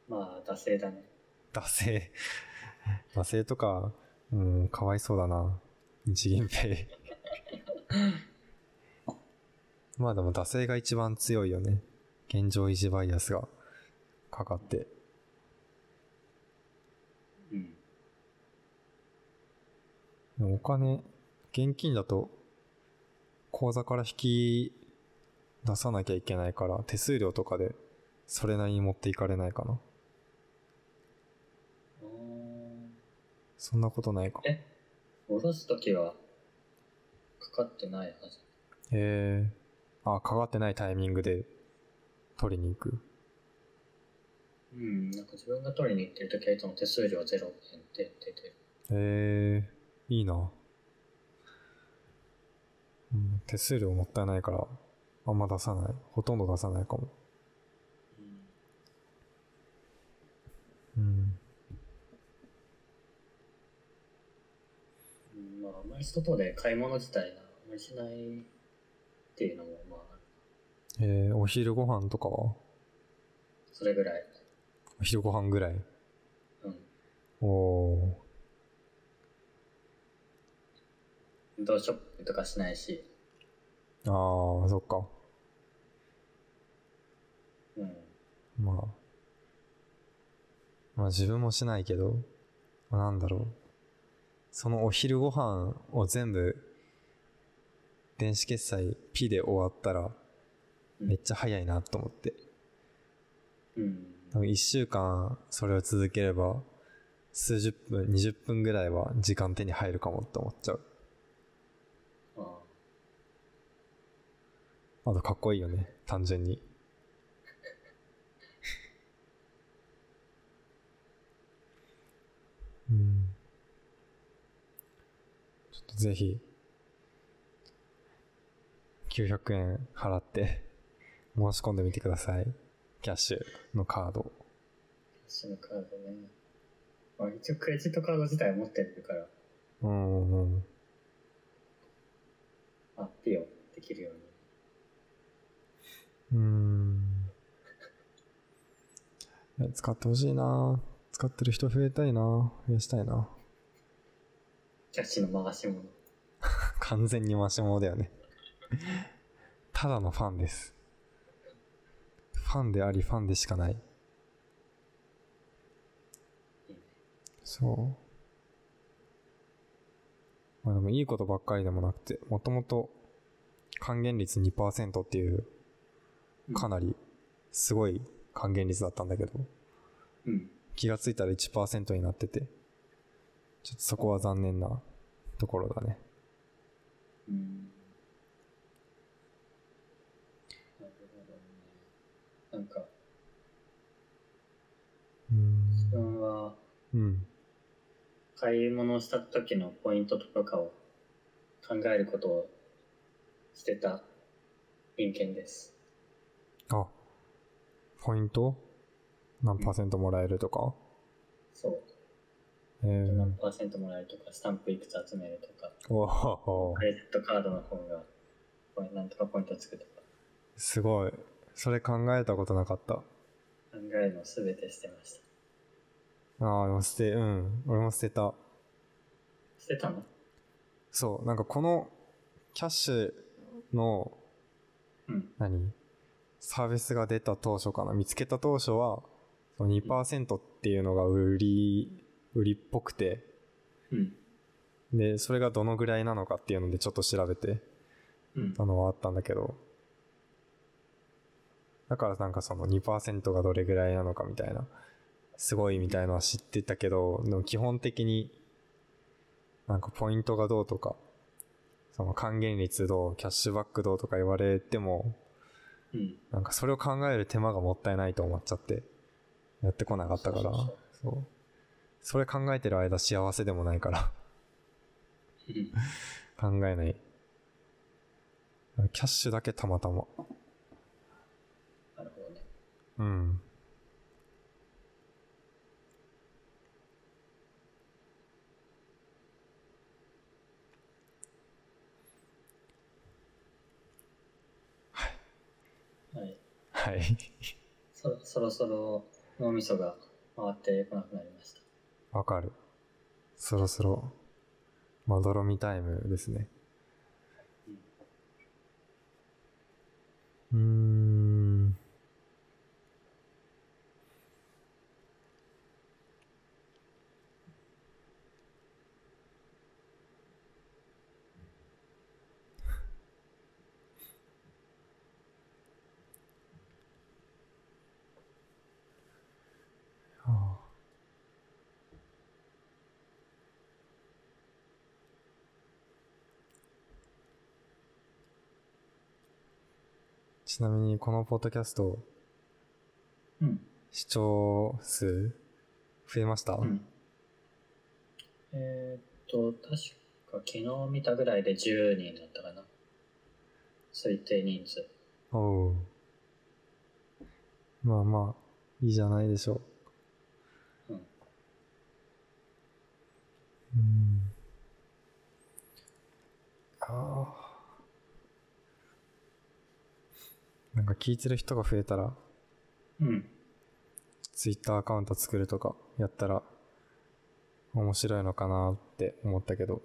Speaker 2: まあ、惰性だね。
Speaker 1: 惰性。 惰性とか、うん、かわいそうだな。日銀ペイ。 まあでも惰性が一番強いよね。現状維持バイアスがかかって。
Speaker 2: うん。
Speaker 1: でもお金、現金だと、口座から引き出さなきゃいけないから、手数料とかで、それなりに持っていかれないかな。
Speaker 2: うーん
Speaker 1: そんなことないか。へ
Speaker 2: え下ろすときは、かかってないはず。
Speaker 1: え。あ、かかってないタイミングで取りに行く。
Speaker 2: うん。なんか自分が取りに行ってるときはいつも手数料0円って出てる。
Speaker 1: へえ、いいな。うん、手数料もったいないから、あんま出さない。ほとんど出さないかも。
Speaker 2: うん
Speaker 1: うん。
Speaker 2: うんまあ、あんまり外で買い物自体があんまりしないっていうのも、まあ、
Speaker 1: えー、お昼ご飯とかは
Speaker 2: それぐらい。
Speaker 1: お昼ご飯ぐらい。
Speaker 2: うん。
Speaker 1: おお
Speaker 2: 運動ショップとかしないし、
Speaker 1: ー。ああ、そっか。
Speaker 2: うん。
Speaker 1: まあ。まあ自分もしないけど、まあなんだろう。そのお昼ご飯を全部、電子決済 P で終わったら、
Speaker 2: うん
Speaker 1: めっちゃ早いなと思って。
Speaker 2: うん。
Speaker 1: 多分1週間それを続ければ、数十分、20分ぐらいは時間手に入るかもって思っちゃう。
Speaker 2: ああ
Speaker 1: あとかっこいいよね、単純に。うん。ちょっとぜひ、900円払って、申し込んでみてください。キャッシュのカード。
Speaker 2: そのカードね。まあ、一応クレジットカード自体持ってるから、
Speaker 1: うんうんうん。
Speaker 2: アッピをできるように。
Speaker 1: うーん。いや使ってほしいな使ってる人増えたいな増やしたいな
Speaker 2: キャッシュの回し物。
Speaker 1: 完全にマシモだよね。ただのファンです。ファンでありファンでしかない。そう。まあでもいいことばっかりでもなくて、もともと還元率2%っていうかなりすごい還元率だったんだけど、
Speaker 2: うん。
Speaker 1: 気がついたら1%になってて、ちょっとそこは残念なところだね。
Speaker 2: うん。なるほどね。なんか、自分は
Speaker 1: うん。
Speaker 2: 買い物をした時のポイントとかを考えることをしてた人間です。
Speaker 1: あ、ポイント何パーセントもらえるとか、
Speaker 2: そう。
Speaker 1: え
Speaker 2: 何
Speaker 1: ー、
Speaker 2: パーセントもらえるとか、スタンプいくつ集めるとか、
Speaker 1: おお
Speaker 2: クレジットカードの方が、これなんとかポイントつくとか、
Speaker 1: すごい。それ考えたことなかった。
Speaker 2: 考えるのすべてしてました。
Speaker 1: ああ、でも捨て、うん。俺も捨てた。
Speaker 2: してたの
Speaker 1: そう、なんかこのキャッシュの、
Speaker 2: うん。
Speaker 1: 何サービスが出た当初かな見つけた当初は、その2%っていうのが売り、売りっぽくて、
Speaker 2: うん。
Speaker 1: で、それがどのぐらいなのかっていうのでちょっと調べて
Speaker 2: うん。
Speaker 1: たのはあったんだけど、だからなんかその2%がどれぐらいなのかみたいな、すごいみたいなのは知ってたけど、でも基本的になんかポイントがどうとか、その還元率どう、キャッシュバックどうとか言われても、
Speaker 2: うん。
Speaker 1: なんかそれを考える手間がもったいないと思っちゃって、やってこなかったから
Speaker 2: そうそう、
Speaker 1: そう。それ考えてる間幸せでもないから。
Speaker 2: うん
Speaker 1: 考えない。キャッシュだけたまたま。
Speaker 2: なるほどね。
Speaker 1: うん。
Speaker 2: はい。
Speaker 1: はい。
Speaker 2: そそろそろ脳みそが回ってこなくなりました。
Speaker 1: わかる。そろそろ、まどろみタイムですね。うーん。ああ。ちなみにこのポッドキャスト
Speaker 2: うん。
Speaker 1: 視聴数増えました、
Speaker 2: うん。えーっと、確か昨日見たぐらいで10人だったかな。推定人数。
Speaker 1: おうまあまあいいじゃないでしょ
Speaker 2: うん。
Speaker 1: ううんああなんか聞いてる人が増えたら
Speaker 2: うん。
Speaker 1: ツイッターアカウント作るとかやったら面白いのかなって思ったけど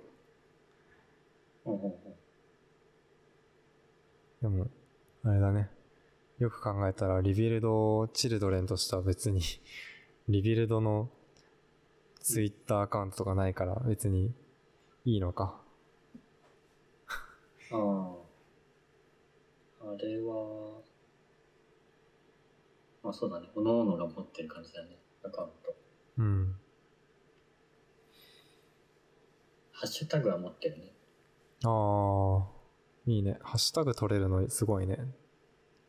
Speaker 2: ほうほうほ
Speaker 1: でも、あれだね。よく考えたら、リビルドをチルドレンとしては別に、 リビルドのツイッターアカウントとかないから別にいいのか。
Speaker 2: うああ。あれは、まあそうだね。おのおのが持ってる感じだね。アカウント。
Speaker 1: うん。
Speaker 2: ハッシュタグは持ってるね。
Speaker 1: ああ、いいね。ハッシュタグ取れるのすごいね。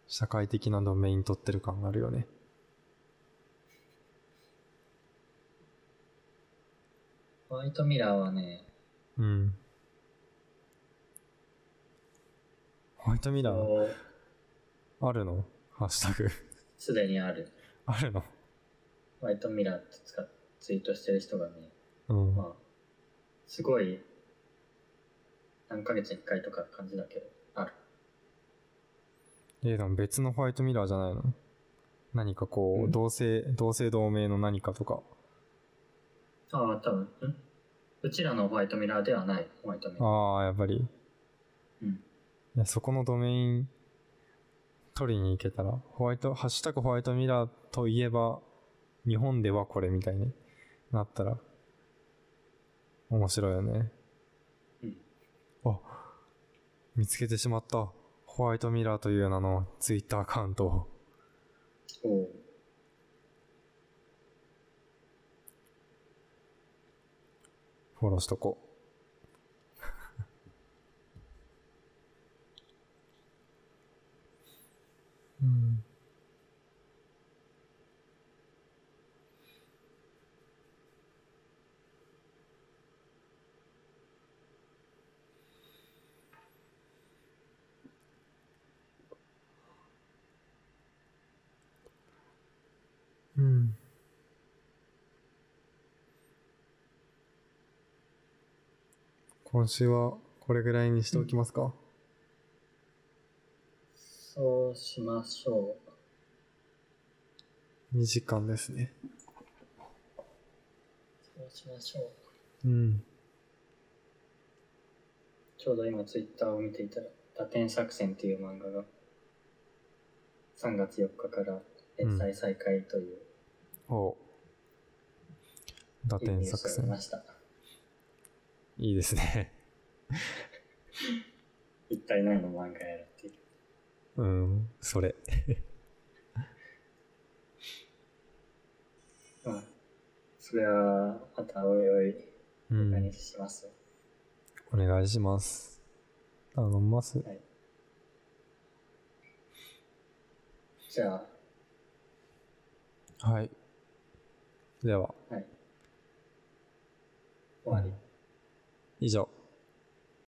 Speaker 1: 社会的なドメイン取ってる感があるよね。
Speaker 2: ホワイトミラーはね、
Speaker 1: うん。ホワイトミラー
Speaker 2: もう
Speaker 1: あるのハッシュタグ
Speaker 2: すでにある。
Speaker 1: あるの
Speaker 2: ホワイトミラーって使っツイートしてる人がね、
Speaker 1: うん。
Speaker 2: まあ、すごい、何ヶ月に1回とか感じだけど、ある。
Speaker 1: えー、でも別のホワイトミラーじゃないの何かこ
Speaker 2: ん
Speaker 1: う、同姓、同姓同名の何かとか。
Speaker 2: ああ、多分、んうちらのホワイトミラーではない、ホワイトミラー。
Speaker 1: ああ、やっぱり。
Speaker 2: うん。
Speaker 1: いやそこのドメイン取りに行けたら、ホワイト、ハッシュタグホワイトミラーといえば、日本ではこれみたいになったら、面白いよね。
Speaker 2: うん。
Speaker 1: あ、見つけてしまった。ホワイトミラーという名のツイッターアカウントを。
Speaker 2: おお。
Speaker 1: フォローしとこう。うん。今週はこれぐらいにしておきますか、
Speaker 2: そうしましょう。
Speaker 1: 2時間ですね
Speaker 2: そうしましょう。
Speaker 1: うん
Speaker 2: ちょうど今ツイッターを見ていたら、打点作戦っていう漫画が、3月4日から連載再開という、
Speaker 1: お打
Speaker 2: いい
Speaker 1: 点
Speaker 2: ニュー
Speaker 1: 作
Speaker 2: スがあり
Speaker 1: 戦
Speaker 2: ました。
Speaker 1: いいですね
Speaker 2: 一体何の漫画やらっていう。
Speaker 1: うんそれ
Speaker 2: まあ、それは、またおいおい、
Speaker 1: う
Speaker 2: 他に
Speaker 1: ん
Speaker 2: します。
Speaker 1: お願いします頼みます
Speaker 2: はい。じゃあ、
Speaker 1: はいでは
Speaker 2: はい。終わり。
Speaker 1: 以上